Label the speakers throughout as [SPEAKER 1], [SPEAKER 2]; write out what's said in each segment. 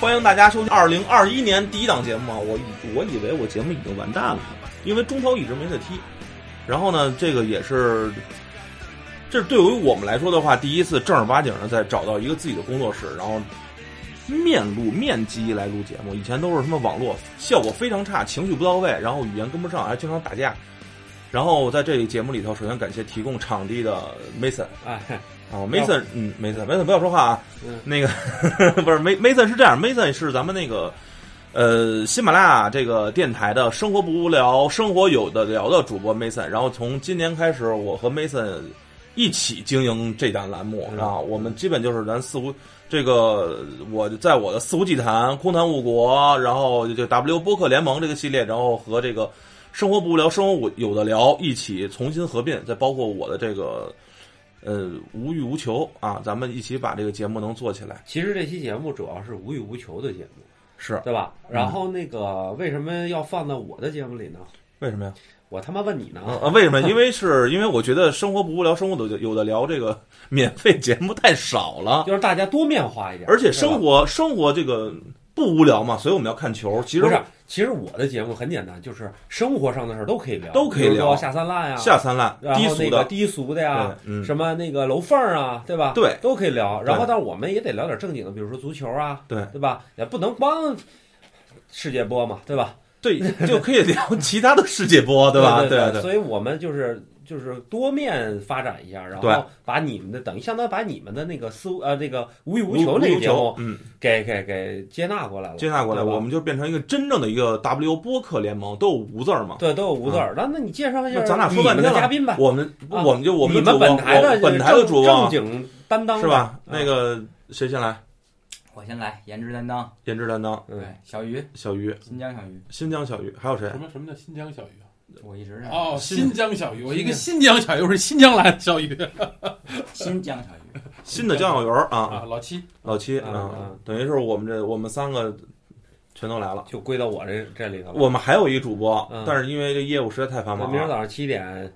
[SPEAKER 1] 欢迎大家收听二零二一年第一档节目啊！我以我以为我节目已经完蛋了，因为中超一直没得踢。然后呢，这个也是，这是对于我们来说的话，第一次正儿八经的在找到一个自己的工作室，然后面录面基来录节目。以前都是什么网络效果非常差，情绪不到位，然后语言跟不上，还经常打架。然后在这里节目里头，首先感谢提供场地的 Mason
[SPEAKER 2] 哎，
[SPEAKER 1] 啊，Mason，嗯，Mason，Mason 不要说话啊，
[SPEAKER 2] 嗯
[SPEAKER 1] 那个 不是 Ma- Mason 是这样，Mason 是咱们那个呃喜马拉雅这个电台的生活不无聊，生活有的聊的主播 Mason。然后从今年开始，我和 Mason 一起经营这档栏目
[SPEAKER 2] 嗯
[SPEAKER 1] 啊，我们基本就是咱四无这个我在我的四无祭坛、空谈误国，然后就 W 播客联盟这个系列，然后和这个。生活不无聊，生活我有的聊，一起重新合并，再包括我的这个呃无欲无求啊，咱们一起把这个节目能做起来。
[SPEAKER 2] 其实这期节目主要是无欲无求的节目，
[SPEAKER 1] 是
[SPEAKER 2] 对吧？然后那个为什么要放到我的节目里呢？
[SPEAKER 1] 为什么呀？
[SPEAKER 2] 我他妈问你呢，
[SPEAKER 1] 啊，为什么？ 因为是因为我觉得生活不无聊，生活有有的聊这个免费节目太少了，
[SPEAKER 2] 就是大家多面化一点，
[SPEAKER 1] 而且
[SPEAKER 2] 对吧
[SPEAKER 1] 生活生活这个不无聊嘛，所以我们要看球。其
[SPEAKER 2] 不
[SPEAKER 1] 实
[SPEAKER 2] 是，其实我的节目很简单，就是生活上的事儿都可以聊，
[SPEAKER 1] 都可以聊
[SPEAKER 2] 比如说下三滥呀，
[SPEAKER 1] 下三滥
[SPEAKER 2] 啊然
[SPEAKER 1] 低
[SPEAKER 2] 后
[SPEAKER 1] 俗
[SPEAKER 2] 那个
[SPEAKER 1] 的，
[SPEAKER 2] 低俗的呀
[SPEAKER 1] 对，嗯，
[SPEAKER 2] 什么那个楼缝儿啊，对吧？
[SPEAKER 1] 对
[SPEAKER 2] 都可以聊。然后，
[SPEAKER 1] 对
[SPEAKER 2] 但我们也得聊点正经的，比如说足球啊，
[SPEAKER 1] 对
[SPEAKER 2] 对吧？也不能光世界波嘛，对吧？
[SPEAKER 1] 对，就可以聊其他的世界 波，
[SPEAKER 2] 对
[SPEAKER 1] 吧？
[SPEAKER 2] 对
[SPEAKER 1] 对，
[SPEAKER 2] 所以我们就是就是多面发展一下，然
[SPEAKER 1] 对
[SPEAKER 2] 后把你们的等于相当于把你们的那个思呃那个无欲
[SPEAKER 1] 无
[SPEAKER 2] 无求那
[SPEAKER 1] 无
[SPEAKER 2] 个
[SPEAKER 1] 欲
[SPEAKER 2] 节目
[SPEAKER 1] 求，嗯，
[SPEAKER 2] 给给给接纳过来了，
[SPEAKER 1] 接纳过来，
[SPEAKER 2] 对吧
[SPEAKER 1] 我们就变成一个真正的一个 W 播客联盟，都有无字儿嘛。
[SPEAKER 2] 对都有无字儿。那那你介绍一下
[SPEAKER 1] 嗯那咱俩说
[SPEAKER 2] 你
[SPEAKER 1] 半
[SPEAKER 2] 们
[SPEAKER 1] 天
[SPEAKER 2] 的
[SPEAKER 1] 了
[SPEAKER 2] 嘉宾吧。
[SPEAKER 1] 我们不
[SPEAKER 2] 啊
[SPEAKER 1] 我们就我们
[SPEAKER 2] 你
[SPEAKER 1] 的
[SPEAKER 2] 们
[SPEAKER 1] 主播
[SPEAKER 2] 本台的
[SPEAKER 1] 我本台的
[SPEAKER 2] 正
[SPEAKER 1] 主
[SPEAKER 2] 正
[SPEAKER 1] 播啊
[SPEAKER 2] 经担当
[SPEAKER 1] 是吧？
[SPEAKER 2] 嗯
[SPEAKER 1] 那个谁先来？
[SPEAKER 3] 我先来，颜值担当，
[SPEAKER 1] 颜值担当
[SPEAKER 2] 嗯
[SPEAKER 3] 对，小鱼，
[SPEAKER 1] 小鱼，
[SPEAKER 3] 新疆小鱼，
[SPEAKER 1] 新疆小鱼，还有谁
[SPEAKER 4] 什？么什么叫新疆小鱼啊？
[SPEAKER 3] 我一直是
[SPEAKER 4] 哦，
[SPEAKER 1] 新
[SPEAKER 4] 新疆小鱼，我一个新疆小鱼，我是新疆来的小鱼
[SPEAKER 3] 新疆小鱼，
[SPEAKER 1] 新的江小鱼儿啊，
[SPEAKER 4] 啊，老七，
[SPEAKER 1] 老七
[SPEAKER 2] 啊
[SPEAKER 1] 啊
[SPEAKER 2] 啊，
[SPEAKER 1] 等于是我们这我们三个全都来了。
[SPEAKER 2] 就归到我这这里头了。
[SPEAKER 1] 我们还有一主播
[SPEAKER 2] 嗯，
[SPEAKER 1] 但是因为这业务实在太繁
[SPEAKER 2] 那
[SPEAKER 1] 忙
[SPEAKER 2] 明儿
[SPEAKER 1] 了，
[SPEAKER 2] 早上七点，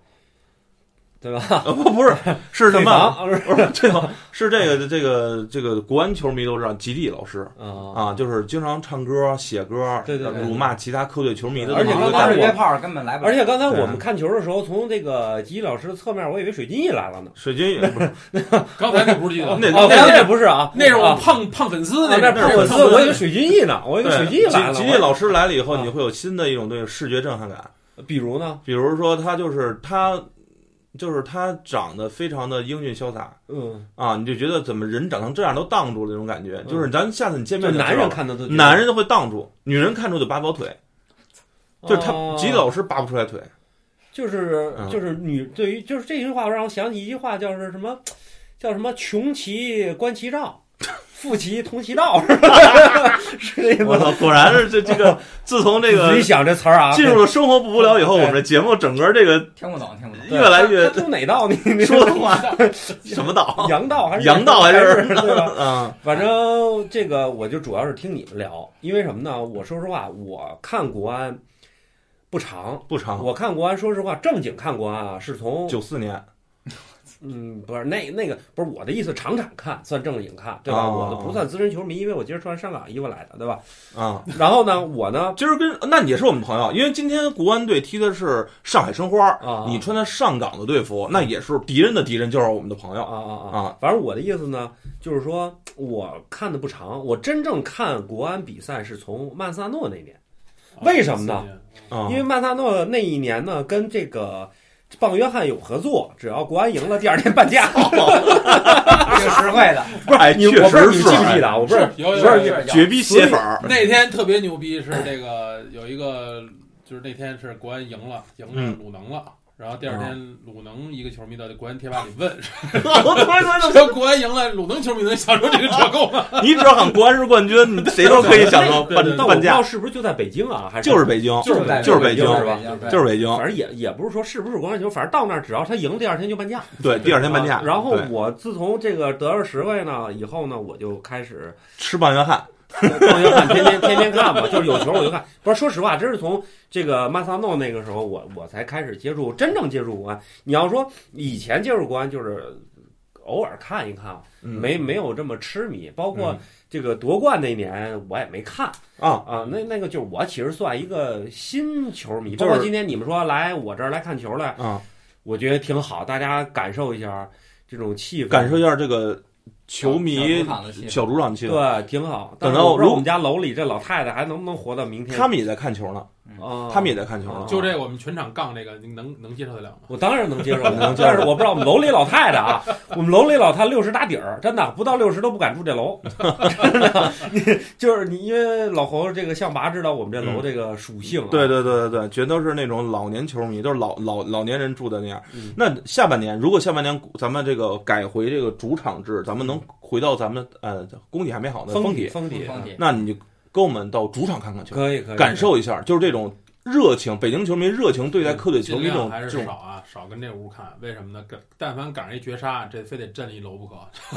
[SPEAKER 2] 对吧？
[SPEAKER 1] 呃不不 是 是什
[SPEAKER 2] 退
[SPEAKER 1] 么？
[SPEAKER 2] 房？不是
[SPEAKER 1] 不是这个是这个这个这个国安球迷都知道，吉利老师
[SPEAKER 2] 啊，
[SPEAKER 1] 啊，就是经常唱歌、写歌，
[SPEAKER 2] 对对对
[SPEAKER 1] 辱骂其他客队球迷的这
[SPEAKER 2] 而且
[SPEAKER 1] 么一个
[SPEAKER 2] 刚才
[SPEAKER 1] 代
[SPEAKER 3] 是
[SPEAKER 2] 我
[SPEAKER 1] 表。
[SPEAKER 3] 约炮根本来不了。
[SPEAKER 2] 而且刚才
[SPEAKER 1] 对啊
[SPEAKER 2] 我们看球的时候，从这个吉老师的侧面，我以为水晶也来了呢。
[SPEAKER 1] 水军也不是
[SPEAKER 4] 刚才那不是剧
[SPEAKER 1] 那
[SPEAKER 2] 哦，
[SPEAKER 1] 那
[SPEAKER 2] 那也不是啊，
[SPEAKER 4] 那是我
[SPEAKER 2] 啊
[SPEAKER 4] 胖胖粉丝，
[SPEAKER 2] 啊那
[SPEAKER 4] 是
[SPEAKER 2] 是我自，我以为水晶翼呢，我以为水晶翼
[SPEAKER 1] 对
[SPEAKER 2] 来了。
[SPEAKER 1] 吉吉利老师来了以后，
[SPEAKER 2] 啊
[SPEAKER 1] 你会有新的一种对视觉震撼感。
[SPEAKER 2] 我比如呢，
[SPEAKER 1] 比如说，他就是他，就是他长得非常的英俊潇洒
[SPEAKER 2] 嗯，
[SPEAKER 1] 啊，你就觉得怎么人长成这样都挡住了那种感觉。
[SPEAKER 2] 嗯
[SPEAKER 1] 就是咱下次你见
[SPEAKER 2] 就
[SPEAKER 1] 面就知道
[SPEAKER 2] 男人
[SPEAKER 1] 了
[SPEAKER 2] 看的都觉得
[SPEAKER 1] 男人会挡住，女人看出就拔不了腿，就是他
[SPEAKER 2] 哦
[SPEAKER 1] 吉利老师拔不出来 腿。
[SPEAKER 2] 就是
[SPEAKER 1] 嗯
[SPEAKER 2] 就是女对于就是这句话让我想起一句话，叫是什么？叫什么？穷其观其照， 富其通其道，是吧？ 是这意思
[SPEAKER 1] 我
[SPEAKER 2] 吗。
[SPEAKER 1] 操，果然是这这个，自从这
[SPEAKER 2] 你
[SPEAKER 1] 个
[SPEAKER 2] 自己想哎这词儿啊，
[SPEAKER 1] 进入了生活不无聊以后，
[SPEAKER 2] 对
[SPEAKER 1] 我们的节目整个这个
[SPEAKER 3] 听不懂，听不懂。
[SPEAKER 1] 越来越
[SPEAKER 2] 他他通哪道？你你
[SPEAKER 1] 说的 话什么道
[SPEAKER 2] 阳道还是
[SPEAKER 1] 阳道还是
[SPEAKER 2] 对 吧？
[SPEAKER 1] 啊，
[SPEAKER 2] 反正这个我就主要是听你们聊，因为什么呢？我说实话，我看国安不长，
[SPEAKER 1] 不长。
[SPEAKER 2] 我看国安，说实话，正经看国安啊，是从
[SPEAKER 1] 九四年，
[SPEAKER 2] 嗯，不是那那个不是我的意思，场场看算正经看，对吧？
[SPEAKER 1] 哦
[SPEAKER 2] 我都不算资深球迷，因为我今儿穿上港衣服来的，对吧？
[SPEAKER 1] 啊，
[SPEAKER 2] 然后呢，我呢
[SPEAKER 1] 今儿跟那你也是我们朋友，因为今天国安队踢的是上海申花，
[SPEAKER 2] 啊，
[SPEAKER 1] 你穿的上港的队服，那也是敌人的敌人，就是我们的朋
[SPEAKER 2] 啊
[SPEAKER 1] 友。
[SPEAKER 2] 啊啊
[SPEAKER 1] 啊！
[SPEAKER 2] 反正我的意思呢，就是说我看的不长，我真正看国安比赛是从曼萨诺那年。为什么呢？
[SPEAKER 1] 啊
[SPEAKER 2] 因为曼萨诺那一年呢，跟这个棒约翰有合作，只要国安赢了，第二天 半价。
[SPEAKER 3] 挺实惠的，
[SPEAKER 1] 不是，哎
[SPEAKER 2] 你
[SPEAKER 1] 哦确
[SPEAKER 2] 我不知
[SPEAKER 1] 实是
[SPEAKER 2] 道你
[SPEAKER 1] 哎
[SPEAKER 2] 记不记得啊？我不知道
[SPEAKER 4] 是有
[SPEAKER 2] 不
[SPEAKER 4] 有
[SPEAKER 2] 是
[SPEAKER 4] 有。
[SPEAKER 3] 是
[SPEAKER 1] 绝逼血粉 儿。
[SPEAKER 4] 那天特别牛逼是这个有一个就是那天是国安赢了，赢了鲁能了。然后第二天，鲁能一个球迷到国安贴吧里问， 说国安赢了，鲁能球迷能享受这个折扣吗？
[SPEAKER 1] 你只要喊国安是冠军，你谁 都可以享受
[SPEAKER 4] 对对
[SPEAKER 1] 半
[SPEAKER 2] 但我
[SPEAKER 1] 半
[SPEAKER 2] 不知
[SPEAKER 1] 价
[SPEAKER 2] 道，是不是就在北京啊？还是
[SPEAKER 1] 就是北京，
[SPEAKER 4] 就是
[SPEAKER 3] 在
[SPEAKER 1] 就是北
[SPEAKER 3] 北
[SPEAKER 1] 京
[SPEAKER 3] 是
[SPEAKER 2] 是吧
[SPEAKER 3] 吧？对
[SPEAKER 1] 就是北京，
[SPEAKER 2] 反正也也不是说是不是国安球，反正到那儿只要他赢，第二天就半价。
[SPEAKER 1] 对，第二天半价。
[SPEAKER 2] 啊然后
[SPEAKER 1] 对
[SPEAKER 2] 我自从这个得着实惠呢以后呢，我就开始
[SPEAKER 1] 吃棒约翰，
[SPEAKER 2] 放学看，天天天天看吧，就是有球我就看。不是，说实话，真是从这个曼萨诺那个时候，我我才开始接触真正接触国安。你要说以前接触国安就是偶尔看一看，
[SPEAKER 1] 嗯
[SPEAKER 2] 没没有这么痴迷。包括
[SPEAKER 1] 嗯
[SPEAKER 2] 这个夺冠那年，我也没看
[SPEAKER 1] 啊，
[SPEAKER 2] 啊。那那个就是我其实算一个新球迷，
[SPEAKER 1] 就
[SPEAKER 2] 包
[SPEAKER 1] 是
[SPEAKER 2] 括今天你们说来我这儿来看球来，
[SPEAKER 1] 啊，
[SPEAKER 2] 我觉得挺好，大家感受一下这种气氛，
[SPEAKER 1] 感受一下这个球迷
[SPEAKER 3] 小主场的气氛
[SPEAKER 1] 小主场气氛。
[SPEAKER 2] 对，挺好。
[SPEAKER 1] 等到
[SPEAKER 2] 但是我不知
[SPEAKER 1] 如
[SPEAKER 2] 道我们家楼里这老太太还能不能活到明天？
[SPEAKER 1] 他们也在看球呢，
[SPEAKER 2] 啊，
[SPEAKER 1] 他们也在看球呢。
[SPEAKER 4] 就这个我们全场杠这个，你能能接受得了吗？
[SPEAKER 2] 我当然 能接受
[SPEAKER 1] 你能
[SPEAKER 2] 了，
[SPEAKER 1] 接受
[SPEAKER 2] 但是我不知道我们楼里老太太啊，我们楼里老太六十打底儿，真的不到六十都不敢住这 楼，真的。你就是你，因为老侯这个象拔知道我们这楼这个属性、啊
[SPEAKER 1] 对，对对对对，全都是那种老年球迷，都是老老老年人住的那样。
[SPEAKER 2] 嗯
[SPEAKER 1] 那下半年，如果下半年咱们这个改回这个主场制，咱们能回到咱们呃工体还没好呢，
[SPEAKER 2] 封
[SPEAKER 1] 封
[SPEAKER 2] 底
[SPEAKER 1] 体，
[SPEAKER 2] 封
[SPEAKER 3] 不
[SPEAKER 2] 底，
[SPEAKER 3] 放底，
[SPEAKER 1] 那你就跟我们到主场看看球，
[SPEAKER 2] 可以可以
[SPEAKER 1] 感。受一下，就是这种热情，北京球迷热情对待客队球
[SPEAKER 4] 尽
[SPEAKER 1] 迷这
[SPEAKER 4] 量
[SPEAKER 1] 种
[SPEAKER 4] 还
[SPEAKER 1] 这
[SPEAKER 4] 是
[SPEAKER 1] 种
[SPEAKER 4] 少 啊，少跟这屋看。为什么呢？跟但凡赶上一绝杀，这非得震一楼不 可。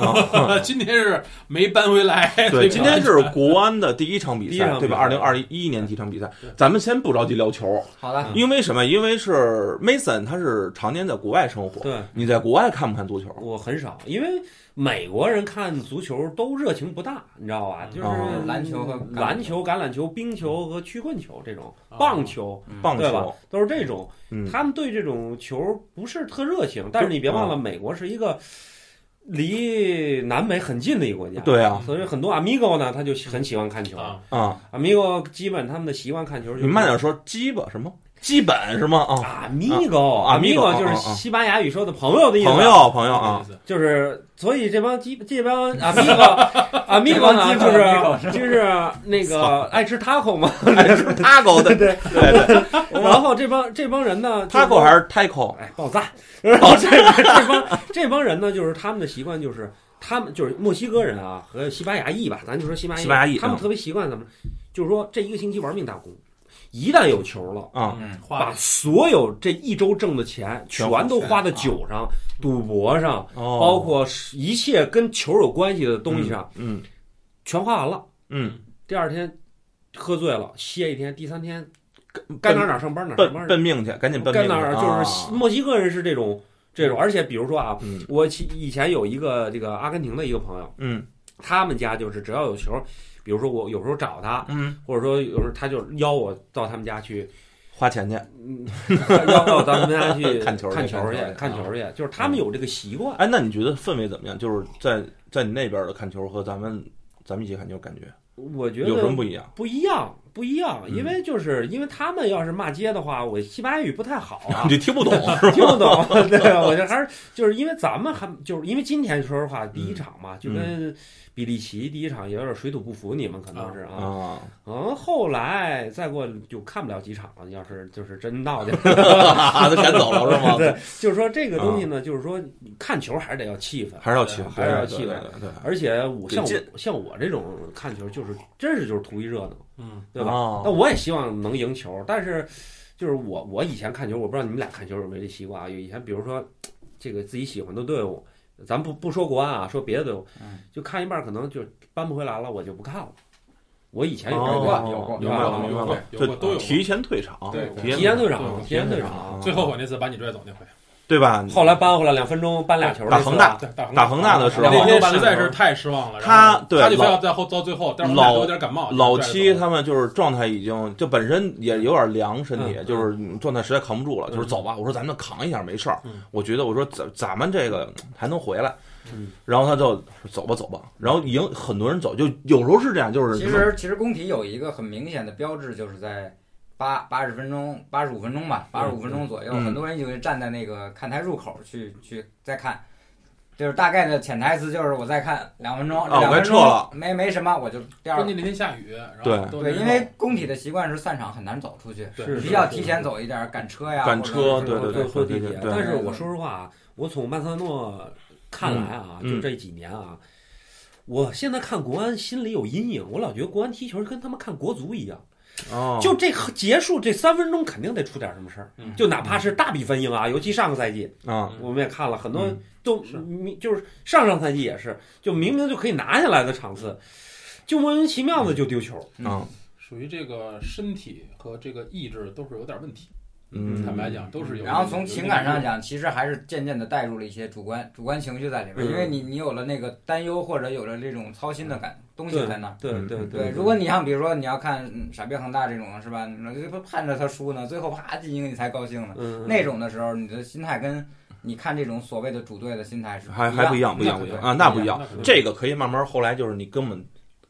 [SPEAKER 1] 啊。
[SPEAKER 4] 今天是没扳回来，
[SPEAKER 1] 对，今天是国安的第一场比
[SPEAKER 2] 第一
[SPEAKER 1] 赛，
[SPEAKER 2] 场
[SPEAKER 1] 对吧？二
[SPEAKER 2] 比
[SPEAKER 1] 零
[SPEAKER 2] 赛
[SPEAKER 1] 二一年第一场比赛
[SPEAKER 4] 对，
[SPEAKER 1] 咱们先不着急聊球，
[SPEAKER 3] 好的，
[SPEAKER 1] 因为什么？因为是 Mason 他是常年在国外生活，
[SPEAKER 2] 对
[SPEAKER 1] 你在国外看不看足球？
[SPEAKER 2] 我很少，因为美国人看足球都热情不大，你知道吧？就是
[SPEAKER 1] 哦
[SPEAKER 3] 篮球和橄榄球
[SPEAKER 2] 篮球、橄榄球、冰球和曲棍球这种，
[SPEAKER 4] 哦
[SPEAKER 2] 棒球
[SPEAKER 1] 棒
[SPEAKER 2] 对吧
[SPEAKER 1] 球，？
[SPEAKER 2] 都是这种。
[SPEAKER 1] 嗯，
[SPEAKER 2] 他们对这种球不是特热情，但是你别忘
[SPEAKER 1] 啊
[SPEAKER 2] 了，美国是一个离南美很近的一个国家，，
[SPEAKER 1] 对啊，
[SPEAKER 2] 所以很多 amigo 呢，他就很喜欢看球。
[SPEAKER 4] 啊，
[SPEAKER 1] 啊，
[SPEAKER 2] amigo 基本他们的习惯看球就是
[SPEAKER 1] 你慢点说，鸡巴什么？基本是吗？啊，啊，amigo，
[SPEAKER 2] ，amigo，amigo 就是
[SPEAKER 1] 啊啊
[SPEAKER 2] 西班牙语说的朋友的意思，
[SPEAKER 1] 朋友，朋友
[SPEAKER 4] 这
[SPEAKER 1] 啊
[SPEAKER 4] 意，思。
[SPEAKER 2] 就是，所以这帮基这帮 amigo，amigo 呢，
[SPEAKER 3] 这帮
[SPEAKER 2] 就是就是那个爱吃 taco 嘛，
[SPEAKER 1] 他狗哎的，对对对，
[SPEAKER 2] 然后这帮这帮人呢
[SPEAKER 1] 他狗
[SPEAKER 2] 还。
[SPEAKER 1] 还是 taco
[SPEAKER 2] 哎，爆炸！ 然后这这帮这帮人呢，就是他们的习惯就是他们就是墨西哥人啊和西班牙裔吧，咱就说西班牙
[SPEAKER 1] 西班牙裔
[SPEAKER 2] 他
[SPEAKER 1] 嗯
[SPEAKER 2] 们特别习惯咱们，就是说这一个星期玩命打工，一旦有球了，
[SPEAKER 1] 啊，
[SPEAKER 4] 嗯，
[SPEAKER 2] 把
[SPEAKER 4] 花
[SPEAKER 2] 所有这一周挣的钱
[SPEAKER 1] 全
[SPEAKER 2] 全
[SPEAKER 1] 花
[SPEAKER 2] 都花在
[SPEAKER 3] 啊
[SPEAKER 2] 酒上、赌博上，
[SPEAKER 1] 哦，
[SPEAKER 2] 包括是一切跟球有关系的东西上，
[SPEAKER 1] 嗯
[SPEAKER 2] 全花完了。
[SPEAKER 1] 嗯，
[SPEAKER 2] 第二天喝醉了歇一天，第三天该哪儿哪儿上班哪儿上班
[SPEAKER 1] 奔
[SPEAKER 2] 去。
[SPEAKER 1] 奔命去，赶紧奔命
[SPEAKER 2] 干
[SPEAKER 1] 去，
[SPEAKER 2] 哪儿
[SPEAKER 1] 啊
[SPEAKER 2] 就是墨西哥人是这种这种，而且比如说啊，
[SPEAKER 1] 嗯
[SPEAKER 2] 我其以前有一个这个阿根廷的一个朋友，
[SPEAKER 1] 嗯
[SPEAKER 2] 他们家就是只要有球，比如说我有时候找他，
[SPEAKER 1] 嗯，
[SPEAKER 2] 或者说有时候他就邀我到他们家去，
[SPEAKER 1] 花钱去。
[SPEAKER 2] 嗯，邀到咱们家去
[SPEAKER 1] 看球去
[SPEAKER 2] 看球
[SPEAKER 1] 看球
[SPEAKER 2] 去
[SPEAKER 1] 去啊
[SPEAKER 2] 看球去，就是他们有这个习惯。
[SPEAKER 1] 哎，那你觉得氛围怎么样？就是在在你那边的看球和咱们咱们一起看球感觉
[SPEAKER 2] 我觉
[SPEAKER 1] 有什么
[SPEAKER 2] 得
[SPEAKER 1] 不一样？
[SPEAKER 2] 不一样，不一样，
[SPEAKER 1] 嗯
[SPEAKER 2] 因为就是因为他们要是骂街的话，我西班牙语不太好 啊
[SPEAKER 1] 你。就听不 懂是吧？
[SPEAKER 2] 听不懂， 对吧？我觉得还是就是因为咱们还就是因为今天说实话，第一场嘛，就跟比利奇第一场也有点水土不服，你们可能是啊。
[SPEAKER 1] 啊，
[SPEAKER 2] 嗯，后来再过就看不了几场了。要是就是真闹 去，
[SPEAKER 1] 他赶走了是吗？
[SPEAKER 2] 对，就是说这个东西呢，就是说你看球还是得要气氛，
[SPEAKER 1] 还是要气氛，
[SPEAKER 2] 还是要气
[SPEAKER 1] 对
[SPEAKER 2] 氛。
[SPEAKER 1] 对对对，
[SPEAKER 2] 而且我像
[SPEAKER 1] 得
[SPEAKER 2] 我像我这种看球，就是真是就是图一热闹，
[SPEAKER 4] 嗯，
[SPEAKER 2] 对吧？
[SPEAKER 1] 哦
[SPEAKER 2] 那我也希望能赢球，但是就是我我以前看球，我不知道你们俩看球有没有这习惯啊？有以前比如说这个自己喜欢的队伍，咱不不说国安啊，说别的队伍，
[SPEAKER 3] 嗯
[SPEAKER 2] 就看一半可能就扳不回来了，我就不看了。我以哎前有这
[SPEAKER 3] 有
[SPEAKER 2] 个
[SPEAKER 3] 过
[SPEAKER 2] 惯
[SPEAKER 1] 哦
[SPEAKER 3] 有过
[SPEAKER 1] 明白了，明白
[SPEAKER 4] 有
[SPEAKER 1] 了，
[SPEAKER 4] 过有过
[SPEAKER 1] 就
[SPEAKER 4] 都有过
[SPEAKER 1] 提前退场，
[SPEAKER 4] 对
[SPEAKER 1] 提前
[SPEAKER 2] 提前
[SPEAKER 1] 退
[SPEAKER 2] 队
[SPEAKER 4] 对
[SPEAKER 2] 长，提前队
[SPEAKER 1] 啊
[SPEAKER 2] 长，
[SPEAKER 4] 最后悔那次把你拽走那回，
[SPEAKER 1] 对吧？
[SPEAKER 2] 后来扳回来两分钟，扳俩球那次
[SPEAKER 1] 打
[SPEAKER 2] 啊，
[SPEAKER 1] 恒大
[SPEAKER 4] 对打恒
[SPEAKER 1] 打恒大的时
[SPEAKER 4] 那
[SPEAKER 1] 候，
[SPEAKER 4] 天实在是太失望了。
[SPEAKER 1] 他
[SPEAKER 4] 然后
[SPEAKER 1] 对
[SPEAKER 4] 他就非
[SPEAKER 1] 老
[SPEAKER 4] 要在后到最后，但是
[SPEAKER 1] 老
[SPEAKER 4] 我有点感冒，拽
[SPEAKER 1] 老
[SPEAKER 4] 着
[SPEAKER 1] 七
[SPEAKER 4] 走
[SPEAKER 1] 他们就是状态已经就本身也有点凉，身体
[SPEAKER 2] 嗯嗯
[SPEAKER 1] 就是状态实在扛不住了，
[SPEAKER 2] 嗯
[SPEAKER 1] 就是走吧。我说咱们扛一下没事儿
[SPEAKER 4] 嗯，
[SPEAKER 1] 我觉得我说咱咱们这个还能回来
[SPEAKER 2] 嗯。
[SPEAKER 1] 然后他就说走吧走吧，然后赢很多人走，就有时候是这样，就是
[SPEAKER 3] 其
[SPEAKER 1] 什么
[SPEAKER 3] 实其实工体有一个很明显的标志，就是在八八十分钟、八十五分钟吧，八十五分钟左右，
[SPEAKER 1] 嗯
[SPEAKER 3] 很多人就会站在那个看台入口去去再看。就是大概的潜台词就是我再看两分钟，
[SPEAKER 1] 啊
[SPEAKER 3] 两
[SPEAKER 1] 我该
[SPEAKER 3] 分
[SPEAKER 1] 撤
[SPEAKER 3] 钟
[SPEAKER 1] 了
[SPEAKER 3] 没没什么，我就第二
[SPEAKER 4] 关键那天下雨，然后
[SPEAKER 1] 对
[SPEAKER 4] 都
[SPEAKER 3] 对，
[SPEAKER 4] 那
[SPEAKER 3] 因
[SPEAKER 4] 种
[SPEAKER 3] 为工体的习惯是散场很难走出去，
[SPEAKER 4] 对
[SPEAKER 2] 是
[SPEAKER 3] 必须要提前走一点儿，赶车呀，
[SPEAKER 1] 赶车
[SPEAKER 3] 或者是
[SPEAKER 1] 对对对
[SPEAKER 2] 坐坐地铁
[SPEAKER 1] 对。对
[SPEAKER 2] 但是我说实话啊，我从曼萨诺看来啊，
[SPEAKER 1] 嗯
[SPEAKER 2] 就这几年啊，我现在看国安心里有阴影，我老觉得国安踢球跟他们看国足一样，
[SPEAKER 1] 哦，
[SPEAKER 2] 就这结束这三分钟肯定得出点什么事儿
[SPEAKER 4] 嗯，
[SPEAKER 2] 就哪怕是大比分赢啊，尤其上个赛季
[SPEAKER 1] 啊，
[SPEAKER 2] 我们也看了很多
[SPEAKER 1] 嗯
[SPEAKER 2] 都
[SPEAKER 4] 是
[SPEAKER 2] 明就是上上赛季也是，就明明就可以拿下来的场次，就莫名其妙的就丢球。
[SPEAKER 1] 嗯
[SPEAKER 3] 嗯
[SPEAKER 4] 属于这个身体和这个意志都是有点问题。
[SPEAKER 1] 嗯，
[SPEAKER 4] 坦白讲都是有。
[SPEAKER 3] 然后从情感上，讲，其实还是渐渐的带入了一些主观主观情绪在里
[SPEAKER 1] 嗯
[SPEAKER 3] 边，因为你你有了那个担忧或者有了这种操心的感东西在那儿。
[SPEAKER 1] 嗯
[SPEAKER 2] 对对
[SPEAKER 3] 对，如果你像比如说你要看嗯《傻逼恒大》这种是吧？你说这不盼着他输呢，最后啪进一个你才高兴呢。
[SPEAKER 1] 嗯
[SPEAKER 3] 那种的时候，你的心态跟你看这种所谓的主队的心态是
[SPEAKER 1] 还还不一
[SPEAKER 3] 样
[SPEAKER 1] 样，不一样，不一样
[SPEAKER 4] 那
[SPEAKER 1] 啊，那不一样。
[SPEAKER 4] 那不一样
[SPEAKER 1] 这个可以慢慢，后来就是你跟我们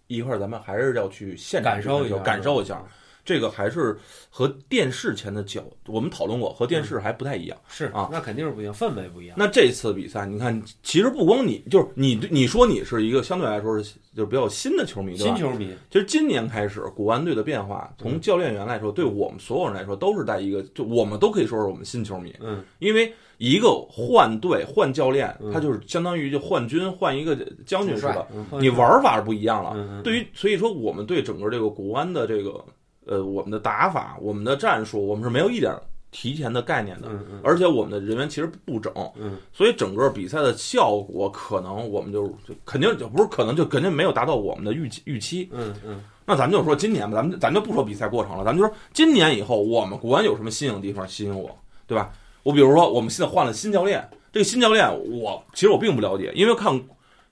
[SPEAKER 1] 一块儿，咱们还是要去现场
[SPEAKER 2] 感受一下
[SPEAKER 1] 去感受一下。这个还是和电视前的角，我们讨论过，和电视
[SPEAKER 2] 嗯
[SPEAKER 1] 还不太一样。
[SPEAKER 2] 是
[SPEAKER 1] 啊
[SPEAKER 2] 那肯定是不一样，氛围不一样。
[SPEAKER 1] 那这次比赛，你看，其实不光你，就是你，你说你是一个相对来说是就是比较新的球迷，对
[SPEAKER 2] 新
[SPEAKER 1] 吧？
[SPEAKER 2] 球迷，嗯
[SPEAKER 1] 其实今年开始，国安队的变化，从教练员来说，对我们所有人来说都是在一个，就我们都可以说是我们新球迷，
[SPEAKER 2] 嗯，
[SPEAKER 1] 因为一个换队换教练
[SPEAKER 2] 嗯，
[SPEAKER 1] 他就是相当于就换军换一个将军
[SPEAKER 3] 主
[SPEAKER 1] 似
[SPEAKER 3] 帅
[SPEAKER 1] 的，
[SPEAKER 2] 嗯
[SPEAKER 1] 你，玩啊法是不一样了。
[SPEAKER 2] 嗯嗯，
[SPEAKER 1] 对于所以说，我们对整个这个国安的这个呃我们的打法、我们的战术，我们是没有一点提前的概念的，
[SPEAKER 2] 嗯嗯，
[SPEAKER 1] 而且我们的人员其实不整，
[SPEAKER 2] 嗯，
[SPEAKER 1] 所以整个比赛的效果可能我们就就肯定就不是可能就肯定没有达到我们的预期预期。
[SPEAKER 2] 嗯嗯，
[SPEAKER 1] 那咱们就说今年吧，咱们咱就不说比赛过程了，咱们就说今年以后我们国安有什么新颖的地方吸引我，对吧？我比如说我们现在换了新教练，这个新教练我其实我并不了解，因为看，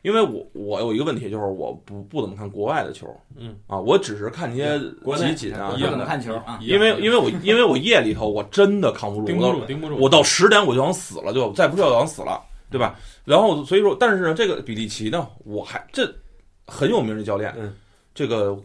[SPEAKER 1] 因为我我有一个问题就是我不不怎么看国外的球，
[SPEAKER 4] 嗯
[SPEAKER 1] 啊，我只是看一些
[SPEAKER 2] 国内
[SPEAKER 1] 集锦啊
[SPEAKER 3] 不
[SPEAKER 4] 一样
[SPEAKER 1] 什
[SPEAKER 3] 怎
[SPEAKER 1] 么
[SPEAKER 3] 么
[SPEAKER 1] 的，
[SPEAKER 3] 看球啊。
[SPEAKER 1] 因为因为我因为我夜里头我真的扛不住，
[SPEAKER 4] 盯
[SPEAKER 1] 我
[SPEAKER 4] 不
[SPEAKER 1] 到
[SPEAKER 4] 住，盯不住。
[SPEAKER 1] 我到十点我就想死了，就再不睡我就想死了，对吧？然后所以说，但是呢，这个比利奇呢，我还这很有名的教练，
[SPEAKER 2] 嗯
[SPEAKER 1] 这个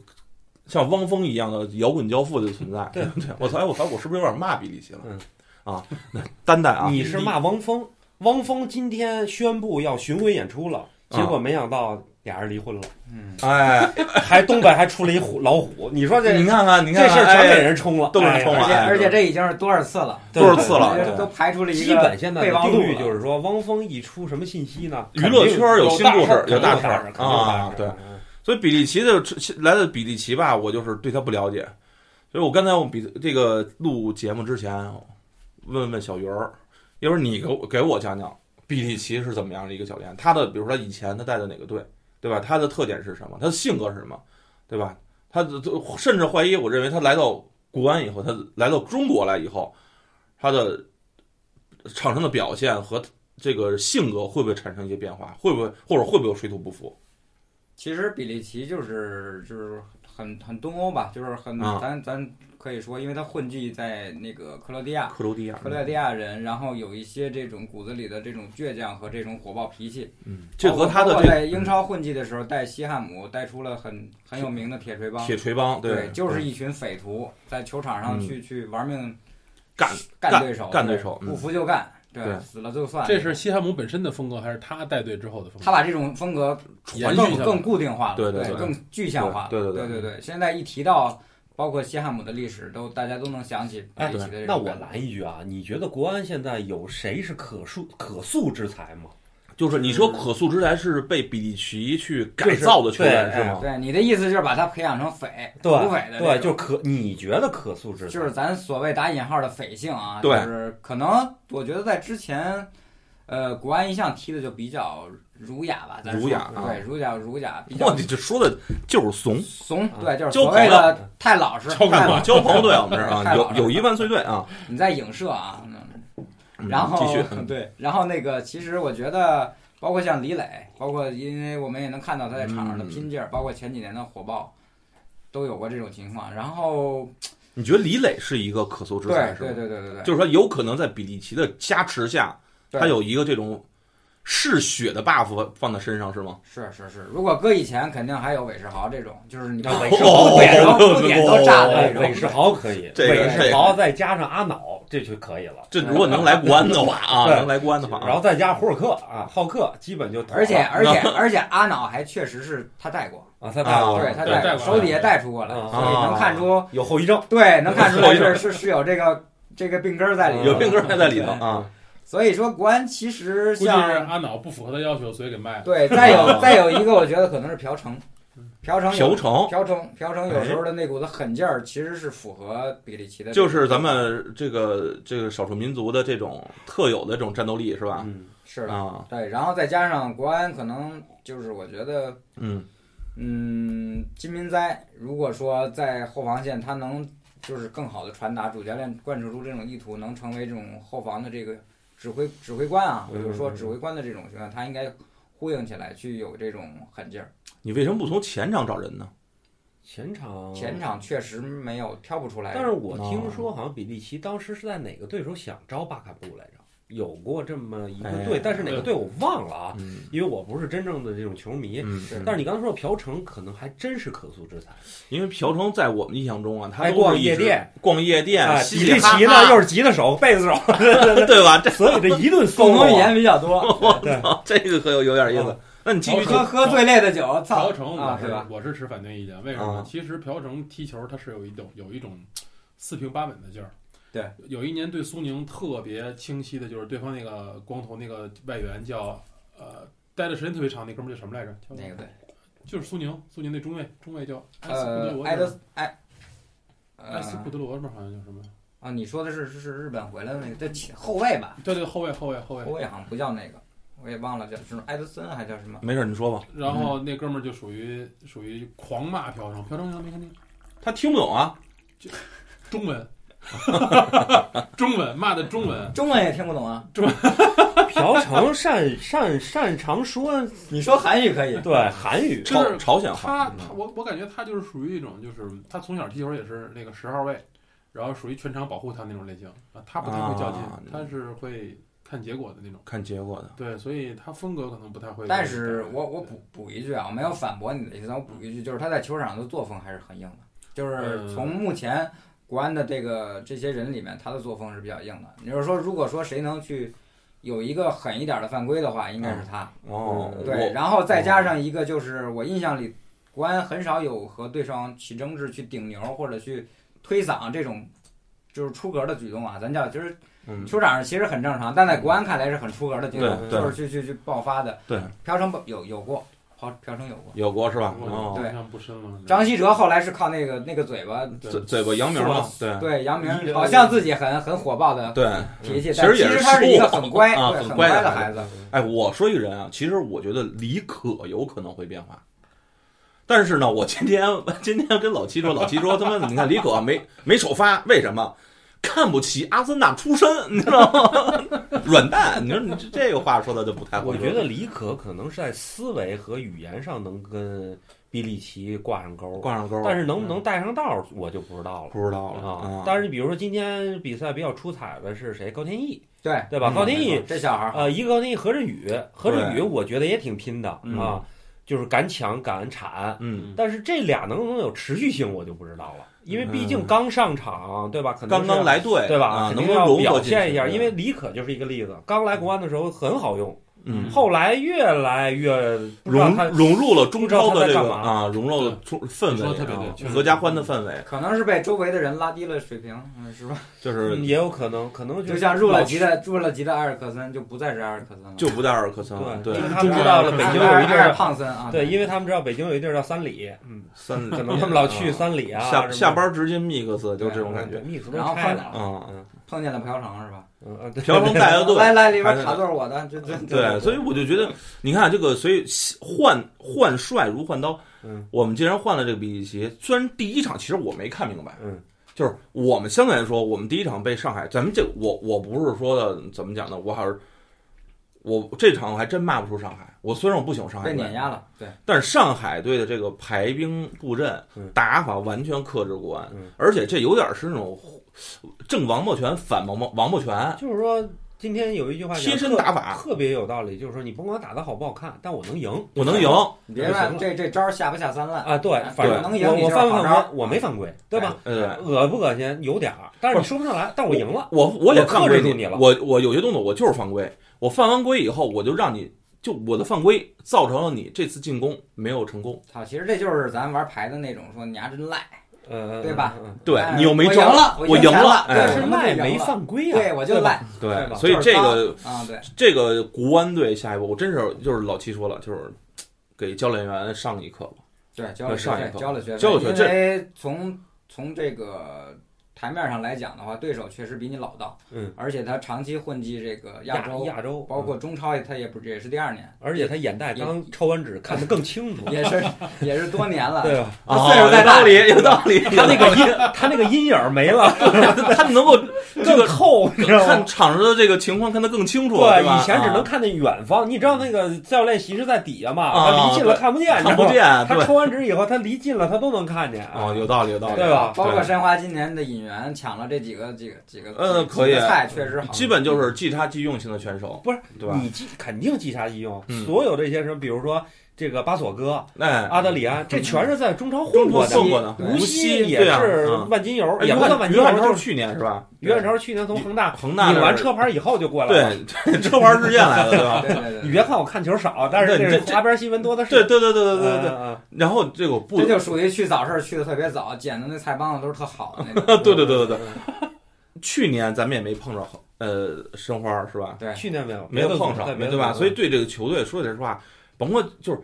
[SPEAKER 1] 像汪峰一样的摇滚教父的存在，
[SPEAKER 2] 对
[SPEAKER 1] 对，我操，哎，我操，我是不是有点骂比利奇了？
[SPEAKER 2] 嗯
[SPEAKER 1] 啊，那丹丹啊，
[SPEAKER 2] 你是骂汪峰？汪峰今天宣布要巡回演出了，结
[SPEAKER 1] 啊
[SPEAKER 2] 果没想到俩人离婚了，
[SPEAKER 3] 嗯，
[SPEAKER 1] 哎，
[SPEAKER 2] 还东北还出了一虎老虎，你说这
[SPEAKER 1] 你看看，你看
[SPEAKER 2] 这事
[SPEAKER 1] 看，
[SPEAKER 2] 儿全给
[SPEAKER 1] 哎
[SPEAKER 2] 人冲了，
[SPEAKER 1] 都给人冲
[SPEAKER 2] 哎
[SPEAKER 1] 了
[SPEAKER 2] 呀
[SPEAKER 3] 而且
[SPEAKER 1] 哎
[SPEAKER 3] 而且这已经是多少次了？
[SPEAKER 2] 对
[SPEAKER 1] 多少次了
[SPEAKER 3] 这
[SPEAKER 1] 对
[SPEAKER 3] 都排除了一
[SPEAKER 2] 基
[SPEAKER 3] 个
[SPEAKER 2] 本现在
[SPEAKER 3] 备
[SPEAKER 2] 的
[SPEAKER 3] 忘录
[SPEAKER 2] 定律
[SPEAKER 3] 了
[SPEAKER 2] 就是说，汪峰一出什么信息呢？
[SPEAKER 1] 娱乐圈有新故事，
[SPEAKER 2] 肯定有
[SPEAKER 1] 大
[SPEAKER 2] 事儿，肯定有大
[SPEAKER 1] 啊，
[SPEAKER 2] 事
[SPEAKER 1] 对
[SPEAKER 2] 儿，嗯
[SPEAKER 1] 所以比利奇的来的比利奇吧，我就是对他不了解，所以我刚才我们比这个录节目之前，问问小鱼儿，要不然你给我给我讲讲比利奇是怎么样的一个教练？他的比如说他以前他带的哪个队，对吧？他的特点是什么？他的性格是什么，对吧？他的甚至怀疑，我认为他来到国安以后，他来到中国来以后，他的场上的表现和这个性格会不会产生一些变化？会不会或者会不会有水土不服？
[SPEAKER 3] 其实比利奇就是就是很很东欧吧，就是很、
[SPEAKER 1] 啊
[SPEAKER 3] 咱咱可以说，因为他混迹在那个克罗地亚，
[SPEAKER 1] 克罗地亚，
[SPEAKER 3] 克罗地亚人，然后有一些这种骨子里的这种倔强和这种火爆脾气，
[SPEAKER 1] 嗯，这和他
[SPEAKER 3] 包
[SPEAKER 1] 的
[SPEAKER 3] 括
[SPEAKER 1] 这
[SPEAKER 3] 在英超混迹的时候，带西汉姆带出了很很有名的铁锤帮。
[SPEAKER 1] 嗯铁锤帮，
[SPEAKER 3] 对，就是
[SPEAKER 1] 对嗯
[SPEAKER 3] 一群匪徒在球场上去、去玩命
[SPEAKER 1] 干
[SPEAKER 3] 干
[SPEAKER 1] 干
[SPEAKER 3] 对手，
[SPEAKER 1] 干对手嗯
[SPEAKER 3] 不服就干，对，
[SPEAKER 1] 对
[SPEAKER 3] 死了就算。
[SPEAKER 4] 这是西汉姆本身的风格，还是他带队之后的风格？
[SPEAKER 3] 他把这种风格
[SPEAKER 4] 嗯
[SPEAKER 1] 传
[SPEAKER 4] 延续
[SPEAKER 3] 更
[SPEAKER 4] 下来
[SPEAKER 3] 更固定化了，
[SPEAKER 1] 对对
[SPEAKER 3] 对
[SPEAKER 1] 对
[SPEAKER 3] 更具象化了，
[SPEAKER 1] 对对对
[SPEAKER 3] 对对。现在一提到包括西汉姆的历史，都大家都能想起比
[SPEAKER 2] 哎
[SPEAKER 3] 利奇的这
[SPEAKER 2] 那
[SPEAKER 3] 种
[SPEAKER 2] 我
[SPEAKER 3] 感觉。
[SPEAKER 2] 拦一句啊，你觉得国安现在有谁是可塑可塑之才吗？
[SPEAKER 1] 就是你说可塑之才是被比利奇去改造的球员
[SPEAKER 2] 就是
[SPEAKER 1] 是
[SPEAKER 2] 对
[SPEAKER 1] 吗？
[SPEAKER 3] 对你的意思就是把他培养成匪，
[SPEAKER 2] 对
[SPEAKER 3] 土匪的这种，
[SPEAKER 2] 对，就是可你觉得可塑之才
[SPEAKER 3] 就是咱所谓打引号的匪性啊，
[SPEAKER 1] 对
[SPEAKER 3] 就是可能我觉得在之前，呃，国安一向踢的就比较儒雅吧，咱说
[SPEAKER 1] 儒雅啊
[SPEAKER 3] 对儒雅儒雅比
[SPEAKER 1] 哇，
[SPEAKER 3] 较
[SPEAKER 1] 你这说的就是怂，
[SPEAKER 3] 怂
[SPEAKER 2] 啊，
[SPEAKER 3] 对，就是
[SPEAKER 1] 交
[SPEAKER 3] 所谓
[SPEAKER 1] 朋
[SPEAKER 3] 的太老实，
[SPEAKER 4] 交朋
[SPEAKER 3] 太
[SPEAKER 4] 友
[SPEAKER 3] 老
[SPEAKER 1] 啊，
[SPEAKER 3] 实
[SPEAKER 1] 交朋友队啊，我们这儿啊，
[SPEAKER 3] 太老
[SPEAKER 1] 有
[SPEAKER 3] 实
[SPEAKER 1] 有一万岁队啊，
[SPEAKER 3] 你在影射啊，嗯
[SPEAKER 1] 嗯
[SPEAKER 3] 然后
[SPEAKER 1] 继续，嗯
[SPEAKER 3] 对，然后那个其实我觉得，包括像李磊，包括因为我们也能看到他在场上的拼劲儿，包括前几年的火爆，都有过这种情况。然后
[SPEAKER 1] 你觉得李磊是一个可塑之
[SPEAKER 3] 对
[SPEAKER 1] 才是
[SPEAKER 3] 对
[SPEAKER 1] 吗？
[SPEAKER 3] 对对对对，
[SPEAKER 1] 就是说有可能在比利奇的加持下，
[SPEAKER 3] 对
[SPEAKER 1] 他有一个这种嗜血的 buff 放在身上是吗？
[SPEAKER 3] 是是是，如果搁以前肯定还有韦世豪这种，就是你
[SPEAKER 2] 啊
[SPEAKER 3] 把
[SPEAKER 2] 韦
[SPEAKER 3] 世
[SPEAKER 2] 世
[SPEAKER 3] 豪
[SPEAKER 2] 豪
[SPEAKER 3] 不点都不点都炸
[SPEAKER 2] 哎
[SPEAKER 3] 的那
[SPEAKER 2] 韦
[SPEAKER 3] 种。
[SPEAKER 2] 世豪可以，
[SPEAKER 1] 这个
[SPEAKER 2] 韦
[SPEAKER 1] 这
[SPEAKER 2] 世
[SPEAKER 1] 个
[SPEAKER 2] 豪再加上阿瑙，这就可以了。
[SPEAKER 1] 这如果能来国安的话 啊，
[SPEAKER 2] 对
[SPEAKER 1] 能来国安的话啊，
[SPEAKER 2] 然后再加胡尔克啊，浩克基本就妥了
[SPEAKER 3] 而且而且而且阿瑙还确实是他带过，
[SPEAKER 2] 啊，他
[SPEAKER 1] 啊
[SPEAKER 2] 带过
[SPEAKER 3] 对
[SPEAKER 2] 来
[SPEAKER 3] 他
[SPEAKER 4] 对
[SPEAKER 3] 带
[SPEAKER 4] 带
[SPEAKER 3] 过，
[SPEAKER 4] 过
[SPEAKER 3] 手底下带出过来，
[SPEAKER 2] 啊
[SPEAKER 3] 所以能看出，
[SPEAKER 2] 有后遗症，
[SPEAKER 3] 对，能看出来
[SPEAKER 1] 有
[SPEAKER 3] 是是是有这个这个病根儿在里头，
[SPEAKER 1] 有病根还在里头啊，
[SPEAKER 3] 所以说国安其实
[SPEAKER 4] 估计是
[SPEAKER 3] 像
[SPEAKER 4] 阿瑙不符合他要求，所以给卖了。
[SPEAKER 3] 对，再有
[SPEAKER 1] 啊
[SPEAKER 3] 再有一个，我觉得可能是朴成，朴成有
[SPEAKER 1] 朴成。
[SPEAKER 3] 朴成朴成有时候的那股子狠劲儿，其实是符合比利奇的这
[SPEAKER 1] 就
[SPEAKER 3] 种，
[SPEAKER 1] 是咱们这个这个少数民族的这种特有的这种战斗力是吧？
[SPEAKER 2] 嗯，
[SPEAKER 3] 是的，
[SPEAKER 1] 啊，
[SPEAKER 3] 对，然后再加上国安可能就是我觉得，
[SPEAKER 1] 嗯，
[SPEAKER 3] 嗯，金民哉如果说在后防线他能就是更好的传达主教练贯彻出这种意图，能成为这种后防的这个指挥指挥官啊，或者说指挥官的这种情况，他应该呼应起来去有这种狠劲儿。
[SPEAKER 1] 你为什么不从前场找人呢？
[SPEAKER 2] 前场
[SPEAKER 3] 前，场确实没有挑不出
[SPEAKER 1] 哎
[SPEAKER 3] 来，
[SPEAKER 2] 哦但是我听说好像比利奇当时是在哪个对手想招巴卡布来着，有过这么一个队，
[SPEAKER 1] 哎
[SPEAKER 2] 但是哪个队我忘了啊，
[SPEAKER 1] 嗯
[SPEAKER 2] 因为我不是真正的这种球迷。
[SPEAKER 1] 嗯，
[SPEAKER 3] 是
[SPEAKER 2] 但是你刚才说朴成可能还真是可塑之才，
[SPEAKER 1] 因为朴成在我们印象中啊，他
[SPEAKER 2] 哎
[SPEAKER 1] 都
[SPEAKER 2] 逛
[SPEAKER 1] 是一
[SPEAKER 2] 夜
[SPEAKER 1] 直
[SPEAKER 2] 店、
[SPEAKER 1] 逛夜
[SPEAKER 2] 啊
[SPEAKER 1] 店、，嘻
[SPEAKER 2] 比
[SPEAKER 1] 嘻
[SPEAKER 2] 利
[SPEAKER 1] 哈
[SPEAKER 2] 奇呢
[SPEAKER 1] 哈
[SPEAKER 2] 又是吉他手、贝斯手，
[SPEAKER 1] 对吧？这
[SPEAKER 2] 所以这一顿
[SPEAKER 3] 共
[SPEAKER 2] 搜
[SPEAKER 3] 同语
[SPEAKER 2] 啊，
[SPEAKER 3] 言比较多，
[SPEAKER 2] 对，
[SPEAKER 1] 这个可有有点意思
[SPEAKER 2] 啊。
[SPEAKER 1] 那你继续
[SPEAKER 3] 喝
[SPEAKER 1] 说，
[SPEAKER 3] 喝最烈的酒，操
[SPEAKER 4] 朴成
[SPEAKER 3] 啊
[SPEAKER 4] 我，
[SPEAKER 3] 是
[SPEAKER 4] 是
[SPEAKER 3] 吧？
[SPEAKER 4] 我是持反对意见，为什么
[SPEAKER 2] 啊
[SPEAKER 4] 呢？其实朴成踢球他是有一种有一种四平八稳的劲儿。
[SPEAKER 3] 对，
[SPEAKER 4] 有一年对苏宁特别清晰的就是对方那个光头那个外援叫呃，待的时间特别长，那哥们儿叫什么来着？叫
[SPEAKER 3] 那个对，
[SPEAKER 4] 就是苏宁，苏宁那中卫，中卫叫埃斯库德
[SPEAKER 3] 呃，
[SPEAKER 4] 罗
[SPEAKER 3] 埃
[SPEAKER 4] 是
[SPEAKER 3] 德
[SPEAKER 4] 吧，
[SPEAKER 3] 斯埃，呃
[SPEAKER 4] 埃斯库德罗吧，好像叫什么？
[SPEAKER 3] 啊，你说的是是是日本回来的那个，这前后卫吧？
[SPEAKER 4] 对对，后卫后卫后卫
[SPEAKER 3] 后。卫好像不叫那个，我也忘了叫什么埃德森还叫什么。
[SPEAKER 1] 没事，你说吧。
[SPEAKER 4] 然后
[SPEAKER 2] 嗯
[SPEAKER 4] 那哥们儿就属于属于狂骂朴成，朴成原来没看见
[SPEAKER 1] 他听不懂啊，
[SPEAKER 4] 中 文，中文骂的中
[SPEAKER 2] 嗯
[SPEAKER 4] 文，
[SPEAKER 3] 中文也听不懂啊！
[SPEAKER 2] 朴成擅擅擅长说
[SPEAKER 3] 你说韩语可以，
[SPEAKER 2] 对韩语，
[SPEAKER 4] 就
[SPEAKER 1] 朝
[SPEAKER 4] 是
[SPEAKER 1] 朝鲜话。嗯
[SPEAKER 2] 嗯
[SPEAKER 4] 他他我我感觉他就是属于一种，就是他从小踢球也是那个十号位，然后属于全场保护他那种类型啊，他不太会较劲
[SPEAKER 1] 啊，
[SPEAKER 4] 他是会看结果的那种。
[SPEAKER 1] 看结果的，
[SPEAKER 4] 对，所以他风格可能不太会。
[SPEAKER 3] 但是我我补补一句啊，我没有反驳你的意思，但我补一句，就是他在球场上的作风还是很硬的，就是从目前国安的这个这些人里面，他的作风是比较硬的。你就是说，如果说谁能去有一个狠一点的犯规的话，应该是他。
[SPEAKER 1] 哦，
[SPEAKER 2] 嗯
[SPEAKER 3] 对，
[SPEAKER 1] 我
[SPEAKER 3] 然后再加上一个就是我印象里，国安很少有和对方起争执、去顶牛或者去推搡这种。就是出格的举动啊，咱叫就是
[SPEAKER 1] 嗯，
[SPEAKER 3] 球场上其实很正常，但在国安看来是很出格的举动，
[SPEAKER 1] 对对
[SPEAKER 3] 就是去去去爆发的。
[SPEAKER 1] 对，
[SPEAKER 3] 朴成有有过，朴朴成有过。
[SPEAKER 1] 有过是吧？
[SPEAKER 4] 我
[SPEAKER 1] 哦，
[SPEAKER 4] 印象不深了。
[SPEAKER 3] 张稀哲后来是靠那个那个嘴巴，
[SPEAKER 1] 嘴
[SPEAKER 4] 对
[SPEAKER 1] 嘴巴扬名嘛，对
[SPEAKER 3] 对杨
[SPEAKER 2] 一
[SPEAKER 3] 明
[SPEAKER 2] 个
[SPEAKER 3] 好像自己很很火爆的
[SPEAKER 1] 对。
[SPEAKER 3] 脾气，
[SPEAKER 1] 嗯
[SPEAKER 3] 但
[SPEAKER 1] 其实也是
[SPEAKER 3] 他是一个很乖、
[SPEAKER 1] 啊
[SPEAKER 3] 对
[SPEAKER 1] 很
[SPEAKER 3] 很
[SPEAKER 1] 乖的
[SPEAKER 3] 的
[SPEAKER 1] 孩
[SPEAKER 3] 子。
[SPEAKER 1] 哎，我说一个人啊，其实我觉得李可有可能会变化，但是呢，我今天今天跟老七说，老七说他妈，你看李可没没首发，为什么？看不起阿森纳出身，你知道吗？软蛋，你说你这这个话说的就不太好。
[SPEAKER 2] 我觉得李可可能是在思维和语言上能跟比利奇挂上钩，
[SPEAKER 1] 挂上钩，嗯
[SPEAKER 2] 但是能不能带上道儿，我就不知道了。
[SPEAKER 1] 不知道了
[SPEAKER 2] 啊
[SPEAKER 1] 啊，。
[SPEAKER 2] 但是你比如说今天比赛比较出彩的是谁？高天意，
[SPEAKER 3] 对
[SPEAKER 2] 对吧？
[SPEAKER 1] 嗯
[SPEAKER 2] 高天
[SPEAKER 3] 没
[SPEAKER 2] 意
[SPEAKER 3] 错，这小孩儿
[SPEAKER 2] 呃，一个高天意，何振宇，何振宇
[SPEAKER 1] 对
[SPEAKER 2] 我觉得也挺拼的
[SPEAKER 1] 嗯
[SPEAKER 2] 啊，就是敢抢敢铲。
[SPEAKER 1] 嗯，
[SPEAKER 2] 但是这俩能不能有持续性，我就不知道了，因为毕竟
[SPEAKER 1] 嗯
[SPEAKER 2] 刚上场，对吧？可能
[SPEAKER 1] 刚
[SPEAKER 2] 是
[SPEAKER 1] 刚来队，
[SPEAKER 2] 对吧？
[SPEAKER 1] 啊，
[SPEAKER 2] 肯
[SPEAKER 1] 能
[SPEAKER 2] 定
[SPEAKER 1] 不能
[SPEAKER 2] 要
[SPEAKER 1] 融
[SPEAKER 2] 表
[SPEAKER 1] 合进去
[SPEAKER 2] 现一下，因为李可就是一个例子。刚来国安的时候很好用，
[SPEAKER 1] 嗯，
[SPEAKER 2] 后来越来越不知道
[SPEAKER 1] 融
[SPEAKER 2] 他
[SPEAKER 1] 融入了中超的这
[SPEAKER 2] 不知道他在干
[SPEAKER 1] 个
[SPEAKER 2] 嘛
[SPEAKER 1] 啊，融入了中氛
[SPEAKER 4] 你说得特别
[SPEAKER 1] 围
[SPEAKER 4] 对确实
[SPEAKER 1] 啊，
[SPEAKER 4] 嗯
[SPEAKER 1] 合家欢的氛围，
[SPEAKER 3] 可能是被周围的人拉低了水平，嗯，是吧？
[SPEAKER 1] 就是
[SPEAKER 2] 嗯也有可能，可能是
[SPEAKER 3] 就像入
[SPEAKER 2] 老
[SPEAKER 3] 了级的入了级的埃尔克森就不再是埃尔克森了，
[SPEAKER 1] 就不带尔克森了，
[SPEAKER 2] 对，
[SPEAKER 1] 对
[SPEAKER 2] 因为，他
[SPEAKER 4] 中国
[SPEAKER 2] 们知道了北京有一地
[SPEAKER 3] 埃尔
[SPEAKER 2] 儿，
[SPEAKER 3] 胖森啊，
[SPEAKER 2] 对，因为他们知道北京有一地儿叫三里，嗯，
[SPEAKER 1] 三
[SPEAKER 2] 可能他们老去三里啊，
[SPEAKER 1] 嗯下
[SPEAKER 2] 什么
[SPEAKER 1] 下班直接 mix 就这种感觉
[SPEAKER 2] 嗯对，嗯密斯都
[SPEAKER 3] 然后
[SPEAKER 2] 拆
[SPEAKER 3] 碰
[SPEAKER 2] 了，
[SPEAKER 1] 啊。
[SPEAKER 3] 碰见了朴成是吧？
[SPEAKER 2] 嗯嗯，对
[SPEAKER 1] 朴成带了
[SPEAKER 3] 来
[SPEAKER 1] 队，
[SPEAKER 3] 来里边
[SPEAKER 1] 还是
[SPEAKER 3] 卡座我的，就就
[SPEAKER 1] 对，所以我就觉得，你看这个，所以换换帅如换刀。
[SPEAKER 2] 嗯，
[SPEAKER 1] 我们既然换了这个比利奇，虽然第一场其实我没看明白，
[SPEAKER 2] 嗯，
[SPEAKER 1] 就是我们相对来说，我们第一场被上海，咱们这我我不是说的怎么讲呢，我还是我这场我还真骂不出上海。我虽然我不喜欢上海
[SPEAKER 3] 被
[SPEAKER 1] 队，
[SPEAKER 3] 碾压了，啊对。
[SPEAKER 1] 但是上海队的这个排兵布阵
[SPEAKER 2] 嗯
[SPEAKER 1] 打法完全克制国安
[SPEAKER 2] 嗯，
[SPEAKER 1] 而且这有点是那种正王八拳反王八王八拳，
[SPEAKER 2] 就是说。今天有一句话讲
[SPEAKER 1] 贴身
[SPEAKER 2] 特
[SPEAKER 1] 打法
[SPEAKER 2] 特别有道理，就是说你甭管打得好不好看，但我能赢，
[SPEAKER 1] 我能赢。
[SPEAKER 3] 你别问这这招儿下不下三滥，
[SPEAKER 2] 啊！对，反正
[SPEAKER 3] 能赢
[SPEAKER 2] 我
[SPEAKER 3] 你
[SPEAKER 2] 我
[SPEAKER 3] 就是
[SPEAKER 2] 犯不
[SPEAKER 3] 好
[SPEAKER 2] 犯
[SPEAKER 3] 招儿
[SPEAKER 2] 规，我没犯规，对吧？
[SPEAKER 1] 呃，
[SPEAKER 2] 恶不恶心有点儿，但是你说不上来，但嗯我赢了。
[SPEAKER 1] 我我也
[SPEAKER 2] 我克
[SPEAKER 1] 犯规
[SPEAKER 2] 制住你了
[SPEAKER 1] 我我有些动作我就是犯规，我犯完规以后我就让你就我的犯规造成了你这次进攻没有成功，
[SPEAKER 3] 操，其实这就是咱玩牌的那种，说你丫真赖，
[SPEAKER 2] 呃，
[SPEAKER 3] 对吧
[SPEAKER 2] 嗯？嗯嗯
[SPEAKER 1] 对
[SPEAKER 3] 哎
[SPEAKER 1] 你又没
[SPEAKER 3] 我赢
[SPEAKER 1] 招，
[SPEAKER 3] 了，
[SPEAKER 1] 我
[SPEAKER 3] 赢
[SPEAKER 1] 赢了
[SPEAKER 3] 了，
[SPEAKER 1] 哎
[SPEAKER 2] 但
[SPEAKER 3] 对，
[SPEAKER 2] 是
[SPEAKER 3] 我
[SPEAKER 2] 赖
[SPEAKER 3] 就
[SPEAKER 2] 没
[SPEAKER 3] 赢了，
[SPEAKER 2] 犯规啊，
[SPEAKER 3] 对，我就
[SPEAKER 2] 吧
[SPEAKER 3] 赖，
[SPEAKER 2] 对吧
[SPEAKER 1] 所以这个
[SPEAKER 3] 啊，对，
[SPEAKER 1] 这个国安队下一步，我真是就是老七说了，就是给教练员上一课了。
[SPEAKER 3] 对，交了
[SPEAKER 1] 上一
[SPEAKER 3] 学费，
[SPEAKER 1] 课
[SPEAKER 3] 交了学费，
[SPEAKER 1] 交了学费
[SPEAKER 3] 因为从从这个台面上来讲的话，对手确实比你老道，
[SPEAKER 2] 嗯，
[SPEAKER 3] 而且他长期混迹这个亚洲，嗯
[SPEAKER 2] 亚洲，
[SPEAKER 3] 包括中超，他也不也是第二年，
[SPEAKER 2] 而且他眼袋
[SPEAKER 3] 也
[SPEAKER 2] 刚抽完纸，看得更 清楚，
[SPEAKER 3] 也是也是多年了，
[SPEAKER 2] 嗯对吧？
[SPEAKER 3] 啊岁数
[SPEAKER 1] 有
[SPEAKER 3] 在大
[SPEAKER 1] 道理，哦有道 理。
[SPEAKER 2] 他那个阴，他那个阴影儿没了，
[SPEAKER 1] 他们能够这
[SPEAKER 2] 更
[SPEAKER 1] 个
[SPEAKER 2] 透，你知道吗
[SPEAKER 1] 看？场上的这个情况看得更清楚，
[SPEAKER 2] 对，
[SPEAKER 1] 对吧，
[SPEAKER 2] 以前只能
[SPEAKER 1] 啊
[SPEAKER 2] 看见远方，你知道那个教练席是在底下嘛，
[SPEAKER 1] 啊
[SPEAKER 2] 他离近了看不见，你
[SPEAKER 1] 看
[SPEAKER 2] 知
[SPEAKER 1] 不
[SPEAKER 2] 道吗？
[SPEAKER 1] 见，
[SPEAKER 2] 他
[SPEAKER 1] 对，
[SPEAKER 2] 抽完纸以后，他离近了，他都能看见。
[SPEAKER 1] 哦，有道理，有道理，
[SPEAKER 2] 对吧
[SPEAKER 3] 包括
[SPEAKER 1] 对
[SPEAKER 3] 申花今年的引援抢了这几个几个几个，
[SPEAKER 1] 呃
[SPEAKER 3] 几个
[SPEAKER 1] 可以
[SPEAKER 3] 菜确实好，
[SPEAKER 1] 啊基本就是即插即用型的选手，
[SPEAKER 2] 不是，
[SPEAKER 1] 对吧？
[SPEAKER 2] 你记肯定记啥记用
[SPEAKER 1] 嗯，
[SPEAKER 2] 所有这些什么，比如说这个巴索哥、
[SPEAKER 1] 哎，
[SPEAKER 2] 阿德里安，这全是在中超
[SPEAKER 1] 中
[SPEAKER 2] 混
[SPEAKER 1] 国
[SPEAKER 2] 过的。
[SPEAKER 1] 混过的，
[SPEAKER 2] 无锡
[SPEAKER 1] 锡
[SPEAKER 2] 也
[SPEAKER 1] 对啊
[SPEAKER 2] 是
[SPEAKER 1] 嗯
[SPEAKER 2] 万金油，
[SPEAKER 1] 哎
[SPEAKER 2] 也
[SPEAKER 1] 于
[SPEAKER 2] 不算万
[SPEAKER 1] 汉于
[SPEAKER 2] 金油，
[SPEAKER 1] 汉超
[SPEAKER 2] 就是
[SPEAKER 1] 去年是吧？
[SPEAKER 2] 于汉超去年从恒大
[SPEAKER 1] 恒大
[SPEAKER 2] 领
[SPEAKER 1] 那
[SPEAKER 2] 完
[SPEAKER 1] 儿
[SPEAKER 2] 车牌以后就过来了。
[SPEAKER 1] 对，对 这玩事件来了，对吧？
[SPEAKER 3] 对对对，
[SPEAKER 2] 你别看我看球少，但是
[SPEAKER 1] 对
[SPEAKER 2] 这
[SPEAKER 1] 这
[SPEAKER 2] 是花边新闻多的是。
[SPEAKER 1] 对对对对对对对。
[SPEAKER 2] 嗯，嗯
[SPEAKER 1] 然后这个我不
[SPEAKER 3] 这就属于去早市去的特别早，捡的那菜帮子都是特好的那种。
[SPEAKER 1] 啊对对对对对，
[SPEAKER 2] 嗯
[SPEAKER 1] 去年咱们也没碰着呃申花是吧？
[SPEAKER 3] 对，
[SPEAKER 2] 去年没有，
[SPEAKER 1] 没
[SPEAKER 2] 有
[SPEAKER 1] 碰上，
[SPEAKER 2] 没
[SPEAKER 1] 对吧？所以对这个球队说点实话，甭管就是。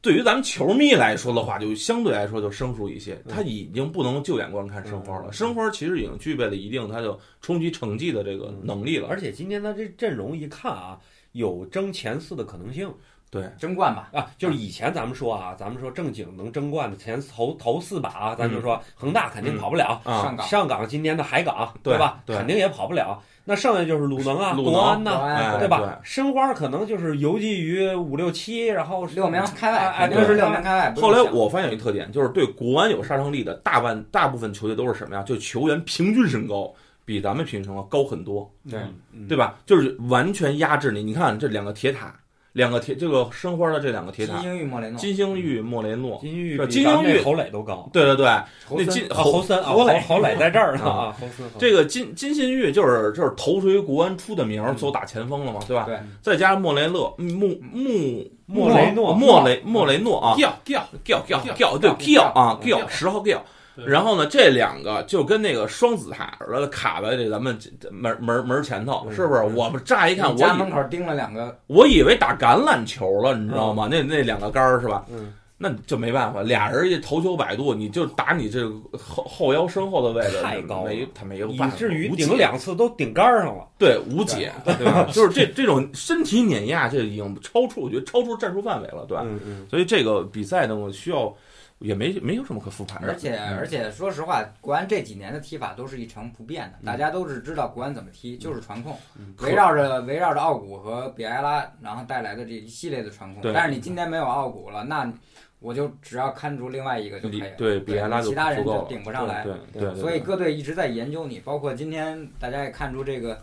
[SPEAKER 1] 对于咱们球迷来说的话，就相对来说就生疏一些。
[SPEAKER 2] 嗯
[SPEAKER 1] 他已经不能旧眼光看申花了，
[SPEAKER 2] 嗯
[SPEAKER 1] 申花其实已经具备了一定他的冲击成绩的这个能力了。
[SPEAKER 2] 而且今天他这阵容一看啊，有争前四的可能性
[SPEAKER 1] 对，
[SPEAKER 3] 争冠吧，
[SPEAKER 2] 啊。就是以前咱们说啊，咱们说正经能争冠的前头头四把啊，咱就说恒大肯定跑不了，
[SPEAKER 1] 啊，
[SPEAKER 3] 嗯上港、
[SPEAKER 2] 上港今年的海港
[SPEAKER 1] 对
[SPEAKER 2] 吧，
[SPEAKER 1] 对
[SPEAKER 2] 肯定也跑不了。那剩下就是鲁能啊、
[SPEAKER 1] 鲁能
[SPEAKER 2] 国安
[SPEAKER 3] 国
[SPEAKER 2] 呐，
[SPEAKER 3] 安
[SPEAKER 1] 哎
[SPEAKER 2] 对吧？申花可能就是游击于五六七，然后
[SPEAKER 3] 六
[SPEAKER 1] 嗯
[SPEAKER 3] 名开
[SPEAKER 1] 啊
[SPEAKER 3] 外，
[SPEAKER 2] 哎
[SPEAKER 3] 肯定是
[SPEAKER 2] 对
[SPEAKER 3] 六名开外。不
[SPEAKER 1] 后
[SPEAKER 3] 用
[SPEAKER 1] 来
[SPEAKER 3] 想
[SPEAKER 1] 我发现有一特点，就是对国安有杀伤力的大半大部分球队都是什么呀？就球员平均身高比咱们平均身高高很多，
[SPEAKER 3] 对
[SPEAKER 2] 嗯
[SPEAKER 1] 对吧？就是完全压制你。你看这两个铁塔，两个铁这个申花的这两个铁
[SPEAKER 3] 金
[SPEAKER 1] 塔，
[SPEAKER 3] 星玉莫雷诺、
[SPEAKER 1] 金星玉、莫雷诺，
[SPEAKER 2] 金玉
[SPEAKER 1] 是
[SPEAKER 2] 比
[SPEAKER 1] 金
[SPEAKER 2] 咱们
[SPEAKER 1] 英玉
[SPEAKER 2] 这侯磊都高，
[SPEAKER 1] 对对对，
[SPEAKER 3] 侯
[SPEAKER 1] 那
[SPEAKER 3] 森
[SPEAKER 1] 金
[SPEAKER 2] 啊侯森啊，侯
[SPEAKER 1] 磊
[SPEAKER 2] 侯磊在这儿呢
[SPEAKER 1] 啊
[SPEAKER 2] 啊，侯森。
[SPEAKER 1] 这个金金信玉就是就是头锤国安出的名
[SPEAKER 2] 嗯
[SPEAKER 1] 儿，走打前锋了嘛，对吧？
[SPEAKER 3] 对。
[SPEAKER 1] 再加上莫雷勒、穆穆
[SPEAKER 2] 莫雷诺
[SPEAKER 1] 莫雷莫雷诺啊，
[SPEAKER 4] 掉掉，
[SPEAKER 1] 叫叫
[SPEAKER 4] 吊
[SPEAKER 1] 叫对
[SPEAKER 3] 吊
[SPEAKER 1] 叫啊
[SPEAKER 4] 吊
[SPEAKER 1] 叫十号叫。
[SPEAKER 4] 对
[SPEAKER 1] 然后呢，这两个就跟那个双子塔似的卡在这咱们门门门前头，
[SPEAKER 2] 嗯
[SPEAKER 1] 是不是？我们乍一看，我嗯
[SPEAKER 3] 家门
[SPEAKER 1] 以
[SPEAKER 3] 口钉了两个，
[SPEAKER 1] 我以为打橄榄球了，你知道吗？那那两个杆儿是吧？
[SPEAKER 2] 嗯，
[SPEAKER 1] 那就没办法，俩人一头球摆渡，你就打你这个后后腰身后的位置，
[SPEAKER 2] 太高了
[SPEAKER 1] 没他没有
[SPEAKER 2] 以
[SPEAKER 1] 办法，
[SPEAKER 2] 至于
[SPEAKER 1] 无
[SPEAKER 2] 顶
[SPEAKER 1] 解
[SPEAKER 2] 两次都顶杆儿上了。
[SPEAKER 1] 对无解，对吧？ 就是这这种身体碾压，这已经超出我觉得超出战术范围了，对吧？
[SPEAKER 2] 嗯嗯，
[SPEAKER 1] 所以这个比赛呢，我需要也没没有什么可复盘的，
[SPEAKER 3] 而且
[SPEAKER 1] 嗯
[SPEAKER 3] 而且说实话，国安这几年的踢法都是一成不变
[SPEAKER 1] 嗯
[SPEAKER 3] 的，大家都是知道国安怎么踢，就是传控，
[SPEAKER 1] 可
[SPEAKER 3] 围绕着围绕着奥古和比埃拉，然后带来的这一系列的传控
[SPEAKER 1] 对。嗯
[SPEAKER 3] 但是你今天没有奥古了，那我就只要看住另外一个就可以了。
[SPEAKER 1] 对比埃拉就
[SPEAKER 3] 其他人
[SPEAKER 1] 足够
[SPEAKER 3] 就
[SPEAKER 1] 了
[SPEAKER 3] 顶不上来。
[SPEAKER 1] 对对对，
[SPEAKER 3] 所以各队一直在研究你，包括今天大家也看出这个，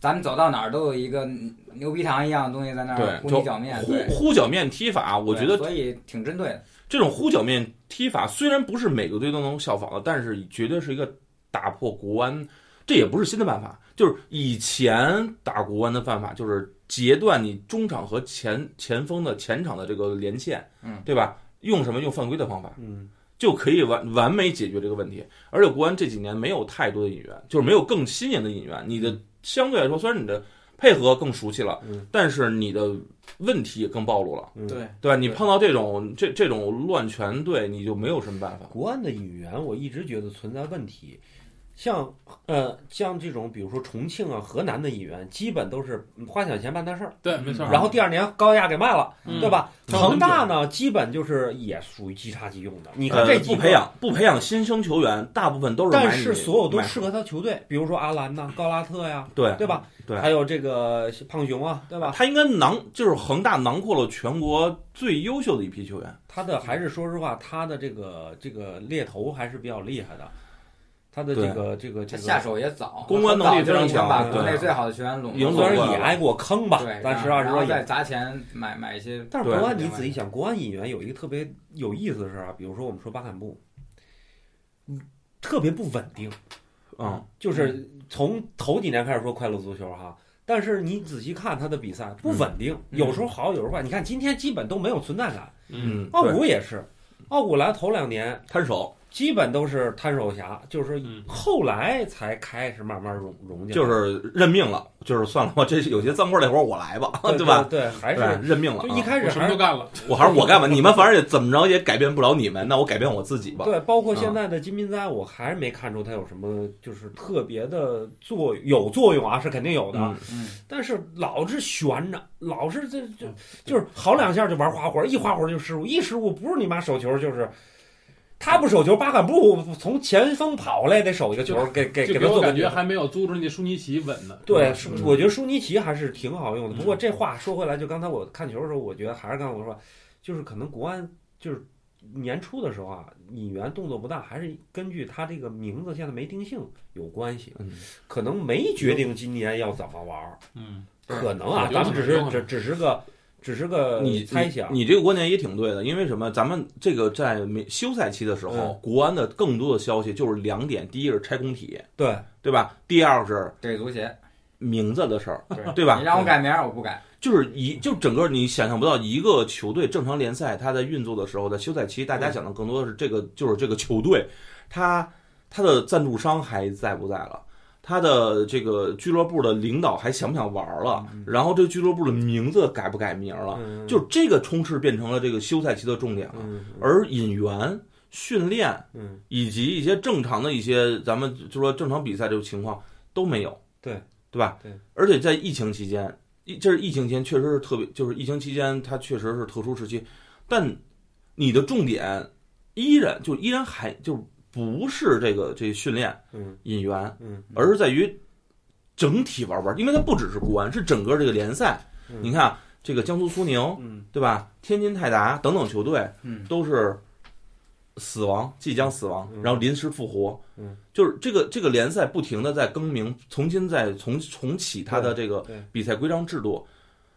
[SPEAKER 3] 咱们走到哪儿都有一个牛皮糖一样的东西在那
[SPEAKER 1] 对
[SPEAKER 3] 儿糊
[SPEAKER 1] 就
[SPEAKER 3] 你啊脚面，
[SPEAKER 1] 呼
[SPEAKER 3] 对，
[SPEAKER 1] 呼脚面踢法，我觉
[SPEAKER 3] 对
[SPEAKER 1] 得
[SPEAKER 3] 所以挺针对的，
[SPEAKER 1] 这种呼脚面踢法虽然不是每个队都能效仿的，但是绝对是一个打破国安，这也不是新的办法。就是以前打国安的办法，就是截断你中场和前前锋的前场的这个连线，
[SPEAKER 3] 嗯，
[SPEAKER 1] 对吧？用什么？用犯规的方法，
[SPEAKER 2] 嗯，
[SPEAKER 1] 就可以完完美解决这个问题。而且国安这几年没有太多的引援，就是没有更新颖的引援。你的相对来说，虽然你的配合更熟悉了，
[SPEAKER 2] 嗯
[SPEAKER 1] 但是你的问题也更暴露了。
[SPEAKER 2] 嗯
[SPEAKER 4] 对，
[SPEAKER 1] 对吧？你碰到这种这这种乱拳队，你就没有什么办法。
[SPEAKER 2] 国安的引援我一直觉得存在问题，像呃像这种比如说重庆啊、河南的引援，基本都是花小钱办大事儿，
[SPEAKER 4] 对，没错。
[SPEAKER 2] 嗯然后第二年高价给卖了，
[SPEAKER 4] 嗯
[SPEAKER 2] 对吧？
[SPEAKER 1] 啊嗯
[SPEAKER 2] 恒大呢，基本就是也属于即插即用的。你
[SPEAKER 1] 你
[SPEAKER 2] 看这几
[SPEAKER 1] 呃不
[SPEAKER 2] 个
[SPEAKER 1] 培，养不培养新生球员，大部分都是买你
[SPEAKER 2] 但是所有都适
[SPEAKER 1] 买
[SPEAKER 2] 合他球队，比如说阿兰呐、高拉特呀，
[SPEAKER 1] 对
[SPEAKER 2] 对吧？
[SPEAKER 1] 对
[SPEAKER 2] 还有这个胖熊啊，对吧？
[SPEAKER 1] 他应该囊就是恒大囊括了全国最优秀的一批球员。
[SPEAKER 2] 他的还是说实话，他的这个这个猎头还是比较厉害的，他的
[SPEAKER 1] 对
[SPEAKER 2] 这个这个这
[SPEAKER 3] 他
[SPEAKER 2] 个
[SPEAKER 3] 下手也早，
[SPEAKER 1] 公关能力非常强啊
[SPEAKER 3] 很早就已经把国内最好的球员拢
[SPEAKER 1] 对赢
[SPEAKER 3] 拢
[SPEAKER 2] 虽
[SPEAKER 1] 得
[SPEAKER 2] 然
[SPEAKER 1] 过
[SPEAKER 2] 也挨过坑吧，
[SPEAKER 3] 对，
[SPEAKER 2] 咱实话
[SPEAKER 3] 然后
[SPEAKER 2] 实
[SPEAKER 3] 然
[SPEAKER 2] 说
[SPEAKER 3] 后
[SPEAKER 2] 也
[SPEAKER 3] 再。砸钱买买一些，
[SPEAKER 2] 啊但是国安，
[SPEAKER 3] 对
[SPEAKER 2] 你仔细想，国安引援有一个特别有意思的事儿啊，比如说我们说巴坎布，嗯，特别不稳定，
[SPEAKER 1] 嗯，
[SPEAKER 2] 就是从头几年开始说快乐足球哈，但是你仔细看他的比赛不稳定，
[SPEAKER 1] 嗯
[SPEAKER 2] 有时候好，有时候坏。你看今天基本都没有存在感，
[SPEAKER 1] 嗯，
[SPEAKER 2] 奥
[SPEAKER 1] 对
[SPEAKER 2] 古也是，奥古来头两年
[SPEAKER 1] 摊手，
[SPEAKER 2] 基本都是摊手侠，就是说
[SPEAKER 4] 嗯
[SPEAKER 2] 后来才开始慢慢融融进来，
[SPEAKER 1] 就是认命了，就是算了，我这有些脏活累活我来吧，
[SPEAKER 2] 对
[SPEAKER 1] 吧？？
[SPEAKER 2] 对，还
[SPEAKER 1] 对
[SPEAKER 2] 是，
[SPEAKER 1] 认命了
[SPEAKER 2] 就
[SPEAKER 1] 啊。
[SPEAKER 2] 一开
[SPEAKER 4] 我
[SPEAKER 2] 始
[SPEAKER 4] 什么
[SPEAKER 2] 还
[SPEAKER 4] 都
[SPEAKER 2] 是
[SPEAKER 4] 干了，
[SPEAKER 1] 我还是我干 吧，你们反正也怎么着也改变不了你们，那我改变我自己吧。
[SPEAKER 2] 对，包括现
[SPEAKER 1] 啊
[SPEAKER 2] 在的金瓶簪，我还是没看出它有什么就是特别的作有作用啊，是肯定有的，
[SPEAKER 1] 嗯，
[SPEAKER 3] 嗯，
[SPEAKER 2] 但是老是悬着，老是这这
[SPEAKER 4] 嗯
[SPEAKER 2] 就是好两下就玩花活，一花活就失误，一失误不是你妈手球就是。他不手球，巴坎布从前锋跑来得手一个球，给给
[SPEAKER 4] 这
[SPEAKER 2] 给
[SPEAKER 4] 给
[SPEAKER 2] 他
[SPEAKER 4] 我
[SPEAKER 2] 做
[SPEAKER 4] 感
[SPEAKER 2] 个
[SPEAKER 4] 觉还没有租着那舒尼奇稳呢。
[SPEAKER 2] 对，
[SPEAKER 1] 嗯
[SPEAKER 2] 是
[SPEAKER 1] 嗯
[SPEAKER 2] 我觉得舒尼奇还是挺好用的。不过
[SPEAKER 4] 嗯
[SPEAKER 2] 这话说回来，就刚才我看球的时候，我觉得还是刚才我说，就是可能国安就是年初的时候啊，引援动作不大，还是根据他这个名字现在没定性有关系，
[SPEAKER 1] 嗯
[SPEAKER 2] 可能没决定今年要怎么玩儿，
[SPEAKER 4] 嗯，
[SPEAKER 3] 对
[SPEAKER 2] 可能啊，
[SPEAKER 4] 有
[SPEAKER 2] 咱
[SPEAKER 4] 可
[SPEAKER 2] 们只
[SPEAKER 4] 能有
[SPEAKER 2] 是
[SPEAKER 4] 可
[SPEAKER 2] 只只是个只是个
[SPEAKER 1] 你
[SPEAKER 2] 呃猜想，
[SPEAKER 1] 你，你这个观点也挺对的，因为什么？咱们这个在没休赛期的时候，
[SPEAKER 2] 嗯
[SPEAKER 1] 国安的更多的消息就是两点：第一是拆工体，
[SPEAKER 2] 对
[SPEAKER 1] 对吧？第二是
[SPEAKER 3] 对足协，
[SPEAKER 1] 名字的事儿，
[SPEAKER 3] 对
[SPEAKER 1] 对吧嗯
[SPEAKER 3] 你让我改名儿，我不改。
[SPEAKER 1] 就是一就整个你想象不到，一个球队正常联赛它在运作的时候，在休赛期，大
[SPEAKER 2] 嗯
[SPEAKER 1] 家想的更多的是这个，就是这个球队，它它的赞助商还在不在了。它的这个俱乐部的领导还想不想玩了？然后这俱乐部的名字改不改名了？
[SPEAKER 2] 嗯
[SPEAKER 1] 就这个充斥变成了这个休赛期的重点了。
[SPEAKER 2] 嗯
[SPEAKER 1] 而引援、训练
[SPEAKER 2] 嗯
[SPEAKER 1] 以及一些正常的一些咱们就说正常比赛这种情况都没有，
[SPEAKER 2] 对
[SPEAKER 1] 对吧？
[SPEAKER 2] 对，
[SPEAKER 1] 而且在疫情期间，疫这是疫情期间确实是特别，就是疫情期间它确实是特殊时期，但你的重点依然就依然还就不是这个这训练
[SPEAKER 2] 嗯
[SPEAKER 1] 引援，
[SPEAKER 2] 嗯
[SPEAKER 1] 而是在于整体玩玩，因为它不只是国安，是整个这个联赛。
[SPEAKER 2] 嗯
[SPEAKER 1] 你看啊这个江苏苏宁，
[SPEAKER 2] 嗯
[SPEAKER 1] 对吧？天津泰达等等球队，
[SPEAKER 3] 嗯
[SPEAKER 1] 都是死亡，即将死亡，
[SPEAKER 2] 嗯
[SPEAKER 1] 然后临时复活，
[SPEAKER 2] 嗯，
[SPEAKER 1] 就是这个这个联赛不停的在更名，重新再重重启它的这个
[SPEAKER 2] 对对
[SPEAKER 1] 比赛规章制度，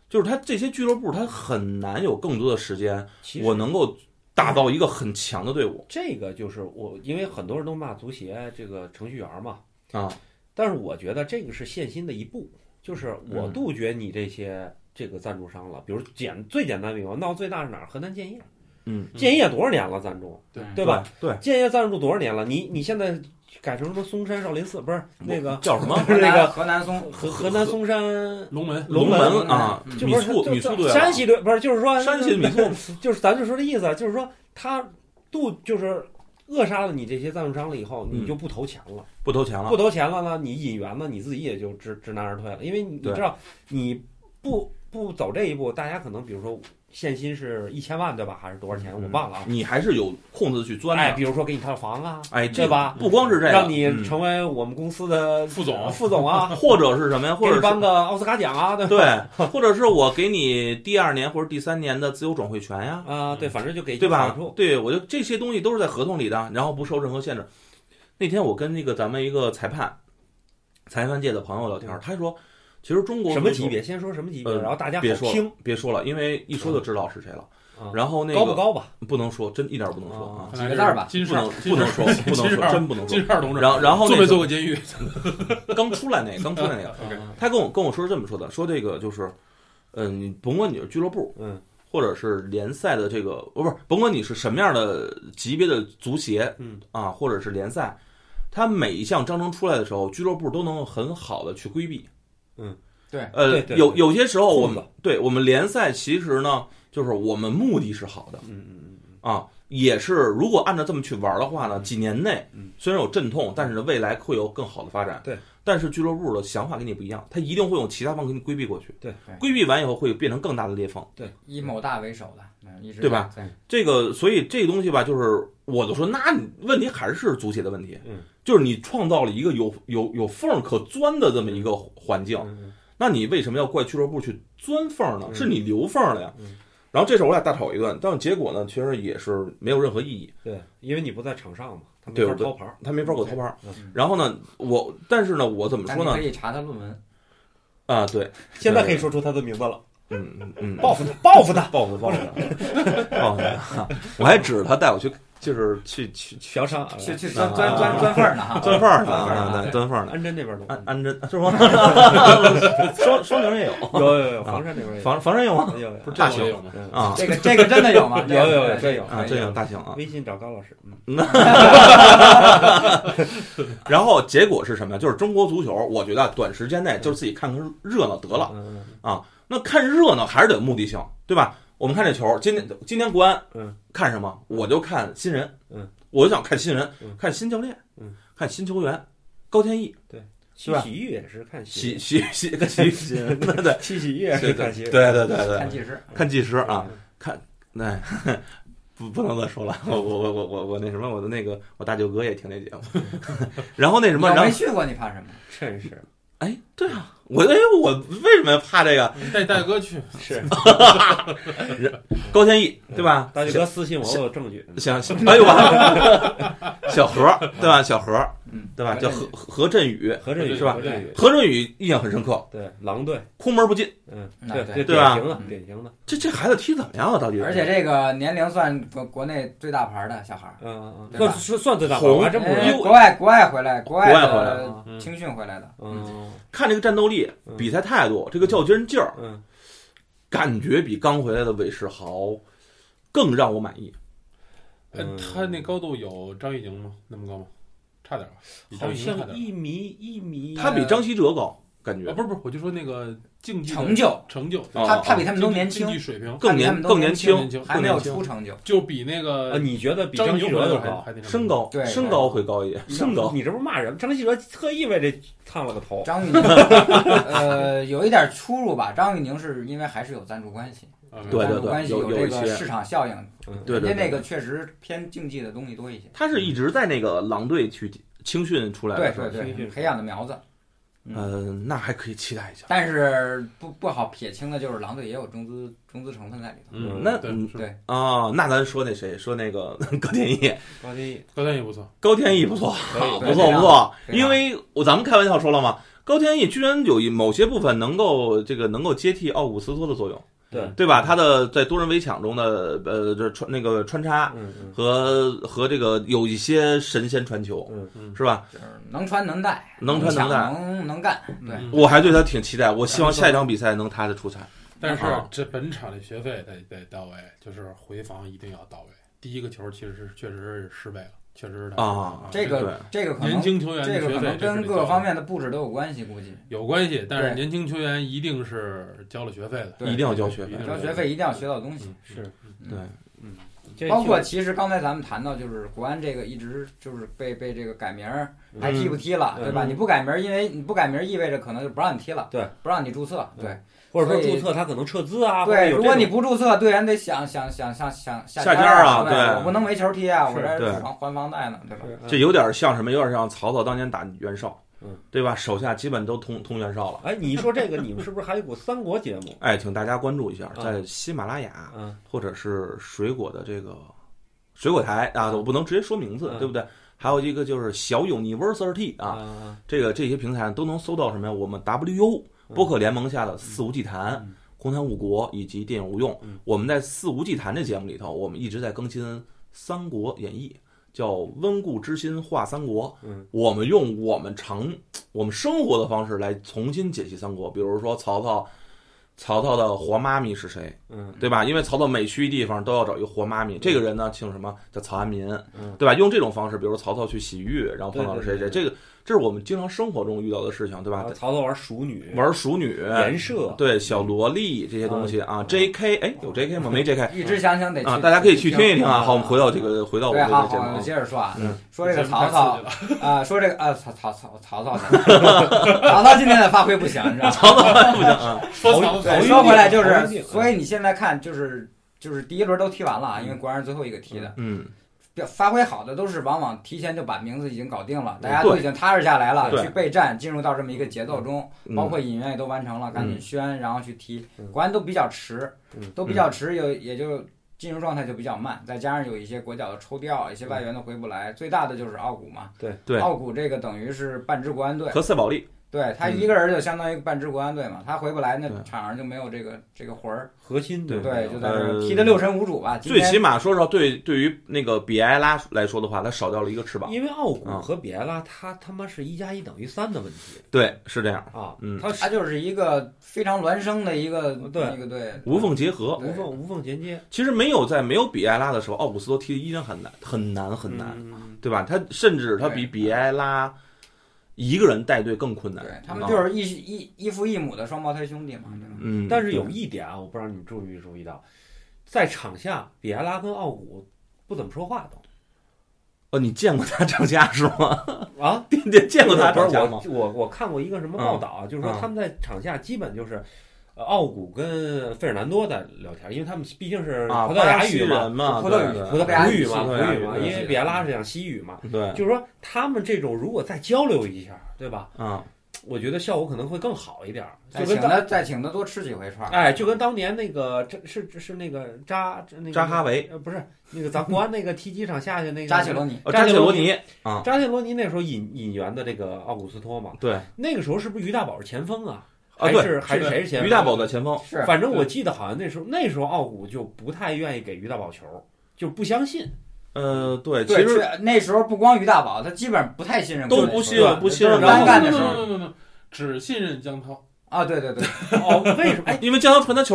[SPEAKER 1] 就是它这些俱乐部它很难有更多的时间，
[SPEAKER 2] 其实
[SPEAKER 1] 我能够打造一个很强的队伍
[SPEAKER 2] 这个就是我，因为很多人都骂足协这个程序员嘛，
[SPEAKER 1] 啊，
[SPEAKER 2] 但是我觉得这个是限薪的一步，就是我
[SPEAKER 1] 嗯
[SPEAKER 2] 杜绝你这些、这个赞助商了。比如简最简单的比方，闹最大是哪儿？河南建业，
[SPEAKER 1] 嗯，
[SPEAKER 2] 建业多少年了赞助，
[SPEAKER 4] 对
[SPEAKER 3] 嗯
[SPEAKER 2] 对吧？？
[SPEAKER 1] 对，
[SPEAKER 2] 建业赞助多少年了？你你现在改成什么嵩山少林寺？不是那个
[SPEAKER 1] 叫什么
[SPEAKER 2] 是那个
[SPEAKER 3] 河南河南松，
[SPEAKER 2] 河河南嵩山。
[SPEAKER 4] 龙门
[SPEAKER 2] 龙门
[SPEAKER 1] 门啊，
[SPEAKER 3] 嗯
[SPEAKER 2] 就
[SPEAKER 1] 米
[SPEAKER 2] 不是
[SPEAKER 1] 醋
[SPEAKER 2] 就
[SPEAKER 1] 米醋
[SPEAKER 2] 就
[SPEAKER 1] 队了，
[SPEAKER 2] 山西队不是，就是说
[SPEAKER 1] 山西米醋，
[SPEAKER 2] 就是咱就说这意思，啊就是说他杜就是扼杀了你这些赞助商了以后，
[SPEAKER 1] 嗯
[SPEAKER 2] 你就不投钱了。
[SPEAKER 1] 不投钱了
[SPEAKER 2] 不，投钱了呢，你引援呢，你自己也就知知难而退了，因为你
[SPEAKER 1] 对
[SPEAKER 2] 知道你不不走这一步，大家可能比如说限薪是一千万对吧，还是多少钱
[SPEAKER 1] 嗯
[SPEAKER 2] 我忘了啊？
[SPEAKER 1] 你还是有空子去钻
[SPEAKER 2] 哎，
[SPEAKER 1] 的，
[SPEAKER 2] 比如说给你套房啊，
[SPEAKER 1] 哎，这
[SPEAKER 2] 对吧
[SPEAKER 1] 不光是嗯这个，
[SPEAKER 2] 让你
[SPEAKER 1] 嗯
[SPEAKER 2] 成为我们公司的
[SPEAKER 4] 副总
[SPEAKER 2] 副总 啊，
[SPEAKER 1] 或者是什么呀？或
[SPEAKER 2] 给
[SPEAKER 1] 者
[SPEAKER 2] 你
[SPEAKER 1] 是
[SPEAKER 2] 颁个奥斯卡奖啊， 对吧？
[SPEAKER 1] 对，或者是我给你第二年或者第三年的自由转会权呀，
[SPEAKER 2] 啊，对，反正就给
[SPEAKER 1] 嗯对吧
[SPEAKER 2] 好处？
[SPEAKER 1] 对，我就这些东西都是在合同里的，然后不受任何限制。那天我跟那个咱们一个裁判，裁判界的朋友聊天，他说，其实中国
[SPEAKER 2] 嗯什么
[SPEAKER 1] 足球
[SPEAKER 2] 级？别？先说什么级别，
[SPEAKER 1] 呃
[SPEAKER 2] 然后大家
[SPEAKER 1] 别
[SPEAKER 2] 好
[SPEAKER 1] 说
[SPEAKER 2] 听
[SPEAKER 1] 了，，别说了，因为一说就知道是谁了。
[SPEAKER 2] 嗯
[SPEAKER 1] 然后那个
[SPEAKER 2] 高不高吧？
[SPEAKER 1] 不能说，真一点儿不能说啊
[SPEAKER 2] 啊，
[SPEAKER 4] 看来
[SPEAKER 3] 几个字儿吧
[SPEAKER 4] 是金
[SPEAKER 1] 不
[SPEAKER 4] 哨
[SPEAKER 1] 能不能说，不能说，真不能说
[SPEAKER 4] 金。哨同志，
[SPEAKER 1] 然后然后
[SPEAKER 4] 坐没
[SPEAKER 1] 那个
[SPEAKER 4] 坐过监狱？
[SPEAKER 1] 刚出来那个，刚出来那个，
[SPEAKER 4] OK
[SPEAKER 2] 啊
[SPEAKER 1] 他跟我跟我说是这么说的，说这个就是，嗯，你甭管你是俱乐部，
[SPEAKER 2] 嗯
[SPEAKER 1] 或者是联赛的这个，哦，不是，甭管你是什么样的级别的足协，
[SPEAKER 2] 嗯
[SPEAKER 1] 啊，或者是联赛，它每一项章程出来的时候，俱乐部都能很好的去规避。
[SPEAKER 2] 嗯，
[SPEAKER 3] 对
[SPEAKER 1] 呃，
[SPEAKER 2] 对对
[SPEAKER 1] 有有些时候我
[SPEAKER 2] 控
[SPEAKER 1] 们
[SPEAKER 2] 制
[SPEAKER 1] 对我们联赛其实呢，就是我们目的是好的
[SPEAKER 2] 嗯嗯
[SPEAKER 1] 啊，也是如果按照这么去玩的话呢，几年内
[SPEAKER 2] 嗯
[SPEAKER 1] 虽然有阵痛，但是呢未来会有更好的发展。
[SPEAKER 2] 对。
[SPEAKER 1] 但是俱乐部的想法跟你不一样，他一定会用其他方法给你规避过去。
[SPEAKER 2] 对
[SPEAKER 3] 对
[SPEAKER 1] 规避完以后会变成更大的裂缝。
[SPEAKER 3] 以某大为首的，嗯一直
[SPEAKER 1] 对吧
[SPEAKER 3] 在？
[SPEAKER 1] 这个，所以这个东西吧，就是我就说，那你问题还是足协的问题，
[SPEAKER 2] 嗯，
[SPEAKER 1] 就是你创造了一个有有有缝可钻的这么一个环境，
[SPEAKER 2] 嗯
[SPEAKER 1] 那你为什么要怪俱乐部去钻缝呢？
[SPEAKER 2] 嗯
[SPEAKER 1] 是你留缝了呀。
[SPEAKER 2] 嗯
[SPEAKER 1] 然后这时候我俩大吵一顿，但结果呢，其实也是没有任何意义，
[SPEAKER 2] 对，因为你不在场上嘛，他没
[SPEAKER 1] 对
[SPEAKER 2] 法
[SPEAKER 1] 我
[SPEAKER 2] 掏牌儿。
[SPEAKER 1] 他没法给我掏牌儿
[SPEAKER 2] 嗯。
[SPEAKER 1] 然后呢，我但是呢，我怎么
[SPEAKER 3] 但
[SPEAKER 1] 说
[SPEAKER 3] 你可
[SPEAKER 1] 呢？
[SPEAKER 3] 以查他论文。
[SPEAKER 1] 啊，对，
[SPEAKER 2] 现在可以说出他的名字了，
[SPEAKER 1] 嗯嗯，哦
[SPEAKER 2] 报复他，报复他。
[SPEAKER 1] 报复报复他，报复他！我还指着他带我去就是去去去
[SPEAKER 2] 嫖娼，
[SPEAKER 3] 去去
[SPEAKER 1] 啊
[SPEAKER 3] 钻钻 钻钻缝儿呢哈。
[SPEAKER 1] 钻缝儿呢，
[SPEAKER 3] 啊
[SPEAKER 1] 啊对，钻缝儿呢。
[SPEAKER 2] 安贞那边都嗯
[SPEAKER 1] 安安贞是吗？ 双双宁也有，
[SPEAKER 2] 有有有，房山那边也有
[SPEAKER 1] 房房山有吗？
[SPEAKER 2] 有有
[SPEAKER 4] 不是
[SPEAKER 1] 大
[SPEAKER 4] 这我
[SPEAKER 1] 型
[SPEAKER 4] 也有吗？
[SPEAKER 2] 嗯
[SPEAKER 1] 啊
[SPEAKER 3] 这个这个真的有吗？
[SPEAKER 2] 有有有
[SPEAKER 3] 这
[SPEAKER 2] 真有
[SPEAKER 1] 啊，
[SPEAKER 3] 可以
[SPEAKER 1] 这有大型啊。
[SPEAKER 2] 微信找高老师，嗯，
[SPEAKER 1] 然后结果是什么呀？就是中国足球，我觉得短时间内就是自己看看热闹得了。
[SPEAKER 2] 嗯，
[SPEAKER 1] 那看热闹还是得有目的性，对吧？我们看这球，今天今天国安，
[SPEAKER 2] 嗯，
[SPEAKER 1] 看什么？我就看新人，
[SPEAKER 2] 嗯，
[SPEAKER 1] 我就想看新人
[SPEAKER 2] 嗯，
[SPEAKER 1] 看新教练，
[SPEAKER 2] 嗯，
[SPEAKER 1] 看新球员，高天意，
[SPEAKER 2] 洗
[SPEAKER 1] 吧
[SPEAKER 2] 洗浴也是看洗
[SPEAKER 1] 喜喜喜跟喜喜， 对对 对
[SPEAKER 2] 洗洗浴也
[SPEAKER 1] 对
[SPEAKER 2] 是看嗯洗
[SPEAKER 1] 对，对对对，
[SPEAKER 3] 看技师，
[SPEAKER 1] 看技师啊，那 不不能再说了， 我我我我我我那什么，我的那个我大舅哥也听这节目， 然后那什么，
[SPEAKER 3] 你要
[SPEAKER 1] 然
[SPEAKER 3] 没
[SPEAKER 1] 后
[SPEAKER 3] 去过，你怕什么？
[SPEAKER 2] 真是
[SPEAKER 1] 哎，对啊，我哎我为什么要怕这个
[SPEAKER 4] 你带带哥去，
[SPEAKER 2] 是，
[SPEAKER 1] 高天意，对吧？
[SPEAKER 2] 嗯大舅哥私信我，我有证
[SPEAKER 3] 嗯
[SPEAKER 2] 据，
[SPEAKER 1] 想 想，哎呦我，小何对吧？小何
[SPEAKER 3] 嗯，
[SPEAKER 1] 对吧？叫
[SPEAKER 3] 这
[SPEAKER 1] 何何何振宇，
[SPEAKER 2] 何振宇
[SPEAKER 1] 是吧
[SPEAKER 2] 何振宇
[SPEAKER 1] 何振宇印象很深刻，
[SPEAKER 2] 对狼队，
[SPEAKER 1] 空门不进，
[SPEAKER 2] 嗯，
[SPEAKER 3] 啊
[SPEAKER 2] 对
[SPEAKER 3] 对
[SPEAKER 2] 这
[SPEAKER 1] 对吧
[SPEAKER 2] 典型的
[SPEAKER 3] 嗯
[SPEAKER 2] 典型的，
[SPEAKER 1] 这这孩子踢怎么样啊？到底是？
[SPEAKER 3] 而且这个年龄算国国内最大牌的小孩儿，
[SPEAKER 2] 嗯嗯，
[SPEAKER 3] 对吧
[SPEAKER 2] 算算算最大吧，我还真不知
[SPEAKER 3] 哎
[SPEAKER 2] 道，
[SPEAKER 1] 呦
[SPEAKER 3] 国外国外回来，国外
[SPEAKER 1] 国外回来啊
[SPEAKER 3] 的
[SPEAKER 2] 嗯
[SPEAKER 4] 嗯
[SPEAKER 3] 青训回来的，
[SPEAKER 2] 嗯
[SPEAKER 1] 看这个战斗力、
[SPEAKER 2] 嗯
[SPEAKER 1] 哎比赛态度、这个较真劲儿，
[SPEAKER 2] 嗯，
[SPEAKER 1] 感觉比刚回来的韦世豪更让我满意。
[SPEAKER 4] 哎
[SPEAKER 2] 嗯
[SPEAKER 4] 他那高度有张玉宁吗？那么高吗？差点吧，比张
[SPEAKER 2] 嗯好
[SPEAKER 4] 玉宁差
[SPEAKER 2] 像
[SPEAKER 4] 点
[SPEAKER 2] 一米一米，
[SPEAKER 1] 他比张稀哲高，感
[SPEAKER 4] 吧。啊，
[SPEAKER 1] 觉
[SPEAKER 4] 不是不是，我就说那个竞技的
[SPEAKER 3] 成就，
[SPEAKER 4] 成就，
[SPEAKER 1] 哦
[SPEAKER 3] 他
[SPEAKER 1] 哦
[SPEAKER 3] 他比他们都年轻
[SPEAKER 4] 竞，技水平
[SPEAKER 1] 更
[SPEAKER 3] 他
[SPEAKER 1] 年
[SPEAKER 3] 们都
[SPEAKER 1] 更年
[SPEAKER 3] 年轻
[SPEAKER 1] 轻，
[SPEAKER 3] 还
[SPEAKER 1] 更
[SPEAKER 3] 没有
[SPEAKER 1] 年轻
[SPEAKER 3] 出，成就，
[SPEAKER 4] 就比那
[SPEAKER 2] 啊，
[SPEAKER 4] 个
[SPEAKER 2] 你觉得比
[SPEAKER 4] 张
[SPEAKER 2] 张
[SPEAKER 4] 玉
[SPEAKER 2] 稀
[SPEAKER 4] 宁
[SPEAKER 2] 哲
[SPEAKER 4] 还
[SPEAKER 2] 要
[SPEAKER 4] 还
[SPEAKER 2] 高？
[SPEAKER 4] 还得那什么
[SPEAKER 1] 身高
[SPEAKER 3] 对
[SPEAKER 1] 身高会高一些，身高
[SPEAKER 2] 你这不是骂人？张稀哲特意为这烫了个头，
[SPEAKER 3] 张 玉宁，呃，有一点出入吧。张玉宁是因为还是有赞助关系，
[SPEAKER 4] 啊
[SPEAKER 1] 对
[SPEAKER 3] 赞助关系
[SPEAKER 1] 对对有
[SPEAKER 3] 这
[SPEAKER 1] 有一
[SPEAKER 3] 个
[SPEAKER 1] 些
[SPEAKER 3] 市场效应，
[SPEAKER 2] 嗯
[SPEAKER 1] 对对
[SPEAKER 3] 人家
[SPEAKER 1] 对，
[SPEAKER 3] 那个确实偏竞技的东西多一些。
[SPEAKER 1] 他是一直在那个狼队去青训出来
[SPEAKER 3] 对
[SPEAKER 1] 的，是吧
[SPEAKER 3] 对
[SPEAKER 2] 青
[SPEAKER 3] 对，
[SPEAKER 2] 训
[SPEAKER 3] 培养的苗子，
[SPEAKER 1] 呃，那还可以期待一下。
[SPEAKER 3] 但是不不好撇清的就是狼队也有中资中资成分在里头。
[SPEAKER 4] 嗯，
[SPEAKER 1] 那
[SPEAKER 4] 对
[SPEAKER 1] 嗯
[SPEAKER 4] 是
[SPEAKER 3] 对，
[SPEAKER 1] 啊、那咱说那谁，说那个 高天意，
[SPEAKER 2] 高天意
[SPEAKER 4] 高端也不错，
[SPEAKER 1] 高天意不错，
[SPEAKER 2] 可以
[SPEAKER 1] 不错
[SPEAKER 3] 非常
[SPEAKER 1] 不错，
[SPEAKER 3] 非常
[SPEAKER 1] 因为我咱们开玩笑说了嘛，高天意居然有一某些部分能够这个能够接替奥古斯托的作用，
[SPEAKER 2] 对，
[SPEAKER 1] 对吧？他的在多人围抢中的呃这穿那个穿插
[SPEAKER 2] 嗯嗯
[SPEAKER 1] 和和这个有一些神仙传球，
[SPEAKER 2] 嗯
[SPEAKER 1] 是吧？
[SPEAKER 3] 就是能传能带，
[SPEAKER 1] 能传能
[SPEAKER 3] 能
[SPEAKER 1] 带
[SPEAKER 3] 抢能能干。对，
[SPEAKER 4] 嗯
[SPEAKER 1] 我还对他挺期待，我希望下一场比赛能他的出彩。
[SPEAKER 4] 但是
[SPEAKER 1] 啊
[SPEAKER 4] 这本场的学费得得到位，就是回防一定要到位。第一个球其实是确实是失位了，确实是他
[SPEAKER 1] 啊
[SPEAKER 3] 这
[SPEAKER 1] 对
[SPEAKER 3] 个这个可
[SPEAKER 4] 年
[SPEAKER 3] 能
[SPEAKER 4] 轻球员的
[SPEAKER 3] 这个
[SPEAKER 4] 学
[SPEAKER 3] 可
[SPEAKER 4] 费
[SPEAKER 3] 能
[SPEAKER 4] 这是
[SPEAKER 3] 跟
[SPEAKER 4] 得
[SPEAKER 3] 各
[SPEAKER 4] 交
[SPEAKER 3] 方面的布置都有关系，估计
[SPEAKER 4] 有关系，但
[SPEAKER 3] 对
[SPEAKER 4] 是年轻球员一定是交了学费的，
[SPEAKER 3] 对
[SPEAKER 1] 一定要交学费
[SPEAKER 4] 一定
[SPEAKER 3] 交
[SPEAKER 4] 要
[SPEAKER 3] 学费一定要学到东西。
[SPEAKER 4] 嗯
[SPEAKER 2] 是嗯
[SPEAKER 1] 对，
[SPEAKER 2] 这
[SPEAKER 3] 包括其实刚才咱们谈到，就是国安这个一直就是被被这个改名儿，还踢不踢了，
[SPEAKER 2] 嗯
[SPEAKER 3] 对吧？
[SPEAKER 2] 嗯
[SPEAKER 3] 你不改名儿，因为你不改名儿意味着可能就不让你踢了，
[SPEAKER 2] 对，
[SPEAKER 3] 不让你注册，
[SPEAKER 2] 嗯
[SPEAKER 3] 对
[SPEAKER 2] 或者说注册他可能撤资啊，或者
[SPEAKER 3] 对。
[SPEAKER 2] 有
[SPEAKER 3] 如
[SPEAKER 2] 这
[SPEAKER 3] 果
[SPEAKER 2] 种
[SPEAKER 3] 你不注册，队员得想想想想想
[SPEAKER 1] 下
[SPEAKER 3] 家
[SPEAKER 1] 家啊对
[SPEAKER 3] 对，我不能没球踢啊，
[SPEAKER 2] 是
[SPEAKER 3] 我这
[SPEAKER 1] 对
[SPEAKER 3] 还还房贷呢，对吧？
[SPEAKER 2] 是
[SPEAKER 1] 嗯这有点像什么？有点像曹操当年打袁绍
[SPEAKER 2] 嗯，
[SPEAKER 1] 对吧？手下基本都通通袁绍了。
[SPEAKER 2] 哎，你一说这个，你们是不是还有一股三国节目？
[SPEAKER 1] 哎，请大家关注一下，
[SPEAKER 2] 嗯
[SPEAKER 1] 在喜马拉雅
[SPEAKER 2] 嗯
[SPEAKER 1] 或者是水果的这个水果台啊，我不能直接说名字，
[SPEAKER 2] 嗯
[SPEAKER 1] 对不对？还有一个就是小勇 University 啊，
[SPEAKER 2] 啊，
[SPEAKER 1] 这个这些平台上都能搜到什么呀？我们 WU
[SPEAKER 2] 嗯
[SPEAKER 1] 播客联盟下的四无忌谈、
[SPEAKER 2] 嗯
[SPEAKER 1] 空谈误国以及电影无用。
[SPEAKER 2] 嗯
[SPEAKER 1] 我们在四无忌谈这节目里头，我们一直在更新《三国演义》，叫温故知新话三国。
[SPEAKER 2] 嗯，
[SPEAKER 1] 我们用我们常我们生活的方式来重新解析三国，比如说曹操。曹操的活妈咪是谁，
[SPEAKER 2] 嗯，
[SPEAKER 1] 对吧？因为曹操每去一地方都要找一个活妈咪，这个人呢姓什么？叫曹安民，
[SPEAKER 2] 嗯
[SPEAKER 1] 对吧？用这种方式，比如曹操去洗浴，然后碰到了谁
[SPEAKER 2] 对
[SPEAKER 1] 谁，
[SPEAKER 2] 对啊对
[SPEAKER 1] 这个这是我们经常生活中遇到的事啊情，对吧？
[SPEAKER 2] 曹操玩熟女，
[SPEAKER 1] 玩哎熟女、
[SPEAKER 2] 颜射，
[SPEAKER 1] 对小萝莉这些东西啊，J.K. 哎，有 J.K. 吗？没 J.K.
[SPEAKER 3] 一直想想得去
[SPEAKER 1] 啊，大家可以去听一听啊。
[SPEAKER 3] 嗯
[SPEAKER 1] 好，我们回到这个，回到我
[SPEAKER 3] 对，
[SPEAKER 1] 们
[SPEAKER 3] 好
[SPEAKER 1] 这
[SPEAKER 3] 好，
[SPEAKER 1] 个
[SPEAKER 3] 接
[SPEAKER 1] 节
[SPEAKER 3] 着说啊
[SPEAKER 1] 嗯，
[SPEAKER 3] 说这个
[SPEAKER 4] 真
[SPEAKER 3] 曹
[SPEAKER 4] 太
[SPEAKER 3] 操
[SPEAKER 4] 刺激了，
[SPEAKER 3] 啊，说这个啊，曹曹曹曹操去 了，曹操今天的发挥不行，你知道吗？
[SPEAKER 1] 目不行啊，
[SPEAKER 4] 说曹
[SPEAKER 2] 曹
[SPEAKER 4] 操
[SPEAKER 3] 对，
[SPEAKER 2] 运
[SPEAKER 3] 说回来就
[SPEAKER 2] 曹运
[SPEAKER 3] 是，
[SPEAKER 2] 定
[SPEAKER 3] 所以你现在看就是就是第一轮都踢完了啊，因为国安是最后一个踢的，
[SPEAKER 1] 嗯，
[SPEAKER 3] 表发挥好的都是往往提前就把名字已经搞定了，大家
[SPEAKER 1] 对
[SPEAKER 3] 都已经踏实下来了，
[SPEAKER 1] 对
[SPEAKER 3] 去备战，进入到这么一个节奏中，
[SPEAKER 1] 嗯
[SPEAKER 3] 包括引援也都完成了，赶紧宣，然后去踢
[SPEAKER 2] 嗯，
[SPEAKER 3] 国安都比较迟
[SPEAKER 2] 嗯，
[SPEAKER 3] 都比较迟，有也就。进入状态就比较慢，再加上有一些国脚的抽调，一些外援的回不来，最大的就是奥古嘛。
[SPEAKER 2] 嗯对
[SPEAKER 1] 对
[SPEAKER 3] 奥古这个等于是半支国安队，
[SPEAKER 1] 和塞保利
[SPEAKER 3] 对他
[SPEAKER 2] 嗯
[SPEAKER 3] 一个人就相当于半支国安队嘛，他回不来，那
[SPEAKER 1] 对
[SPEAKER 3] 场上就没有这个这个魂儿，
[SPEAKER 2] 核心
[SPEAKER 1] 对
[SPEAKER 3] 对，就在这
[SPEAKER 1] 呃
[SPEAKER 3] 儿踢得六神无主吧。今
[SPEAKER 1] 最
[SPEAKER 3] 天
[SPEAKER 1] 起码说实话，对对于那个比埃拉来说的话，他少掉了一个翅膀。
[SPEAKER 2] 因为奥古
[SPEAKER 1] 嗯
[SPEAKER 2] 和比埃拉他他妈是一加一等于三的问题
[SPEAKER 1] 对，是这样，
[SPEAKER 2] 啊，
[SPEAKER 1] 嗯
[SPEAKER 2] 他
[SPEAKER 3] 他就是一个非常孪生的一个
[SPEAKER 2] 对
[SPEAKER 3] 那个队，
[SPEAKER 1] 无缝结合。
[SPEAKER 3] 对
[SPEAKER 2] 无缝无缝衔接，
[SPEAKER 1] 其实没有在没有比埃拉的时候，奥古斯托踢得依然很难，很难，很难，
[SPEAKER 4] 嗯
[SPEAKER 1] 对吧？他甚至他比
[SPEAKER 3] 对
[SPEAKER 1] 比埃拉一个人带队更困难。
[SPEAKER 3] 对他
[SPEAKER 2] 嗯
[SPEAKER 3] 们
[SPEAKER 1] 啊
[SPEAKER 3] 就是一一一父一母的双胞胎兄弟嘛，对吧？
[SPEAKER 1] 嗯，
[SPEAKER 2] 但是有
[SPEAKER 1] 对
[SPEAKER 2] 一点啊，我不知道你们注意没注意到，在场下比埃拉跟奥古不怎么说话
[SPEAKER 1] 哦，你见过他涨价是吗？
[SPEAKER 2] 都啊，
[SPEAKER 1] 你你见过他
[SPEAKER 2] 不
[SPEAKER 1] 涨
[SPEAKER 2] 是
[SPEAKER 1] 价
[SPEAKER 2] 我
[SPEAKER 1] 吗？
[SPEAKER 2] 我我看过一个什么报道
[SPEAKER 1] 嗯
[SPEAKER 2] 啊，就是说他们在场下基本就是。呃奥古跟费尔南多在聊天，因为他们毕竟是
[SPEAKER 1] 啊，
[SPEAKER 2] 葡萄牙
[SPEAKER 1] 巴西
[SPEAKER 2] 语嘛
[SPEAKER 1] 人，嘛，
[SPEAKER 2] 葡萄
[SPEAKER 1] 对
[SPEAKER 2] 牙
[SPEAKER 1] 对
[SPEAKER 2] 葡萄
[SPEAKER 3] 葡萄牙
[SPEAKER 2] 葡
[SPEAKER 3] 语
[SPEAKER 2] 语
[SPEAKER 1] 葡
[SPEAKER 2] 嘛，葡
[SPEAKER 1] 萄牙
[SPEAKER 2] 语
[SPEAKER 1] 语
[SPEAKER 2] 嘛，
[SPEAKER 1] 对嗯
[SPEAKER 2] 因为比埃拉是讲西语嘛，
[SPEAKER 1] 对，
[SPEAKER 2] 就是说他们这种如果再交流一下，对吧？
[SPEAKER 1] 嗯，
[SPEAKER 2] 我觉得效果可能会更好一点儿，
[SPEAKER 1] 哎
[SPEAKER 2] 就
[SPEAKER 3] 再请
[SPEAKER 2] 跟当
[SPEAKER 3] 他再请他多吃几回串儿，
[SPEAKER 2] 哎，就跟当年那个这是是那个扎那个
[SPEAKER 1] 扎哈维，
[SPEAKER 2] 呃不是那个咱国安那个踢几场下去那个
[SPEAKER 3] 扎切罗尼
[SPEAKER 1] 哦，
[SPEAKER 2] 扎
[SPEAKER 1] 扎
[SPEAKER 2] 切
[SPEAKER 1] 切
[SPEAKER 2] 罗
[SPEAKER 1] 罗
[SPEAKER 2] 尼
[SPEAKER 1] 尼，
[SPEAKER 2] 扎切罗尼那时候引引援的这个奥古斯托嘛，
[SPEAKER 1] 对，
[SPEAKER 2] 那个时候是不是于大宝是前锋啊？
[SPEAKER 1] 啊
[SPEAKER 2] 还
[SPEAKER 1] 对
[SPEAKER 2] 是还是
[SPEAKER 4] 是
[SPEAKER 2] 谁是前锋？
[SPEAKER 1] 于大宝的前锋，
[SPEAKER 3] 是
[SPEAKER 2] 反正我
[SPEAKER 4] 对
[SPEAKER 2] 记得好像那时候那时候奥古就不太愿意给于大宝球，就不相信。
[SPEAKER 1] 呃，对，其
[SPEAKER 3] 对，
[SPEAKER 1] 实
[SPEAKER 3] 是那时候不光于大宝，他基本上不太信任
[SPEAKER 1] 都
[SPEAKER 3] 国内
[SPEAKER 1] 不
[SPEAKER 3] 球
[SPEAKER 1] 信
[SPEAKER 3] 队
[SPEAKER 1] 任，不信任啊
[SPEAKER 3] 就是单干的
[SPEAKER 4] 不
[SPEAKER 3] 时候
[SPEAKER 4] 不不不不不只信任江涛，
[SPEAKER 3] 啊，对对对，
[SPEAKER 2] 哦，为什么？ 哎
[SPEAKER 1] 因为江涛传他球，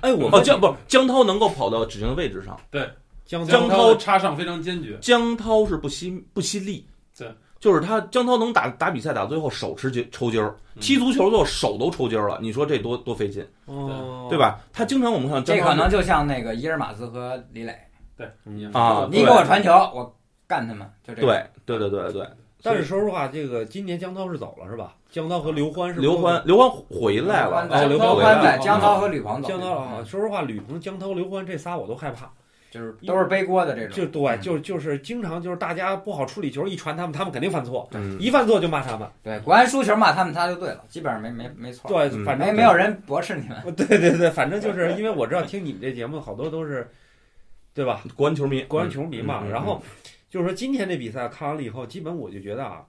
[SPEAKER 2] 哎，我
[SPEAKER 1] 哦
[SPEAKER 2] 问
[SPEAKER 1] 江不江涛能够跑到指定的位置上，
[SPEAKER 2] 江
[SPEAKER 1] 江
[SPEAKER 4] 涛
[SPEAKER 1] 涛
[SPEAKER 4] 插上非常坚决，
[SPEAKER 1] 江涛是不惜不惜力，
[SPEAKER 4] 对，
[SPEAKER 1] 就是他江涛能打打比赛打到最后手持筋抽筋儿，
[SPEAKER 4] 嗯
[SPEAKER 1] 踢足球最后手都抽筋儿了，你说这多多费劲，
[SPEAKER 2] 嗯哦，
[SPEAKER 1] 对？吧？他经常我们看江
[SPEAKER 3] 这
[SPEAKER 1] 涛
[SPEAKER 3] 可能就像那个伊尔马兹和李磊，
[SPEAKER 4] 你
[SPEAKER 1] 啊
[SPEAKER 3] 你给我传球，我干他们，就这个。
[SPEAKER 1] 对对对对对，
[SPEAKER 2] 但是说实话，这个今年江涛是走了是吧？江涛和
[SPEAKER 3] 啊
[SPEAKER 2] 刘欢是
[SPEAKER 1] 刘
[SPEAKER 2] 不
[SPEAKER 1] 欢刘欢回来了，
[SPEAKER 3] 在
[SPEAKER 1] 哦刘
[SPEAKER 3] 刘欢
[SPEAKER 1] 回
[SPEAKER 4] 欢
[SPEAKER 1] 来
[SPEAKER 3] 在
[SPEAKER 1] 了，
[SPEAKER 3] 江涛和吕鹏走，
[SPEAKER 2] 哦
[SPEAKER 3] 嗯
[SPEAKER 2] 江涛啊，说实话，吕鹏、江涛、刘欢这仨我都害怕，
[SPEAKER 3] 就是都是背锅的这
[SPEAKER 2] 就
[SPEAKER 3] 种，
[SPEAKER 1] 嗯
[SPEAKER 2] 对，就就是经常就是大家不好处理球，一传他们，他们肯定犯错，
[SPEAKER 1] 嗯，
[SPEAKER 2] 一犯错就骂他们，
[SPEAKER 3] 对，国安输球骂他们他就对了，基本上没没没错，
[SPEAKER 2] 对，
[SPEAKER 1] 嗯
[SPEAKER 2] 反
[SPEAKER 3] 没
[SPEAKER 2] 正
[SPEAKER 3] 没有人驳斥你们，
[SPEAKER 2] 对对对，反 正就是因为我知道听你们这节目好多都是，对吧？
[SPEAKER 1] 国安球迷，
[SPEAKER 2] 国安球迷嘛，
[SPEAKER 1] 嗯嗯嗯嗯
[SPEAKER 2] 然后就是说今天这比赛看完了以后，基本我就觉得啊，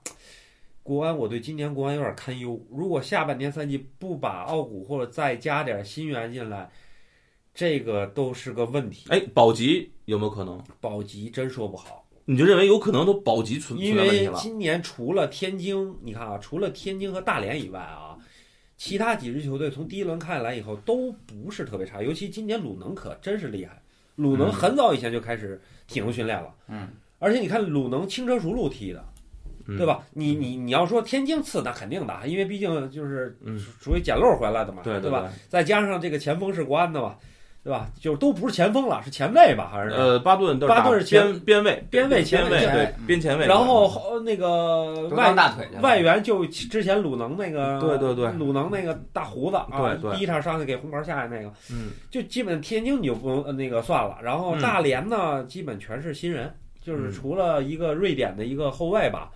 [SPEAKER 2] 国安我对今年国安有点堪忧。如果下半年赛季不把奥古或者再加点新援进来，这个都是个问题。
[SPEAKER 1] 哎，保级有没有可能？
[SPEAKER 2] 保级真说不好，
[SPEAKER 1] 你就认为有可能都保级存存
[SPEAKER 2] 因
[SPEAKER 1] 在问题
[SPEAKER 2] 为
[SPEAKER 1] 了？
[SPEAKER 2] 今年除了天津，你看啊，除了天津和大连以外啊。其他几支球队从第一轮看来以后都不是特别差，尤其今年鲁能可真是厉害。鲁能
[SPEAKER 1] 嗯
[SPEAKER 2] 很早以前就开始体能训练了，
[SPEAKER 3] 嗯，
[SPEAKER 2] 而且你看鲁能轻车熟路踢的，
[SPEAKER 1] 嗯
[SPEAKER 2] 对？吧？你你你要说天津次，那肯定的，因为毕竟就是
[SPEAKER 1] 嗯
[SPEAKER 2] 属于捡漏回来的嘛，
[SPEAKER 1] 对
[SPEAKER 2] 对吧？
[SPEAKER 1] 吧？
[SPEAKER 2] 再加上这个前锋是国安的嘛，对吧？就是都不是前锋了，是前卫吧，好像是。
[SPEAKER 1] 呃，巴顿都
[SPEAKER 2] 巴顿
[SPEAKER 1] 打
[SPEAKER 2] 是前
[SPEAKER 1] 边边卫，
[SPEAKER 2] 边卫前
[SPEAKER 1] 前
[SPEAKER 2] 卫
[SPEAKER 1] 卫
[SPEAKER 3] 前卫
[SPEAKER 1] 对
[SPEAKER 3] 嗯
[SPEAKER 1] 边前卫，
[SPEAKER 2] 然后后呃那个
[SPEAKER 3] 都
[SPEAKER 2] 外
[SPEAKER 3] 当大腿去了
[SPEAKER 2] 外援就之前鲁能那个，
[SPEAKER 1] 对对对
[SPEAKER 2] 鲁能那个大胡子啊
[SPEAKER 1] 对，对
[SPEAKER 2] 第一场上去给红牌下来那个，
[SPEAKER 1] 嗯，
[SPEAKER 2] 就基本天津你就不能呃那个算了，然后
[SPEAKER 1] 嗯
[SPEAKER 2] 大连呢，基本全是新人，就是
[SPEAKER 1] 嗯
[SPEAKER 2] 除了一个瑞典的一个后卫吧，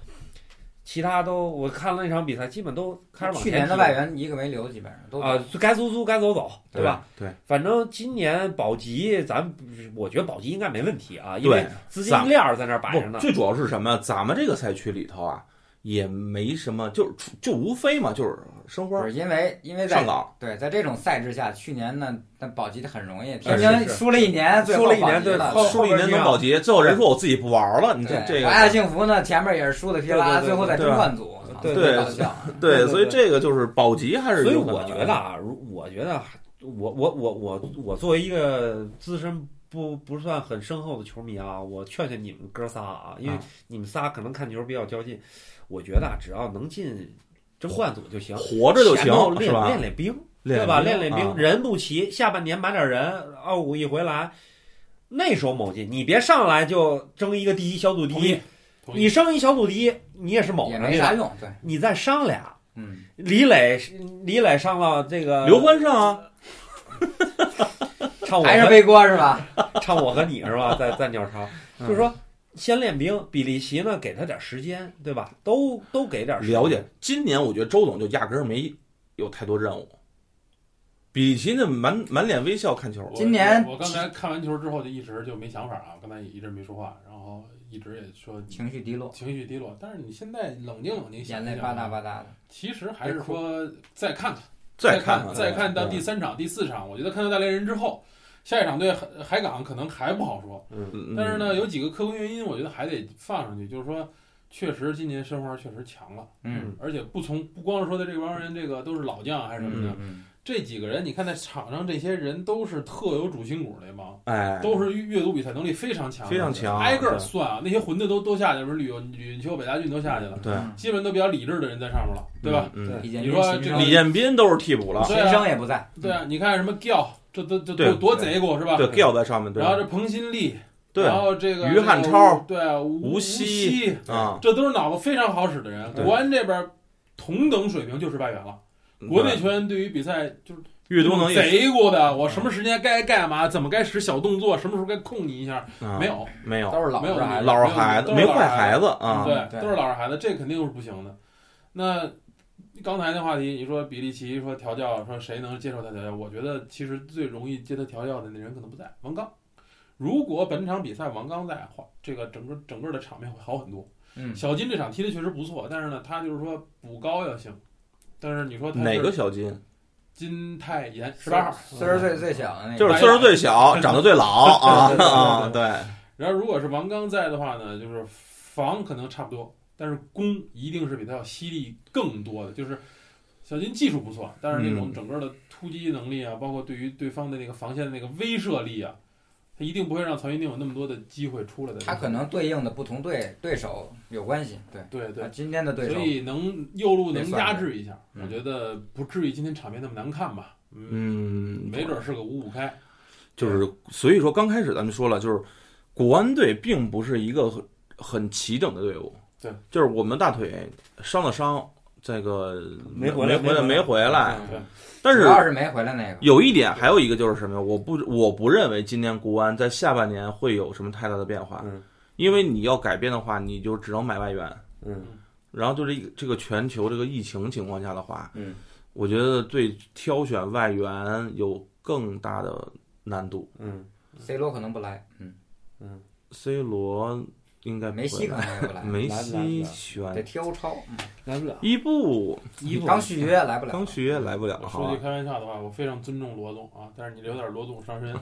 [SPEAKER 2] 其他都我看了那场比赛，基本都开始往
[SPEAKER 3] 去
[SPEAKER 2] 前
[SPEAKER 3] 年的
[SPEAKER 2] 踢
[SPEAKER 3] 外援一个没留，基本上都
[SPEAKER 2] 啊，该租租该走走，对吧？？
[SPEAKER 1] 对，
[SPEAKER 2] 反正今年保级，咱我觉得保级应该没问题啊，因
[SPEAKER 1] 对
[SPEAKER 2] 为资金链儿在那儿摆着
[SPEAKER 1] 不，
[SPEAKER 2] 呢。
[SPEAKER 1] 最主要是什么？咱们这个赛区里头啊，也没什么，就是除就无非嘛，就是申花
[SPEAKER 3] 不是因为因为在
[SPEAKER 1] 上港，
[SPEAKER 3] 对在这种赛制下，去年呢那保级的很容易，
[SPEAKER 1] 是
[SPEAKER 3] 天
[SPEAKER 1] 是
[SPEAKER 3] 津输了一年，最后
[SPEAKER 2] 输了一年
[SPEAKER 3] 保级
[SPEAKER 2] 对后
[SPEAKER 1] 输了一年能保级，最后人说我自己不玩了，你这
[SPEAKER 3] 对，
[SPEAKER 1] 嗯
[SPEAKER 3] 哎
[SPEAKER 1] 这
[SPEAKER 3] 华夏
[SPEAKER 1] 个
[SPEAKER 3] 幸福呢前面也是输的噼里
[SPEAKER 2] 对
[SPEAKER 3] 啪啦，
[SPEAKER 2] 对对
[SPEAKER 3] 最后在
[SPEAKER 1] 对
[SPEAKER 3] 争冠组，操
[SPEAKER 2] 对
[SPEAKER 1] 对
[SPEAKER 3] 最搞笑，
[SPEAKER 2] 对对
[SPEAKER 1] 所以这个就是保级还是
[SPEAKER 2] 所以
[SPEAKER 1] 有可
[SPEAKER 2] 我
[SPEAKER 1] 能
[SPEAKER 2] 觉
[SPEAKER 1] 的
[SPEAKER 2] 得啊，如我觉得我我我我我作为一个资深不不算很深厚的球迷啊，我劝劝你们哥仨啊，因为
[SPEAKER 1] 啊
[SPEAKER 2] 你们仨可能看球比较较劲，我觉得啊只要能进争冠组就行，
[SPEAKER 1] 活着就
[SPEAKER 2] 前头
[SPEAKER 1] 行，是
[SPEAKER 2] 练
[SPEAKER 1] 吧？
[SPEAKER 2] 练练兵。对吧？练练兵，
[SPEAKER 1] 啊
[SPEAKER 2] 人不齐，下半年买点人，奥古一回来，那时候猛进，你别上来就争一个第一小组第
[SPEAKER 4] 同
[SPEAKER 2] 一
[SPEAKER 4] 意，同意
[SPEAKER 2] 你争一小组第一，你也是猛
[SPEAKER 3] 也
[SPEAKER 2] 上
[SPEAKER 3] 没
[SPEAKER 2] 去
[SPEAKER 3] 啥
[SPEAKER 2] 的，
[SPEAKER 3] 用，对，
[SPEAKER 2] 你再上俩。
[SPEAKER 3] 嗯，
[SPEAKER 2] 李磊，李磊上了这个
[SPEAKER 1] 刘欢上啊，
[SPEAKER 2] 唱我
[SPEAKER 3] 还是
[SPEAKER 2] 和
[SPEAKER 3] 背锅是吧？
[SPEAKER 2] 唱我和你是吧？在在鸟巢，
[SPEAKER 1] 嗯
[SPEAKER 2] 就是说先练兵，比利奇呢给他点时间，对吧？都都给点时间
[SPEAKER 1] 了解。今年我觉得周总就压根儿没有太多任务，比利奇那满满脸微笑看球，
[SPEAKER 4] 我
[SPEAKER 3] 今年
[SPEAKER 4] 我我刚才看完球之后就一直就没想法啊，刚才也一直没说话，然后一直也说
[SPEAKER 3] 情绪低落，
[SPEAKER 4] 情绪低落，但是你现在冷静冷静，
[SPEAKER 3] 眼
[SPEAKER 4] 想
[SPEAKER 3] 泪
[SPEAKER 4] 一想
[SPEAKER 3] 吧
[SPEAKER 4] 啊
[SPEAKER 3] 嗒吧嗒的。
[SPEAKER 4] 其实还是说再看看，
[SPEAKER 1] 再
[SPEAKER 4] 看
[SPEAKER 1] 看
[SPEAKER 4] 再看到
[SPEAKER 1] 嗯
[SPEAKER 4] 第三场、第四场，我觉得看到大连人之后，下一场对海海港可能还不好说。
[SPEAKER 2] 嗯，
[SPEAKER 1] 嗯
[SPEAKER 4] 但是呢，有几个客观原因，我觉得还得放上去，就是说，确实今年申花确实强了，
[SPEAKER 3] 嗯
[SPEAKER 4] 而且不从不光是说的这帮人，这个都是老将还是什么的，
[SPEAKER 3] 嗯
[SPEAKER 4] 这几个人你看在场上这些人都是特有主心骨那帮，
[SPEAKER 1] 哎，
[SPEAKER 4] 都是阅读比赛能力非常强的，
[SPEAKER 1] 非常强
[SPEAKER 4] 挨个儿
[SPEAKER 1] 对
[SPEAKER 4] 算啊，那些混的都都下去了，比如吕吕云秋、北大俊都下去了，
[SPEAKER 1] 对，
[SPEAKER 4] 基本都比较理智的人在上面了，对吧？
[SPEAKER 1] 嗯？嗯
[SPEAKER 3] 嗯李建
[SPEAKER 4] 你
[SPEAKER 3] 军
[SPEAKER 4] 说
[SPEAKER 3] 秦
[SPEAKER 4] 这
[SPEAKER 3] 升
[SPEAKER 1] 李建斌都是替补了，
[SPEAKER 4] 对啊
[SPEAKER 3] 秦升也不在，
[SPEAKER 4] 对啊，你看什么调，这都这
[SPEAKER 1] 嗯对
[SPEAKER 4] 多多贼过是 吧？
[SPEAKER 1] 对 g i l 在上面，对
[SPEAKER 4] 然后这彭新立，
[SPEAKER 1] 对
[SPEAKER 4] 然后这个
[SPEAKER 1] 于汉超，
[SPEAKER 4] 这个对，
[SPEAKER 1] 吴
[SPEAKER 4] 吴
[SPEAKER 1] 曦
[SPEAKER 4] 曦
[SPEAKER 1] 啊，
[SPEAKER 4] 这都是脑子非常好使的人。
[SPEAKER 1] 对
[SPEAKER 4] 国安这边同等水平就是外援了，国内
[SPEAKER 1] 对
[SPEAKER 4] 球员对于比赛就是
[SPEAKER 1] 嗯阅读能力嗯
[SPEAKER 4] 贼过的，我什么时间该干嘛，怎么该使小动作，什么时候该控你一下，
[SPEAKER 1] 啊
[SPEAKER 4] 没有，
[SPEAKER 1] 没有，
[SPEAKER 3] 都是老
[SPEAKER 4] 没有
[SPEAKER 3] 人孩子
[SPEAKER 1] 老是孩子
[SPEAKER 4] 没有都是老
[SPEAKER 1] 坏
[SPEAKER 4] 人
[SPEAKER 1] 孩子啊，
[SPEAKER 4] 对，
[SPEAKER 3] 对
[SPEAKER 4] 都是老实孩子，这肯定是不行的。那刚才那话题，你说比利奇说调教，说谁能接受他调教？我觉得其实最容易接他调教的那人可能不在王刚。如果本场比赛王刚在，话这个整个整个的场面会好很多。
[SPEAKER 3] 嗯，
[SPEAKER 4] 小金这场踢的确实不错，但是呢，他就是说补高要行，但是你说他是
[SPEAKER 1] 哪个小金？
[SPEAKER 4] 金泰妍十八号，
[SPEAKER 3] 四十
[SPEAKER 1] 嗯
[SPEAKER 3] 岁最小的那个，
[SPEAKER 1] 就是
[SPEAKER 4] 白
[SPEAKER 1] 岁
[SPEAKER 4] 眼
[SPEAKER 1] 数最小，长得最老啊
[SPEAKER 4] 对对对
[SPEAKER 1] 啊！
[SPEAKER 4] 对
[SPEAKER 1] 对，
[SPEAKER 4] 然后如果是王刚在的话呢，就是防可能差不多，但是攻一定是比他要犀利更多的。就是小金技术不错，但是那种
[SPEAKER 1] 嗯
[SPEAKER 4] 整个的突击能力啊，包括对于对方的那个防线的那个威慑力啊，他一定不会让曹云定有那么多的机会出来的。
[SPEAKER 3] 他可能对应的不同队对手有关系，对，
[SPEAKER 4] 对对
[SPEAKER 3] 啊，今天的对
[SPEAKER 4] 所
[SPEAKER 3] 手，
[SPEAKER 4] 以能右路能压制一下，
[SPEAKER 3] 嗯
[SPEAKER 4] 我觉得不至于今天场面那么难看吧。嗯，
[SPEAKER 1] 嗯，
[SPEAKER 4] 没准是个五五开。
[SPEAKER 1] 就是所以说刚开始咱们说了，就是国安队并不是一个很很齐整的队伍，
[SPEAKER 4] 对，
[SPEAKER 1] 就是我们大腿伤了伤，这个
[SPEAKER 2] 没回
[SPEAKER 1] 回
[SPEAKER 2] 来
[SPEAKER 1] 没来
[SPEAKER 2] 没回来
[SPEAKER 1] 没回来，
[SPEAKER 4] 嗯对
[SPEAKER 1] 哎但
[SPEAKER 3] 主
[SPEAKER 1] 是
[SPEAKER 3] 要是没回来那个，
[SPEAKER 1] 有一点，还有一个就是什么呀？我不，我不认为今年国安在下半年会有什么太大的变化，
[SPEAKER 2] 嗯
[SPEAKER 1] 因为你要改变的话，你就只能买外援。
[SPEAKER 2] 嗯
[SPEAKER 1] 然后就这这个全球这个疫情情况下的话，
[SPEAKER 2] 嗯，
[SPEAKER 1] 我觉得对挑选外援有更大的难度。
[SPEAKER 2] 嗯
[SPEAKER 3] C 罗可能不来，嗯，
[SPEAKER 1] C 罗应呃该不会
[SPEAKER 3] 梅西可能也不来，
[SPEAKER 1] 梅
[SPEAKER 2] 来不
[SPEAKER 1] 西
[SPEAKER 2] 了
[SPEAKER 1] 选
[SPEAKER 3] 得踢欧超，
[SPEAKER 2] 来不了，
[SPEAKER 1] 伊布，
[SPEAKER 2] 一
[SPEAKER 3] 刚续约来不了，
[SPEAKER 1] 刚续约来不了，
[SPEAKER 4] 我
[SPEAKER 1] 好
[SPEAKER 4] 说
[SPEAKER 1] 吧
[SPEAKER 4] 句？开玩笑的话，我非常尊重罗总啊，但是你留点罗总伤身，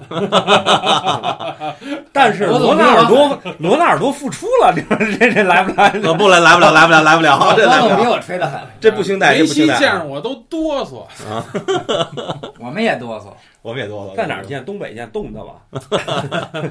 [SPEAKER 2] 但是罗纳尔多，罗纳尔多复出了，这这这来不来？
[SPEAKER 1] 呃，不来，来不了，来不了，来不了， 这来不
[SPEAKER 3] 总比
[SPEAKER 1] 了，
[SPEAKER 3] 我吹的狠，
[SPEAKER 1] 这不 清代，这
[SPEAKER 4] 梅
[SPEAKER 1] 不
[SPEAKER 4] 西
[SPEAKER 1] 清
[SPEAKER 4] 见着
[SPEAKER 1] 代，
[SPEAKER 4] 我都哆嗦。
[SPEAKER 3] 我们也哆嗦，
[SPEAKER 1] 我们也多了，
[SPEAKER 2] 在哪儿见？东北见，冻的吧？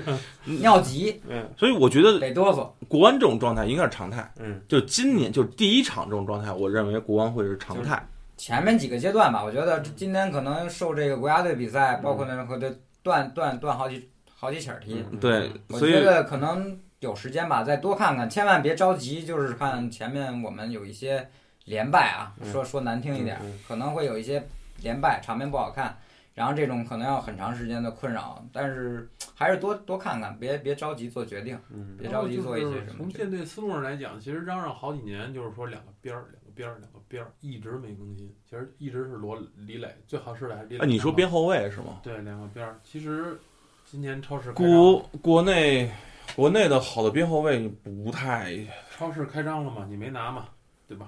[SPEAKER 3] 尿急
[SPEAKER 2] 嗯
[SPEAKER 1] 所以我觉得
[SPEAKER 3] 得哆嗦，
[SPEAKER 1] 国安这种状态应该是常态，
[SPEAKER 2] 嗯，
[SPEAKER 1] 就今年就是第一场这种状态，我认为国安会是常态。
[SPEAKER 3] 前面几个阶段吧，我觉得今天可能受这个国家队比赛，包括那和这断断断好几好几起儿踢，
[SPEAKER 2] 嗯
[SPEAKER 4] 嗯
[SPEAKER 1] 对，
[SPEAKER 3] 我
[SPEAKER 1] 所以
[SPEAKER 3] 觉得可能有时间吧，再多看看，千万别着急。就是看前面我们有一些连败啊，
[SPEAKER 2] 嗯
[SPEAKER 3] 说说难听一点，
[SPEAKER 2] 嗯嗯
[SPEAKER 3] 可能会有一些连败，场面不好看，然后这种可能要很长时间的困扰。但是还是多多看看，别别着急做决定，
[SPEAKER 2] 嗯
[SPEAKER 3] 别着急做一些什么
[SPEAKER 4] 从
[SPEAKER 3] 决定。
[SPEAKER 4] 舰队思路上来讲，其实嚷嚷好几年，就是说两个边儿、两个边儿、两个边儿，一直没更新。其实一直是罗李磊最合适的还是李磊。
[SPEAKER 1] 啊，你说边后卫是吗？
[SPEAKER 4] 对两个边儿，其实今年超市开张
[SPEAKER 1] 国国内国内的好的边后卫不太，
[SPEAKER 4] 超市开张了嘛，你没拿嘛，对吧？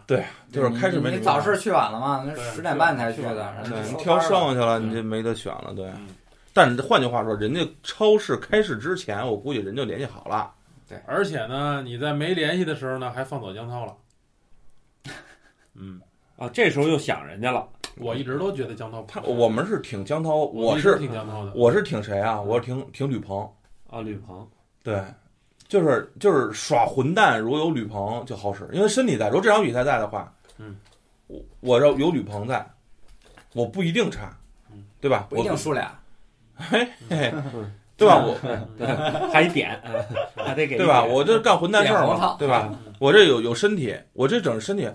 [SPEAKER 1] 就是开始
[SPEAKER 3] 你
[SPEAKER 1] 没
[SPEAKER 3] 你早市去晚了嘛，那
[SPEAKER 4] 对
[SPEAKER 3] 十点半才
[SPEAKER 4] 去
[SPEAKER 3] 去
[SPEAKER 4] 晚
[SPEAKER 3] 的，
[SPEAKER 4] 了
[SPEAKER 3] 然
[SPEAKER 4] 去晚
[SPEAKER 3] 后
[SPEAKER 4] 了
[SPEAKER 1] 对
[SPEAKER 3] 就
[SPEAKER 1] 你
[SPEAKER 3] 收
[SPEAKER 1] 挑
[SPEAKER 3] 摊儿了
[SPEAKER 1] 剩下了，
[SPEAKER 4] 嗯
[SPEAKER 1] 你就没得选了，对
[SPEAKER 4] 嗯。
[SPEAKER 1] 但是换句话说，人家超市开市之前，我估计人就联系好了。
[SPEAKER 4] 而且呢，你在没联系的时候呢，还放走江涛了。嗯，
[SPEAKER 2] 啊，这时候又想人家了，
[SPEAKER 4] 我一直都觉得江涛不
[SPEAKER 1] 他我们是挺江涛，
[SPEAKER 4] 我
[SPEAKER 1] 我
[SPEAKER 4] 一直
[SPEAKER 1] 是
[SPEAKER 4] 挺江涛的。
[SPEAKER 1] 我是挺谁啊？我是挺挺吕鹏，
[SPEAKER 2] 啊，吕鹏，
[SPEAKER 1] 对，就是就是耍混蛋，如有吕鹏就好使，因为身体在。如果这场比赛在的话，
[SPEAKER 4] 嗯，
[SPEAKER 1] 我我要有吕鹏在，我不一定差
[SPEAKER 4] 嗯，
[SPEAKER 1] 对吧？
[SPEAKER 3] 不
[SPEAKER 1] 我
[SPEAKER 3] 一定输俩。
[SPEAKER 1] 嘿嘿，对吧？我
[SPEAKER 4] 嗯
[SPEAKER 2] 还一点，啊还得给一
[SPEAKER 1] 对吧？
[SPEAKER 2] 点
[SPEAKER 1] 我这干混蛋事儿
[SPEAKER 3] 脸红
[SPEAKER 1] 嘛
[SPEAKER 3] 套，
[SPEAKER 1] 对吧？我这有有身体，我这整身体，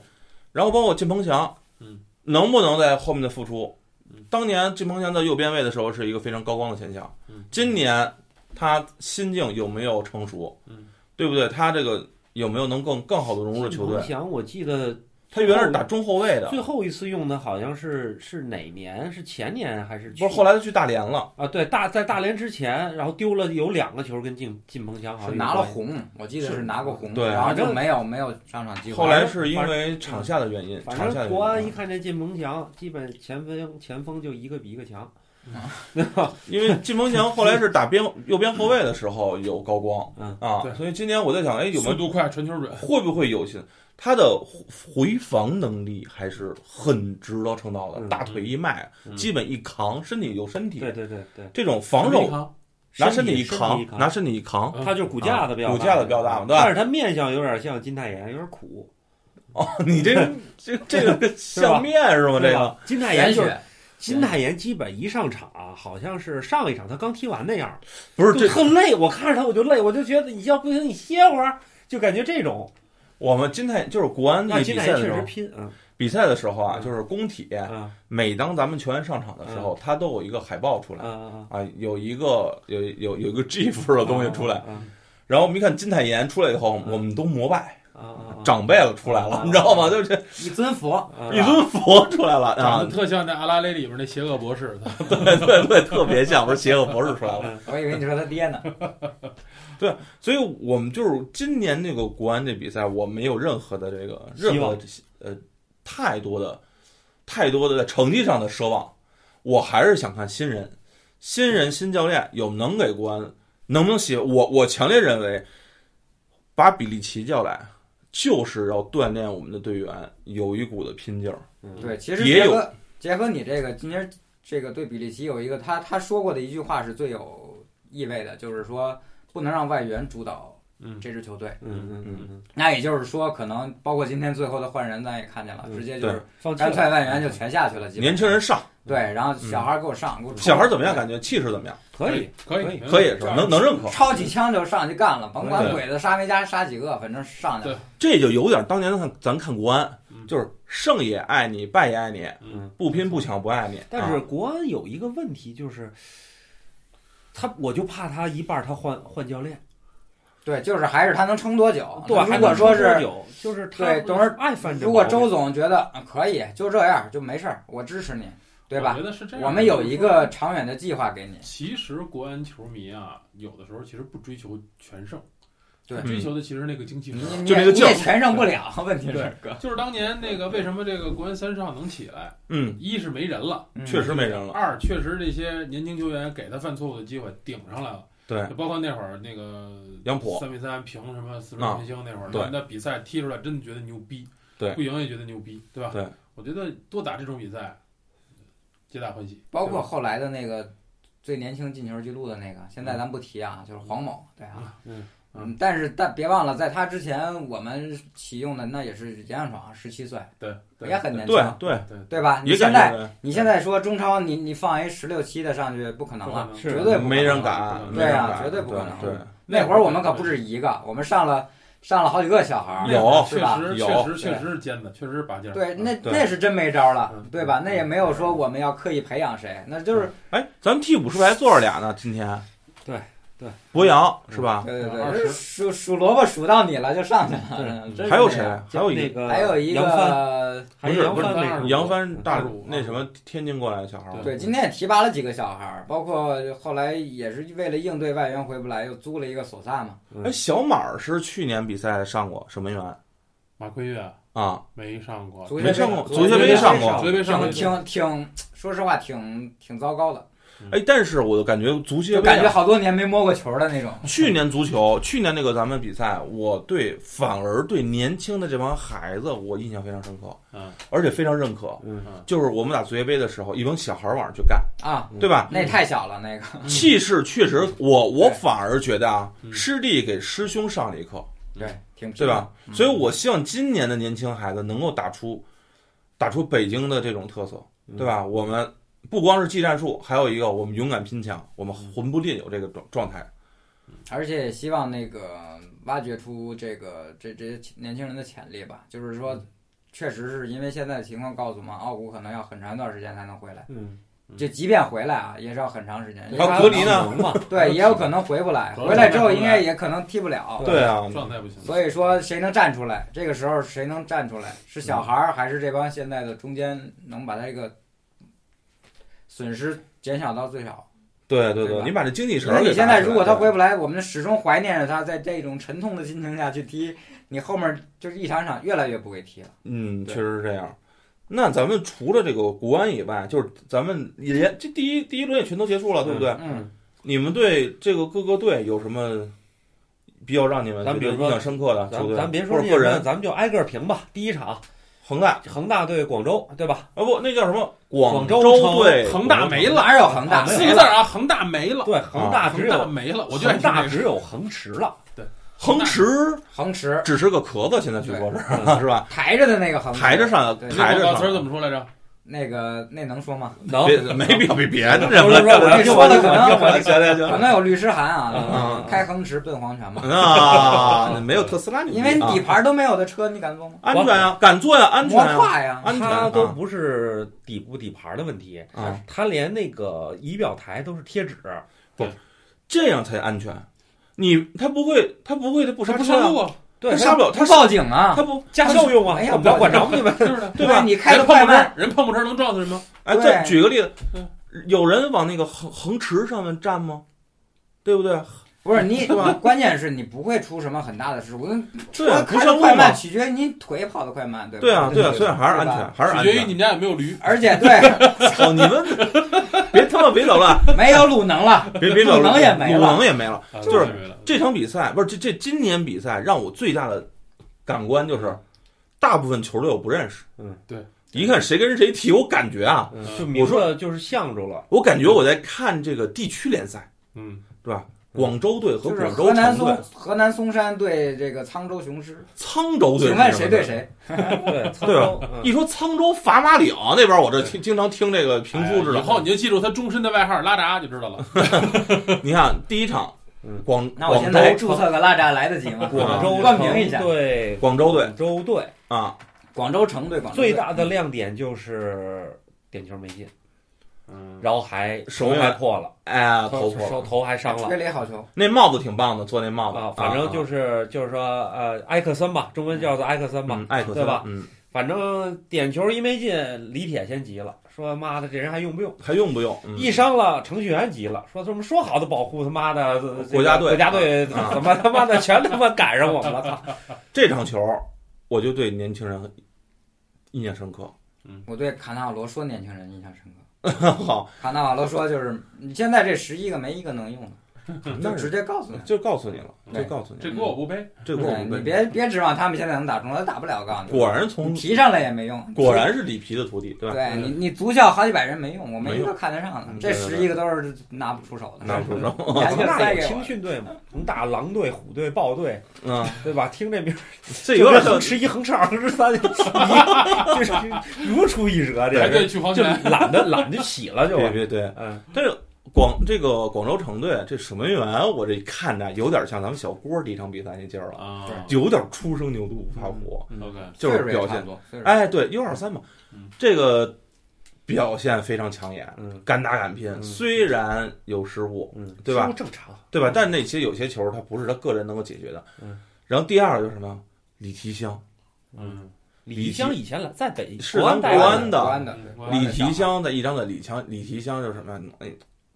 [SPEAKER 1] 然后包括靳鹏翔，
[SPEAKER 4] 嗯，
[SPEAKER 1] 能不能在后面的付出
[SPEAKER 4] 嗯？
[SPEAKER 1] 当年靳鹏翔在右边位的时候是一个非常高光的现象，
[SPEAKER 4] 嗯
[SPEAKER 1] 今年他心境有没有成熟？
[SPEAKER 4] 嗯，
[SPEAKER 1] 对不对？他这个有没有能更更好的融入球
[SPEAKER 2] 靳
[SPEAKER 1] 队
[SPEAKER 2] 鹏？翔，我记得
[SPEAKER 1] 他原来是打中后卫的，
[SPEAKER 2] 最后一次用的好像是是哪年？是前年还是去？
[SPEAKER 1] 不是后来他去大连了，
[SPEAKER 2] 啊，对，大在大连之前，然后丢了有两个球跟进进彭
[SPEAKER 1] 啊
[SPEAKER 2] 强好
[SPEAKER 3] 是
[SPEAKER 2] 像有
[SPEAKER 3] 拿了
[SPEAKER 2] 关系，
[SPEAKER 3] 红，我记得
[SPEAKER 2] 是
[SPEAKER 3] 是拿过红，
[SPEAKER 1] 对啊
[SPEAKER 3] 然后
[SPEAKER 2] 反
[SPEAKER 3] 就
[SPEAKER 2] 正
[SPEAKER 3] 没有没有上场机会。
[SPEAKER 1] 后来是因为场下的原因，场
[SPEAKER 2] 嗯反
[SPEAKER 1] 下的啊
[SPEAKER 2] 正国安
[SPEAKER 1] 原
[SPEAKER 2] 一
[SPEAKER 1] 因，
[SPEAKER 2] 看见进彭强，基本前锋前锋就一个比一个强。
[SPEAKER 1] 因为金鹏强后来是打边右边后卫的时候有高光，
[SPEAKER 2] 嗯
[SPEAKER 1] 啊
[SPEAKER 4] 对，
[SPEAKER 1] 所以今年我在想，哎，有没
[SPEAKER 4] 速
[SPEAKER 1] 有
[SPEAKER 4] 度快，传球准，
[SPEAKER 1] 会不会有些他的回防能力还是很值得称道的，
[SPEAKER 2] 嗯
[SPEAKER 1] 大腿一迈，
[SPEAKER 2] 嗯
[SPEAKER 1] 基本一扛，身体有身体，
[SPEAKER 2] 对对对对，
[SPEAKER 1] 这种防守拿身体
[SPEAKER 2] 体
[SPEAKER 1] 一扛
[SPEAKER 2] 身，
[SPEAKER 1] 拿身体一扛，
[SPEAKER 4] 嗯
[SPEAKER 2] 他就是骨架子比较大，
[SPEAKER 1] 骨架子比较大嘛对吧
[SPEAKER 2] 但是他面相有点像金泰妍，有点苦，
[SPEAKER 1] 哦， 你 这这这个相面是吗？这
[SPEAKER 2] 对
[SPEAKER 1] 个
[SPEAKER 2] 吧？金泰
[SPEAKER 3] 玄
[SPEAKER 2] 妍就
[SPEAKER 3] 学
[SPEAKER 2] 是。金泰妍基本一上场，啊好像是上一场他刚踢完那样，
[SPEAKER 1] 不是
[SPEAKER 2] 就
[SPEAKER 1] 这
[SPEAKER 2] 特累。我看着他，我就累，我就觉得你要不行你歇会儿，就感觉这种。
[SPEAKER 1] 我们金泰就是国安那
[SPEAKER 2] 那
[SPEAKER 1] 比
[SPEAKER 2] 金泰
[SPEAKER 1] 赛的
[SPEAKER 2] 妍确
[SPEAKER 1] 时
[SPEAKER 2] 实
[SPEAKER 1] 候，
[SPEAKER 2] 拼，嗯
[SPEAKER 1] 比赛的时候啊，
[SPEAKER 2] 嗯
[SPEAKER 1] 就是工体，
[SPEAKER 2] 嗯
[SPEAKER 1] 每当咱们球员上场的时候，他都有一个海报出来。
[SPEAKER 2] 嗯
[SPEAKER 1] 啊，有一个有有有一个 GIF 的东西出来，
[SPEAKER 2] 嗯
[SPEAKER 1] 然后我们一看金泰妍出来以后，
[SPEAKER 2] 嗯
[SPEAKER 1] 我们都膜拜，
[SPEAKER 2] 嗯，
[SPEAKER 1] 长辈了出来了，
[SPEAKER 2] 嗯
[SPEAKER 1] 你知道吗？就是
[SPEAKER 3] 一尊佛，
[SPEAKER 2] 嗯
[SPEAKER 1] 一尊佛出来了
[SPEAKER 4] 长
[SPEAKER 1] 啊
[SPEAKER 2] 哦
[SPEAKER 4] 得，特像那阿拉蕾里边那邪恶博士，他
[SPEAKER 1] 对对对，特别像，不是邪恶博士出来了。
[SPEAKER 3] 我以为你说他爹 呢。
[SPEAKER 1] 所以我们就是今年这个国安这比赛，我没有任何的这个
[SPEAKER 2] 希
[SPEAKER 1] 任
[SPEAKER 2] 望
[SPEAKER 1] 何的呃太多的太多的在成绩上的奢望，我还是想看新人，新人新教练有能给国安能不能写？我我强烈认为，把比利奇叫来。就是要锻炼我们的队员有一股的拼劲儿，
[SPEAKER 2] 嗯
[SPEAKER 3] 对，其实
[SPEAKER 1] 也
[SPEAKER 3] 结
[SPEAKER 1] 有
[SPEAKER 3] 合结合你这个今天这个对比利奇有一个他他说过的一句话是最有意味的，就是说不能让外援主导
[SPEAKER 4] 嗯
[SPEAKER 3] 这支球队。
[SPEAKER 2] 嗯嗯嗯嗯，
[SPEAKER 3] 那也就是说，可能包括今天最后的换人，咱也看见了，
[SPEAKER 2] 嗯
[SPEAKER 3] 直接就是
[SPEAKER 2] 放弃
[SPEAKER 3] 干
[SPEAKER 2] 了
[SPEAKER 3] 脆外援就全下去了，基本
[SPEAKER 1] 年轻人上，
[SPEAKER 3] 对，然后小孩给我上，给我冲
[SPEAKER 1] 小孩怎么样？感觉气势怎么样？
[SPEAKER 2] 可以
[SPEAKER 4] 可以没
[SPEAKER 2] 可以
[SPEAKER 4] 问题
[SPEAKER 1] 可以是吧？能能认可，
[SPEAKER 3] 抄几枪就上去干了，甭管
[SPEAKER 1] 对
[SPEAKER 3] 鬼子杀没杀杀几个，反正上去了。
[SPEAKER 1] 这就有点当年看咱看国安
[SPEAKER 4] 嗯，
[SPEAKER 1] 就是胜也爱你，败也爱你，
[SPEAKER 4] 嗯
[SPEAKER 1] 不拼不抢不爱你。
[SPEAKER 2] 但是
[SPEAKER 1] 啊
[SPEAKER 2] 国安有一个问题就是，他我就怕他一半儿他换换教练，
[SPEAKER 3] 对，就是还是他能撑多久？
[SPEAKER 2] 对，
[SPEAKER 3] 哦如果说是
[SPEAKER 2] 有就是他
[SPEAKER 3] 对等会儿
[SPEAKER 2] 爱犯这毛病，
[SPEAKER 3] 如果周总觉得啊可以，就这样就没事儿，我支持你，对吧
[SPEAKER 4] 我？觉得是这样。
[SPEAKER 3] 我们有一
[SPEAKER 4] 啊
[SPEAKER 3] 个长远的计划给你。
[SPEAKER 4] 其实国安球迷啊，有的时候其实不追求全胜，
[SPEAKER 3] 对
[SPEAKER 4] 追求的其实那个精气
[SPEAKER 3] 你
[SPEAKER 4] 神。
[SPEAKER 3] 你
[SPEAKER 1] 就
[SPEAKER 3] 也
[SPEAKER 1] 那个
[SPEAKER 3] 你
[SPEAKER 1] 劲儿
[SPEAKER 3] 也全胜不了，问题
[SPEAKER 4] 对
[SPEAKER 3] 是哥，
[SPEAKER 4] 就是当年那个为什么这个国安三少能起来，
[SPEAKER 1] 嗯，
[SPEAKER 4] 一是没人了，
[SPEAKER 3] 嗯
[SPEAKER 1] 确实没人了。
[SPEAKER 4] 二确实这些年轻球员给他犯错误的机会顶上来了，
[SPEAKER 1] 对
[SPEAKER 4] 就包括那会儿那个
[SPEAKER 1] 杨浦
[SPEAKER 4] 三比三平什么四十
[SPEAKER 1] 啊
[SPEAKER 4] 明星那会儿，
[SPEAKER 1] 对
[SPEAKER 4] 那比赛踢出来真的觉得牛逼，
[SPEAKER 1] 对
[SPEAKER 4] 不赢也觉得牛逼，对吧？
[SPEAKER 1] 对，
[SPEAKER 4] 我觉得多打这种比赛，皆大欢喜，
[SPEAKER 3] 包
[SPEAKER 4] 对吧
[SPEAKER 3] 括后来的那个最年轻进球记录的那个，现在咱不提啊，就是黄某，对啊，
[SPEAKER 4] 嗯嗯
[SPEAKER 3] 嗯，但是但别忘了，在他之前我们启用的那也是严向爽，十七岁
[SPEAKER 4] 对，对
[SPEAKER 3] 也很年轻，
[SPEAKER 1] 对对，
[SPEAKER 4] 对，
[SPEAKER 3] 对吧？你
[SPEAKER 1] 也
[SPEAKER 3] 现
[SPEAKER 1] 感
[SPEAKER 3] 在
[SPEAKER 1] 觉
[SPEAKER 3] 你现在说中超，你你放一十六七的上去不可能
[SPEAKER 4] 不可
[SPEAKER 3] 了，
[SPEAKER 4] 能啊
[SPEAKER 2] 是
[SPEAKER 3] 绝对不可能
[SPEAKER 1] 没人
[SPEAKER 4] 不可
[SPEAKER 1] 敢，
[SPEAKER 4] 能
[SPEAKER 1] 没人
[SPEAKER 3] 对啊
[SPEAKER 1] 敢
[SPEAKER 3] 绝对
[SPEAKER 1] 对
[SPEAKER 3] 不可能
[SPEAKER 1] 对，
[SPEAKER 3] 那会儿我们可不止一个，我们上了上了好几个小孩儿，
[SPEAKER 1] 有
[SPEAKER 4] 啊确
[SPEAKER 3] 是吧
[SPEAKER 4] 实
[SPEAKER 1] 有
[SPEAKER 4] 确实确实是尖子，确实是拔尖儿。
[SPEAKER 3] 对，那
[SPEAKER 4] 嗯
[SPEAKER 1] 对
[SPEAKER 3] 那是真没招了
[SPEAKER 4] 嗯，
[SPEAKER 3] 对吧？那也没有说我们要刻意培养谁，那就是
[SPEAKER 1] 哎，咱们替补是不是还坐着俩呢？今天
[SPEAKER 2] 对对，
[SPEAKER 1] 博洋是吧？
[SPEAKER 3] 对对
[SPEAKER 4] 嗯二
[SPEAKER 3] 对，
[SPEAKER 4] 十嗯
[SPEAKER 3] 数数萝卜数到你了就上去
[SPEAKER 2] 对
[SPEAKER 3] 了，真是
[SPEAKER 1] 还有
[SPEAKER 3] 这
[SPEAKER 1] 谁啊
[SPEAKER 3] 样？？
[SPEAKER 1] 还有
[SPEAKER 2] 那
[SPEAKER 1] 一个
[SPEAKER 2] 个
[SPEAKER 3] 还有一
[SPEAKER 2] 杨帆，
[SPEAKER 3] 个，
[SPEAKER 2] 还有
[SPEAKER 1] 不是不是
[SPEAKER 2] 杨帆那个
[SPEAKER 1] 杨帆大
[SPEAKER 4] 大陆
[SPEAKER 1] 那什么天津过来的小孩儿，
[SPEAKER 3] 啊对，今天也提拔了几个小孩儿，包括后来也是为了应对外援回不来，又租了一个索萨嘛。
[SPEAKER 1] 哎，小马儿是去年比赛上过守门员
[SPEAKER 4] 马奎越
[SPEAKER 1] 啊，
[SPEAKER 4] 没上过，
[SPEAKER 3] 足
[SPEAKER 1] 没
[SPEAKER 3] 协杯
[SPEAKER 1] 上过，
[SPEAKER 3] 足
[SPEAKER 1] 足协
[SPEAKER 3] 协
[SPEAKER 1] 杯
[SPEAKER 3] 杯
[SPEAKER 1] 上
[SPEAKER 2] 上
[SPEAKER 1] 过。
[SPEAKER 4] 足协杯上过
[SPEAKER 3] 挺，挺挺，说实话挺挺糟糕的，
[SPEAKER 1] 哎，但是我就感觉足协
[SPEAKER 3] 就
[SPEAKER 1] 杯
[SPEAKER 3] 感觉
[SPEAKER 1] 啊，
[SPEAKER 3] 好多年没摸过球的那种。
[SPEAKER 1] 去年足球，去年那个咱们比赛，我对反而对年轻的这帮孩子，我印象非常深刻，
[SPEAKER 4] 嗯，
[SPEAKER 1] 而且非常认可。
[SPEAKER 2] 嗯
[SPEAKER 1] 就是我们打足协杯的时候，一帮小孩儿往上去干，
[SPEAKER 3] 啊，
[SPEAKER 1] 对吧？
[SPEAKER 3] 那太小了，那个
[SPEAKER 1] 气势确实，我我
[SPEAKER 3] 嗯对
[SPEAKER 1] 反而觉得啊，
[SPEAKER 4] 嗯
[SPEAKER 1] 师弟给师兄上了一课，
[SPEAKER 3] 对，挺
[SPEAKER 1] 对吧？
[SPEAKER 3] 嗯
[SPEAKER 1] 所以我希望今年的年轻孩子能够打出打出北京的这种特色，
[SPEAKER 3] 嗯
[SPEAKER 1] 对吧？我们不光是技战术，还有一个我们勇敢拼抢，我们魂不吝有这个状状态。
[SPEAKER 3] 而且也希望那个挖掘出这个这这些年轻人的潜力吧。就是说，确实是因为现在的情况告诉我们，奥古可能要很长一段时间才能回来。
[SPEAKER 2] 嗯
[SPEAKER 3] 就即便回来啊，也是要很长时间。
[SPEAKER 1] 还有隔离呢
[SPEAKER 2] 能嘛？
[SPEAKER 3] 对，也有可能回不来，
[SPEAKER 4] 隔离
[SPEAKER 3] 回来之后应该也可能踢不了。
[SPEAKER 1] 对啊，
[SPEAKER 4] 状态不行。
[SPEAKER 3] 所以说，谁能站出来？这个时候谁能站出来？是小孩儿，还是这帮现在的中间能把他这个损失减小到最小？
[SPEAKER 1] 对对
[SPEAKER 3] 对吧
[SPEAKER 1] 你把这经济
[SPEAKER 3] 因
[SPEAKER 1] 绳儿
[SPEAKER 3] 为
[SPEAKER 1] 给
[SPEAKER 3] 你现
[SPEAKER 1] 搭
[SPEAKER 3] 在
[SPEAKER 1] 起
[SPEAKER 3] 如
[SPEAKER 1] 来
[SPEAKER 3] 果他
[SPEAKER 1] 对
[SPEAKER 3] 回不来，我们始终怀念着他，在这种沉痛的心情下去踢，你后面就是一场一场越来越不会踢了。
[SPEAKER 1] 嗯，确
[SPEAKER 3] 对
[SPEAKER 1] 实是这样。那咱们除了这个国安以外，就是咱们也这第一第一轮也全都结束了，对不对？
[SPEAKER 3] 嗯，
[SPEAKER 1] 你们对这个各个队有什么比较让你们
[SPEAKER 2] 咱们
[SPEAKER 1] 觉得
[SPEAKER 2] 比如说
[SPEAKER 1] 印象深刻的 球
[SPEAKER 2] 咱
[SPEAKER 1] 队？
[SPEAKER 2] 咱别
[SPEAKER 1] 或
[SPEAKER 2] 说
[SPEAKER 1] 者
[SPEAKER 2] 那
[SPEAKER 1] 个
[SPEAKER 2] 什么
[SPEAKER 1] 人，
[SPEAKER 2] 咱们就挨个儿评吧。第一场
[SPEAKER 1] 恒大
[SPEAKER 2] 恒大对广州，对吧？
[SPEAKER 1] 啊不，那叫什么？广
[SPEAKER 2] 广州城
[SPEAKER 1] 队，
[SPEAKER 4] 恒大没了
[SPEAKER 3] 哪有恒大？
[SPEAKER 4] 四个字儿啊，恒大没了，
[SPEAKER 2] 对，
[SPEAKER 1] 啊
[SPEAKER 2] 恒大只
[SPEAKER 4] 恒
[SPEAKER 2] 有
[SPEAKER 4] 大没了，我就爱
[SPEAKER 2] 恒
[SPEAKER 4] 听
[SPEAKER 2] 大
[SPEAKER 4] 这个
[SPEAKER 2] 只有恒驰了，
[SPEAKER 1] 恒驰
[SPEAKER 3] 恒驰
[SPEAKER 1] 只是个壳子，现在据说是
[SPEAKER 2] 嗯
[SPEAKER 1] 是吧？
[SPEAKER 3] 抬着的那个恒，
[SPEAKER 1] 抬着上，
[SPEAKER 3] 对
[SPEAKER 1] 抬着
[SPEAKER 4] 那广告词儿怎
[SPEAKER 1] 上，
[SPEAKER 4] 么说来着？
[SPEAKER 3] 那个那能说 吗？
[SPEAKER 2] 能
[SPEAKER 1] 别没必要比别的
[SPEAKER 2] 不
[SPEAKER 1] 了。
[SPEAKER 2] 是不是我
[SPEAKER 1] 行
[SPEAKER 2] 听
[SPEAKER 3] 说的
[SPEAKER 2] 我听
[SPEAKER 3] 可能
[SPEAKER 2] 我听我
[SPEAKER 1] 行
[SPEAKER 2] 听
[SPEAKER 1] 行
[SPEAKER 3] 可
[SPEAKER 1] 行
[SPEAKER 3] 能有律师函
[SPEAKER 2] 嗯
[SPEAKER 3] 啊
[SPEAKER 2] 嗯，
[SPEAKER 3] 开恒驰奔黄泉嘛，
[SPEAKER 1] 啊，没有特斯拉牛逼
[SPEAKER 3] 因
[SPEAKER 1] 啊，
[SPEAKER 3] 为底盘都没有的车，你敢坐吗？
[SPEAKER 1] 安全啊，敢坐呀，安全
[SPEAKER 3] 模
[SPEAKER 1] 啊，
[SPEAKER 3] 块呀，
[SPEAKER 1] 安全
[SPEAKER 2] 它都
[SPEAKER 1] 啊
[SPEAKER 2] 不是底不底盘的问题，
[SPEAKER 1] 啊，
[SPEAKER 2] 它连那个仪表台都是贴纸，
[SPEAKER 1] 这样才安全。你他不会，他不会，他不
[SPEAKER 4] 他
[SPEAKER 1] 刹
[SPEAKER 4] 不
[SPEAKER 1] 车
[SPEAKER 4] 上
[SPEAKER 1] 啊，
[SPEAKER 4] 路啊，
[SPEAKER 2] 对
[SPEAKER 1] 他，刹不了，他
[SPEAKER 3] 不报警啊
[SPEAKER 1] 他，不
[SPEAKER 2] 驾校用啊，
[SPEAKER 3] 哎呀
[SPEAKER 2] 我们不要管着你们。
[SPEAKER 4] 就是的。
[SPEAKER 1] 对吧
[SPEAKER 3] 你开的
[SPEAKER 4] 人碰
[SPEAKER 3] 快
[SPEAKER 4] 碰
[SPEAKER 3] 慢，
[SPEAKER 4] 车，人碰碰车能撞死人吗？
[SPEAKER 1] 哎，
[SPEAKER 3] 对
[SPEAKER 1] 再举个例子
[SPEAKER 4] 嗯，
[SPEAKER 1] 有人往那个横横池上面站吗？对不对？
[SPEAKER 3] 不是你
[SPEAKER 1] 对吧，
[SPEAKER 3] 关键是你不会出什么很大的事故。
[SPEAKER 1] 对啊，不
[SPEAKER 3] 开
[SPEAKER 1] 上
[SPEAKER 3] 的
[SPEAKER 1] 路
[SPEAKER 3] 快慢
[SPEAKER 1] 嘛。
[SPEAKER 3] 取决于你腿跑得快慢，对吧？
[SPEAKER 1] 对啊，对啊，
[SPEAKER 3] 吧
[SPEAKER 1] 所以还是安。
[SPEAKER 3] 对吧
[SPEAKER 1] 全，还是安
[SPEAKER 4] 取决于
[SPEAKER 1] 全。
[SPEAKER 4] 你们家有没有驴。
[SPEAKER 3] 而且对，
[SPEAKER 1] 操，你们 别他妈别走了，
[SPEAKER 3] 没有鲁能了，
[SPEAKER 1] 别别走
[SPEAKER 3] 鲁
[SPEAKER 1] 了，
[SPEAKER 3] 能也没了
[SPEAKER 1] 鲁能也没了。
[SPEAKER 4] 啊
[SPEAKER 1] 就是
[SPEAKER 4] 我明白了
[SPEAKER 1] 这场比赛不是这这今年比赛让我最大的感官就是，大部分球队我不认识。
[SPEAKER 2] 嗯，
[SPEAKER 4] 对，
[SPEAKER 1] 一看谁跟谁踢，我感觉啊，
[SPEAKER 2] 嗯
[SPEAKER 4] 嗯
[SPEAKER 2] 就明确就是向 着了，
[SPEAKER 1] 我感觉我在看这个地区联赛，
[SPEAKER 4] 嗯，
[SPEAKER 1] 广州队和
[SPEAKER 3] 就是
[SPEAKER 1] 广州
[SPEAKER 3] 河南
[SPEAKER 1] 城队
[SPEAKER 3] 嵩、河南嵩山对这个沧州雄狮，
[SPEAKER 1] 沧州队。
[SPEAKER 3] 请问谁对？谁？
[SPEAKER 2] 对，沧
[SPEAKER 1] 对
[SPEAKER 2] 州
[SPEAKER 1] 吧，
[SPEAKER 2] 嗯
[SPEAKER 1] 一说沧州砝码岭那边，我这听经常听这个评书知
[SPEAKER 4] 哎以后
[SPEAKER 1] 道。
[SPEAKER 4] 你就记住他终身的外号拉闸就知道了。
[SPEAKER 1] 你看第一场
[SPEAKER 2] 嗯，
[SPEAKER 1] 广
[SPEAKER 3] 那我
[SPEAKER 1] 广
[SPEAKER 3] 现
[SPEAKER 1] 州
[SPEAKER 3] 在还注册个拉闸来得及吗？
[SPEAKER 2] 广州
[SPEAKER 3] 嗯冠名一下
[SPEAKER 2] 城对
[SPEAKER 1] 广州队
[SPEAKER 2] 广州队
[SPEAKER 1] 啊，
[SPEAKER 3] 广州城对广州队
[SPEAKER 2] 最大的亮点就是点球没进，
[SPEAKER 4] 嗯，
[SPEAKER 2] 然后还
[SPEAKER 1] 手
[SPEAKER 2] 头
[SPEAKER 1] 也
[SPEAKER 2] 还破了，
[SPEAKER 1] 哎呀，头
[SPEAKER 2] 头
[SPEAKER 1] 破了
[SPEAKER 2] 手头还伤了
[SPEAKER 3] 约。里好球，
[SPEAKER 1] 那帽子挺棒的，做那帽子
[SPEAKER 2] 啊，反正就是是就是说，呃，埃克森吧，中文叫做埃克森吧，
[SPEAKER 1] 嗯，艾克森
[SPEAKER 2] 对吧？
[SPEAKER 1] 嗯，
[SPEAKER 2] 反正点球一没进，李铁先急了，说妈的这人还用不用？
[SPEAKER 1] 还用不用？嗯
[SPEAKER 2] 一伤了，程序员急了，说怎么说好的保护他妈的这个
[SPEAKER 1] 国家队
[SPEAKER 2] 国家队
[SPEAKER 1] 啊
[SPEAKER 2] 怎么他妈 的全他妈赶上我们了？操！
[SPEAKER 1] 这场球，我就对年轻人很印象深刻。
[SPEAKER 3] 我对卡纳瓦罗说年轻人印象深刻。
[SPEAKER 1] 好，
[SPEAKER 3] 卡纳瓦罗啊说就是你现在这十一个没一个能用的，就
[SPEAKER 1] 那
[SPEAKER 3] 嗯直
[SPEAKER 1] 是
[SPEAKER 3] 接告诉你。
[SPEAKER 1] 就告诉你了，就
[SPEAKER 3] 对
[SPEAKER 1] 告诉你
[SPEAKER 4] 这
[SPEAKER 1] 了，
[SPEAKER 4] 锅我不背。
[SPEAKER 1] 这个我
[SPEAKER 3] 对
[SPEAKER 1] 们
[SPEAKER 3] 你别别指望他们现在能打中，他打不了。我告诉你，
[SPEAKER 1] 果然从
[SPEAKER 3] 你提上来也没用。
[SPEAKER 1] 果然是里皮的徒弟，对吧？
[SPEAKER 3] 对你，你足校好几百人没用，我们
[SPEAKER 1] 没
[SPEAKER 3] 一
[SPEAKER 1] 用
[SPEAKER 3] 个看得上的
[SPEAKER 1] 嗯，
[SPEAKER 3] 这
[SPEAKER 1] 对对对
[SPEAKER 3] 十一个都是拿不出手 的。
[SPEAKER 1] 拿不出手，
[SPEAKER 3] 你还
[SPEAKER 2] 恒
[SPEAKER 3] 就
[SPEAKER 2] 大
[SPEAKER 3] 塞
[SPEAKER 2] 有
[SPEAKER 3] 给
[SPEAKER 2] 青
[SPEAKER 3] 我。
[SPEAKER 2] 训队嘛，恒大狼队、虎队、豹队，
[SPEAKER 1] 嗯，
[SPEAKER 2] 对吧？听这名儿，
[SPEAKER 1] 这有点像
[SPEAKER 2] 就跟横吃一、横吃二、横 吃三，一样就是如出一辙，这
[SPEAKER 4] 排
[SPEAKER 2] 个
[SPEAKER 4] 队去黄
[SPEAKER 2] 就
[SPEAKER 4] 泉，
[SPEAKER 2] 懒得懒得洗了就。
[SPEAKER 1] 别别对，
[SPEAKER 2] 嗯，
[SPEAKER 1] 但是广这个广州城队这守门员，我这看着有点像咱们小郭第一场比赛那劲儿了，
[SPEAKER 4] 啊
[SPEAKER 3] 对
[SPEAKER 1] 有点初生牛犊不怕
[SPEAKER 2] 嗯
[SPEAKER 1] 虎，
[SPEAKER 4] ，OK，
[SPEAKER 1] 就是表现，
[SPEAKER 3] 哎，
[SPEAKER 1] 哎，对 U 二三嘛
[SPEAKER 4] 嗯，
[SPEAKER 1] 这个表现非常抢眼，
[SPEAKER 2] 嗯，
[SPEAKER 1] 敢打敢拼，
[SPEAKER 2] 嗯
[SPEAKER 1] 虽然有失误，
[SPEAKER 2] 嗯，
[SPEAKER 1] 对吧
[SPEAKER 2] 失误正常，
[SPEAKER 1] 对吧？但那些有些球他不是他个人能够解决的。
[SPEAKER 2] 嗯，
[SPEAKER 1] 然后第二个就是什么？李提香，
[SPEAKER 4] 嗯，
[SPEAKER 1] 李
[SPEAKER 2] 李湘以前来在北
[SPEAKER 1] 是
[SPEAKER 2] 国安
[SPEAKER 1] 咱
[SPEAKER 2] 带
[SPEAKER 1] 国
[SPEAKER 2] 过
[SPEAKER 1] 安
[SPEAKER 2] 来
[SPEAKER 1] 的嗯
[SPEAKER 3] 国安的
[SPEAKER 4] 国安
[SPEAKER 1] 李
[SPEAKER 3] 的小
[SPEAKER 1] 提
[SPEAKER 3] 孩
[SPEAKER 1] 香的一张的李强，李提香就是什么呀？哎，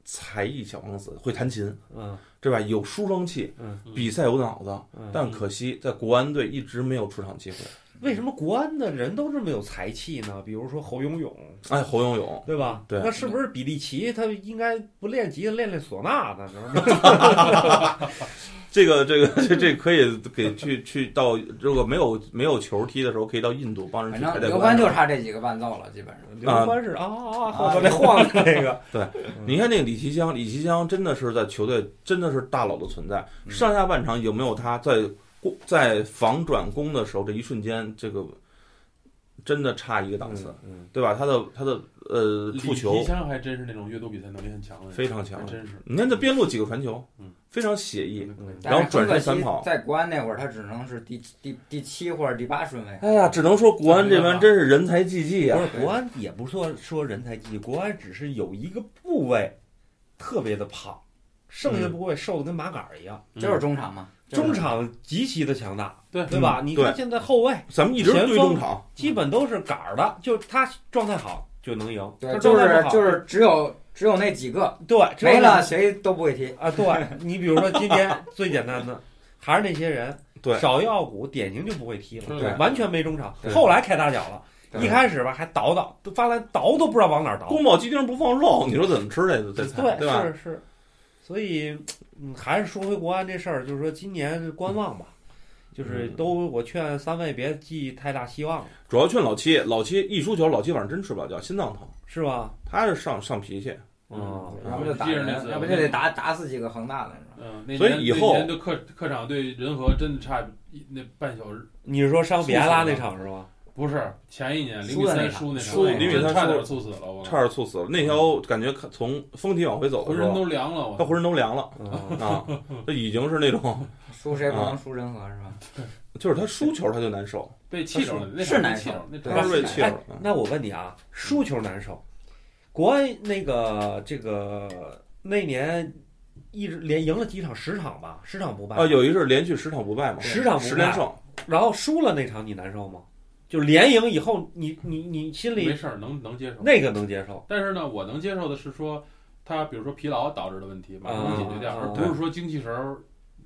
[SPEAKER 1] 才艺小王子，会弹琴，
[SPEAKER 2] 嗯
[SPEAKER 1] 对吧？有书生气，
[SPEAKER 2] 嗯
[SPEAKER 1] 比赛有脑子，
[SPEAKER 2] 嗯，
[SPEAKER 1] 但可惜在国安队一直没有出场机会。
[SPEAKER 2] 为什么国安的人都这么有才气呢？比如说侯永永，
[SPEAKER 1] 哎，侯永永，
[SPEAKER 2] 对吧？
[SPEAKER 1] 对
[SPEAKER 2] 那是不是比利奇他应该不练吉他，练练唢呐呢？是 吧
[SPEAKER 1] 这个这个 这这可以给去去到，如果没有没有球踢的时候，可以到印度帮人
[SPEAKER 3] 反
[SPEAKER 1] 去排
[SPEAKER 3] 正
[SPEAKER 1] 队
[SPEAKER 3] 刘
[SPEAKER 1] 观
[SPEAKER 3] 欢
[SPEAKER 1] 看。
[SPEAKER 3] 就差这几个伴奏了，基本上。
[SPEAKER 2] 刘欢是啊啊啊，后头那晃的那 个，
[SPEAKER 1] 你看那个李奇香，李奇香真的是在球队真的是大佬的存在。上下半场有没有他在在防转攻的时候，这一瞬间这个真的差一个档次，
[SPEAKER 2] 嗯，
[SPEAKER 1] 对吧？他的他的呃触
[SPEAKER 4] 李
[SPEAKER 1] 球
[SPEAKER 4] 香还真是那种阅读比赛能力很强的人，
[SPEAKER 1] 非常强
[SPEAKER 4] 还，真是。
[SPEAKER 1] 你看他边路几个传球
[SPEAKER 4] 嗯，
[SPEAKER 1] 非常写意。
[SPEAKER 2] 嗯
[SPEAKER 1] 然后
[SPEAKER 3] 但是
[SPEAKER 1] 转
[SPEAKER 3] 很
[SPEAKER 1] 身
[SPEAKER 3] 可
[SPEAKER 1] 反
[SPEAKER 3] 惜
[SPEAKER 1] 跑
[SPEAKER 3] 在国安那会儿，他只能是第第第七或者第八顺位。
[SPEAKER 1] 哎呀，只能说国安这边真是人才济济
[SPEAKER 2] 不
[SPEAKER 1] 啊！
[SPEAKER 2] 是国安也不是说说人才济济，国安只是有一个部位特别的胖，剩下的部位瘦的跟麻杆儿一样。
[SPEAKER 3] 嗯就是中场嘛，就是
[SPEAKER 2] 中场极其的强大，
[SPEAKER 4] 对
[SPEAKER 2] 对吧？
[SPEAKER 3] 嗯
[SPEAKER 2] 你看现在后卫
[SPEAKER 1] 咱们一直
[SPEAKER 2] 前
[SPEAKER 1] 对
[SPEAKER 2] 锋
[SPEAKER 1] 中场，
[SPEAKER 2] 基本都是杆儿的，就他状态好就能赢，
[SPEAKER 3] 对
[SPEAKER 2] 他，
[SPEAKER 3] 就
[SPEAKER 2] 状态
[SPEAKER 3] 是
[SPEAKER 2] 不好
[SPEAKER 3] 就是只有只有那几个，
[SPEAKER 2] 对，只有
[SPEAKER 3] 没了谁都不会踢。
[SPEAKER 2] 啊，对你比如说今天最简单的还是那些人，
[SPEAKER 1] 对
[SPEAKER 2] 少一奥古典型就不会踢了，
[SPEAKER 4] 对
[SPEAKER 2] 完全没中场
[SPEAKER 3] 对。
[SPEAKER 2] 后来开大脚了，
[SPEAKER 3] 对
[SPEAKER 2] 一开始吧还倒倒，都发现倒都不知道往哪儿倒。
[SPEAKER 1] 宫保鸡丁不放肉，你说怎么吃这个这菜
[SPEAKER 2] 对，
[SPEAKER 1] 对吧？
[SPEAKER 2] 是是，所以嗯，还是说回国安这事儿，就是说今年观望吧，就是
[SPEAKER 1] 嗯
[SPEAKER 2] 都我劝三位别寄太大希望了，
[SPEAKER 1] 主要劝老七，老七一输球，老七晚上真睡不了觉，心脏疼。
[SPEAKER 2] 是吧？
[SPEAKER 1] 他是上上脾气，
[SPEAKER 2] 嗯，
[SPEAKER 3] 要不就打
[SPEAKER 4] 我记着那
[SPEAKER 3] 人，
[SPEAKER 4] 次
[SPEAKER 3] 要不就得打打死几个恒大的，是吧？
[SPEAKER 4] 嗯，那
[SPEAKER 1] 所以
[SPEAKER 4] 年
[SPEAKER 1] 以
[SPEAKER 4] 那
[SPEAKER 1] 后
[SPEAKER 4] 年的客客场对仁和真的差一那半小时，
[SPEAKER 2] 你是说伤比埃拉那场是吗？
[SPEAKER 4] 不是前一年零
[SPEAKER 3] 输
[SPEAKER 4] 比
[SPEAKER 3] 的那
[SPEAKER 4] 三
[SPEAKER 3] 场
[SPEAKER 4] 输那
[SPEAKER 1] 输
[SPEAKER 4] 场，
[SPEAKER 1] 0比三
[SPEAKER 4] 真差
[SPEAKER 1] 输
[SPEAKER 4] 点猝死了，我
[SPEAKER 1] 差点猝死了。那条感觉看从风体往回走的
[SPEAKER 4] 浑
[SPEAKER 1] 时
[SPEAKER 4] 身
[SPEAKER 1] 候，
[SPEAKER 4] 都凉了，
[SPEAKER 1] 他
[SPEAKER 4] 我
[SPEAKER 1] 浑身都凉了
[SPEAKER 2] 嗯，
[SPEAKER 1] 啊！这已经是那种，
[SPEAKER 3] 输谁不
[SPEAKER 1] 啊
[SPEAKER 3] 能输人和，是吧？
[SPEAKER 1] 就是他输球他就难受，
[SPEAKER 4] 被气着了，那
[SPEAKER 3] 是
[SPEAKER 4] 场
[SPEAKER 3] 难
[SPEAKER 4] 被气
[SPEAKER 3] 受
[SPEAKER 4] 着了，那
[SPEAKER 3] 对
[SPEAKER 1] 他
[SPEAKER 4] 场
[SPEAKER 1] 是
[SPEAKER 4] 被
[SPEAKER 1] 被
[SPEAKER 4] 气
[SPEAKER 1] 气
[SPEAKER 4] 着
[SPEAKER 2] 哎
[SPEAKER 4] 了
[SPEAKER 1] 着了。嗯
[SPEAKER 2] 那我问你啊，输球难受，国安那个这个那年一直连赢了几场，十场吧，十场不败
[SPEAKER 1] 啊，有一是连续十场不败嘛，
[SPEAKER 2] 十场不败
[SPEAKER 1] 十连胜，
[SPEAKER 2] 然后输了那场你难受吗？就连赢以后，你你你心
[SPEAKER 4] 没
[SPEAKER 2] 里
[SPEAKER 4] 事儿，能能接受。
[SPEAKER 2] 那个能接受，
[SPEAKER 4] 但是呢，我能接受的是说，他比如说疲劳导致的问题，马上能解决掉，而
[SPEAKER 2] 啊
[SPEAKER 4] 不是说精气神儿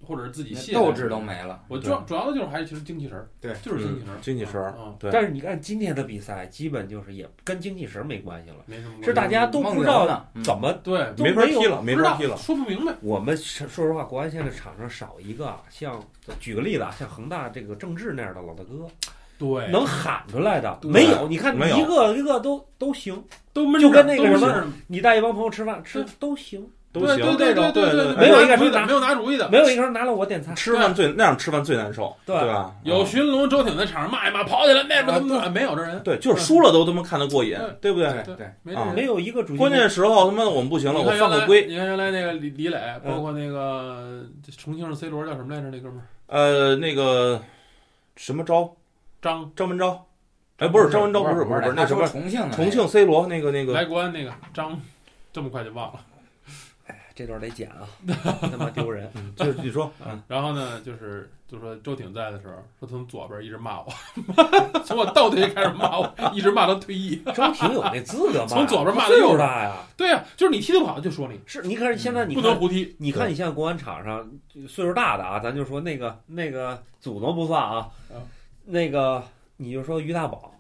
[SPEAKER 4] 或者是自己
[SPEAKER 3] 那
[SPEAKER 4] 懈
[SPEAKER 3] 斗志都。没了。
[SPEAKER 4] 我主主要的就是还是其实精气神儿，
[SPEAKER 3] 对
[SPEAKER 4] 就是精气神儿，
[SPEAKER 1] 嗯精气神儿
[SPEAKER 4] 嗯，
[SPEAKER 1] 对
[SPEAKER 2] 但是你看今天的比赛，基本就是也跟经济神没关系了，
[SPEAKER 4] 没什么关系。
[SPEAKER 2] 是大家都不
[SPEAKER 3] 梦
[SPEAKER 2] 知
[SPEAKER 3] 游
[SPEAKER 2] 道
[SPEAKER 3] 呢，嗯
[SPEAKER 2] 怎么。
[SPEAKER 4] 对
[SPEAKER 2] 都
[SPEAKER 1] 没法
[SPEAKER 2] 没有
[SPEAKER 1] 踢了，没法踢
[SPEAKER 4] 不知
[SPEAKER 1] 了
[SPEAKER 4] 道。说不明白。
[SPEAKER 2] 我们说实话，国安现在场上少一个啊，像举个例子啊，像恒大这个郑智那样的老大哥，
[SPEAKER 4] 对，
[SPEAKER 2] 能喊出来的
[SPEAKER 4] 对
[SPEAKER 2] 没有。你看
[SPEAKER 1] 没有
[SPEAKER 2] 一个一个都都行，
[SPEAKER 4] 都闷
[SPEAKER 2] 就跟那个什么
[SPEAKER 4] 都是
[SPEAKER 2] 你带一帮朋友吃饭吃都行，
[SPEAKER 1] 都行，
[SPEAKER 4] 对对对
[SPEAKER 1] 对
[SPEAKER 4] 对，
[SPEAKER 2] 没有一个
[SPEAKER 4] 没
[SPEAKER 2] 是拿
[SPEAKER 4] 没有拿主意的。
[SPEAKER 2] 没有一个人拿了我点菜。
[SPEAKER 1] 吃饭最那样吃饭最难受，
[SPEAKER 2] 对
[SPEAKER 1] 吧？
[SPEAKER 4] 有
[SPEAKER 1] 嗯
[SPEAKER 4] 寻龙周挺在场上骂一骂，跑起来那边怎么怎么啊没有这人，
[SPEAKER 1] 对，就是输了都他妈看得过瘾，对不对？
[SPEAKER 3] 对对，
[SPEAKER 4] 没这人
[SPEAKER 2] 啊没。有一个主席，
[SPEAKER 1] 关键时候他妈的我们不行了，
[SPEAKER 4] 你
[SPEAKER 1] 我
[SPEAKER 4] 看原
[SPEAKER 1] 犯
[SPEAKER 4] 来
[SPEAKER 1] 个规。
[SPEAKER 4] 你看原来那个李李磊，
[SPEAKER 2] 嗯
[SPEAKER 4] 包括那个这重庆市 C 罗叫什么来着？那哥们儿
[SPEAKER 1] 呃，那个什么招，
[SPEAKER 4] 张
[SPEAKER 1] 张文昭，哎，不是张文昭，不
[SPEAKER 3] 不
[SPEAKER 1] 是不是不是那
[SPEAKER 3] 他
[SPEAKER 1] 什
[SPEAKER 3] 说
[SPEAKER 1] 么
[SPEAKER 3] 重庆的，
[SPEAKER 1] 重庆 C 罗那个那个
[SPEAKER 4] 来国安那个张，这么快就忘了。
[SPEAKER 2] 这段得剪啊， 他妈丢人。
[SPEAKER 1] 嗯，就是你说，
[SPEAKER 4] 然后呢，就是就说周挺在的时候，说从左边一直骂我， 从我倒退开始骂我，一直骂到退役。
[SPEAKER 2] 周挺有那资格吗？
[SPEAKER 4] 从左边骂到
[SPEAKER 2] 岁
[SPEAKER 4] 右
[SPEAKER 2] 数
[SPEAKER 4] 边
[SPEAKER 2] 大呀，
[SPEAKER 4] 对呀、就是你踢得不好就说你，
[SPEAKER 2] 是你看现在你
[SPEAKER 4] 不
[SPEAKER 2] 看
[SPEAKER 4] 能胡踢。
[SPEAKER 2] 你看，你现在国安场上就岁数大的啊，咱就说那个那个祖宗不算啊，
[SPEAKER 4] 嗯
[SPEAKER 2] 那个你就说于大宝，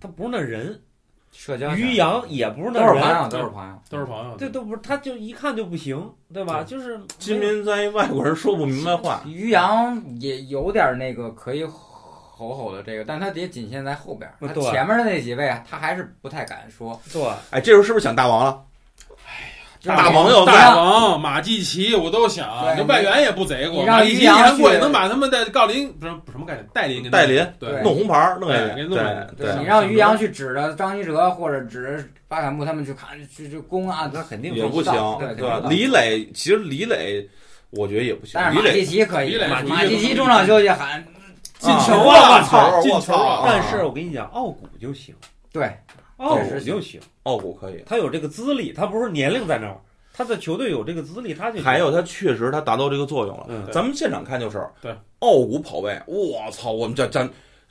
[SPEAKER 2] 他不是那人，
[SPEAKER 3] 社交
[SPEAKER 2] 于洋也不是
[SPEAKER 3] 都
[SPEAKER 2] 那
[SPEAKER 3] 是朋
[SPEAKER 2] 人，
[SPEAKER 3] 友，都是朋友，
[SPEAKER 4] 都是朋友。
[SPEAKER 2] 这都不是，他就一看就不行，对吧？
[SPEAKER 4] 对
[SPEAKER 2] 就是
[SPEAKER 1] 金民在外国人说不明白话，
[SPEAKER 3] 于洋也有点那个可以吼吼的这个，但他也仅限在后边儿，
[SPEAKER 2] 嗯
[SPEAKER 3] 他
[SPEAKER 2] 对
[SPEAKER 3] 前面的那几位啊，他还是不太敢说。
[SPEAKER 2] 对，
[SPEAKER 4] 哦
[SPEAKER 1] 哎，这时候是不是想大王了？
[SPEAKER 3] 就是
[SPEAKER 1] 大王要
[SPEAKER 4] 大王、马季奇，我都想，
[SPEAKER 3] 对
[SPEAKER 4] 这外援也不贼过，
[SPEAKER 3] 你让
[SPEAKER 4] 马季奇
[SPEAKER 3] 于洋
[SPEAKER 4] 一年过去
[SPEAKER 3] 去
[SPEAKER 4] 能把他们的郜林不是不是什么概念，戴林给
[SPEAKER 1] 戴林
[SPEAKER 4] 对
[SPEAKER 3] 对
[SPEAKER 1] 弄红牌儿，弄
[SPEAKER 4] 对
[SPEAKER 1] 下来
[SPEAKER 4] 给弄下来
[SPEAKER 1] 对
[SPEAKER 4] 对
[SPEAKER 3] 你让于洋去指着张一哲或者指着巴坎布他们去看去去攻啊，
[SPEAKER 2] 那肯定
[SPEAKER 1] 也不
[SPEAKER 3] 不
[SPEAKER 1] 行
[SPEAKER 3] 知，道
[SPEAKER 1] 对
[SPEAKER 3] 对
[SPEAKER 1] 吧
[SPEAKER 3] 不知？道
[SPEAKER 1] 李磊其实李磊，我觉得也不行
[SPEAKER 3] 但，是
[SPEAKER 1] 李
[SPEAKER 3] 马季
[SPEAKER 1] 磊
[SPEAKER 3] 奇可
[SPEAKER 4] 李
[SPEAKER 3] 以，
[SPEAKER 4] 磊
[SPEAKER 3] 马
[SPEAKER 4] 属于
[SPEAKER 3] 马
[SPEAKER 4] 这
[SPEAKER 3] 季
[SPEAKER 4] 种
[SPEAKER 3] 奇中场休息喊
[SPEAKER 2] 进
[SPEAKER 1] 啊
[SPEAKER 2] 球了
[SPEAKER 1] 我操，
[SPEAKER 4] 操进球了
[SPEAKER 1] 啊我操
[SPEAKER 2] 但是我跟你讲，奥古就行，
[SPEAKER 3] 对，
[SPEAKER 2] 奥
[SPEAKER 3] 确
[SPEAKER 2] 古
[SPEAKER 3] 实
[SPEAKER 2] 就行，
[SPEAKER 1] 奥古哦可以。
[SPEAKER 2] 他有这个资历，他不是年龄在那儿，他的球队有这个资历，他就行
[SPEAKER 1] 还有他确实他达到这个作用了。
[SPEAKER 2] 嗯
[SPEAKER 1] 咱们现场看就是，
[SPEAKER 4] 对，
[SPEAKER 1] 奥古跑位，我操，我们叫咱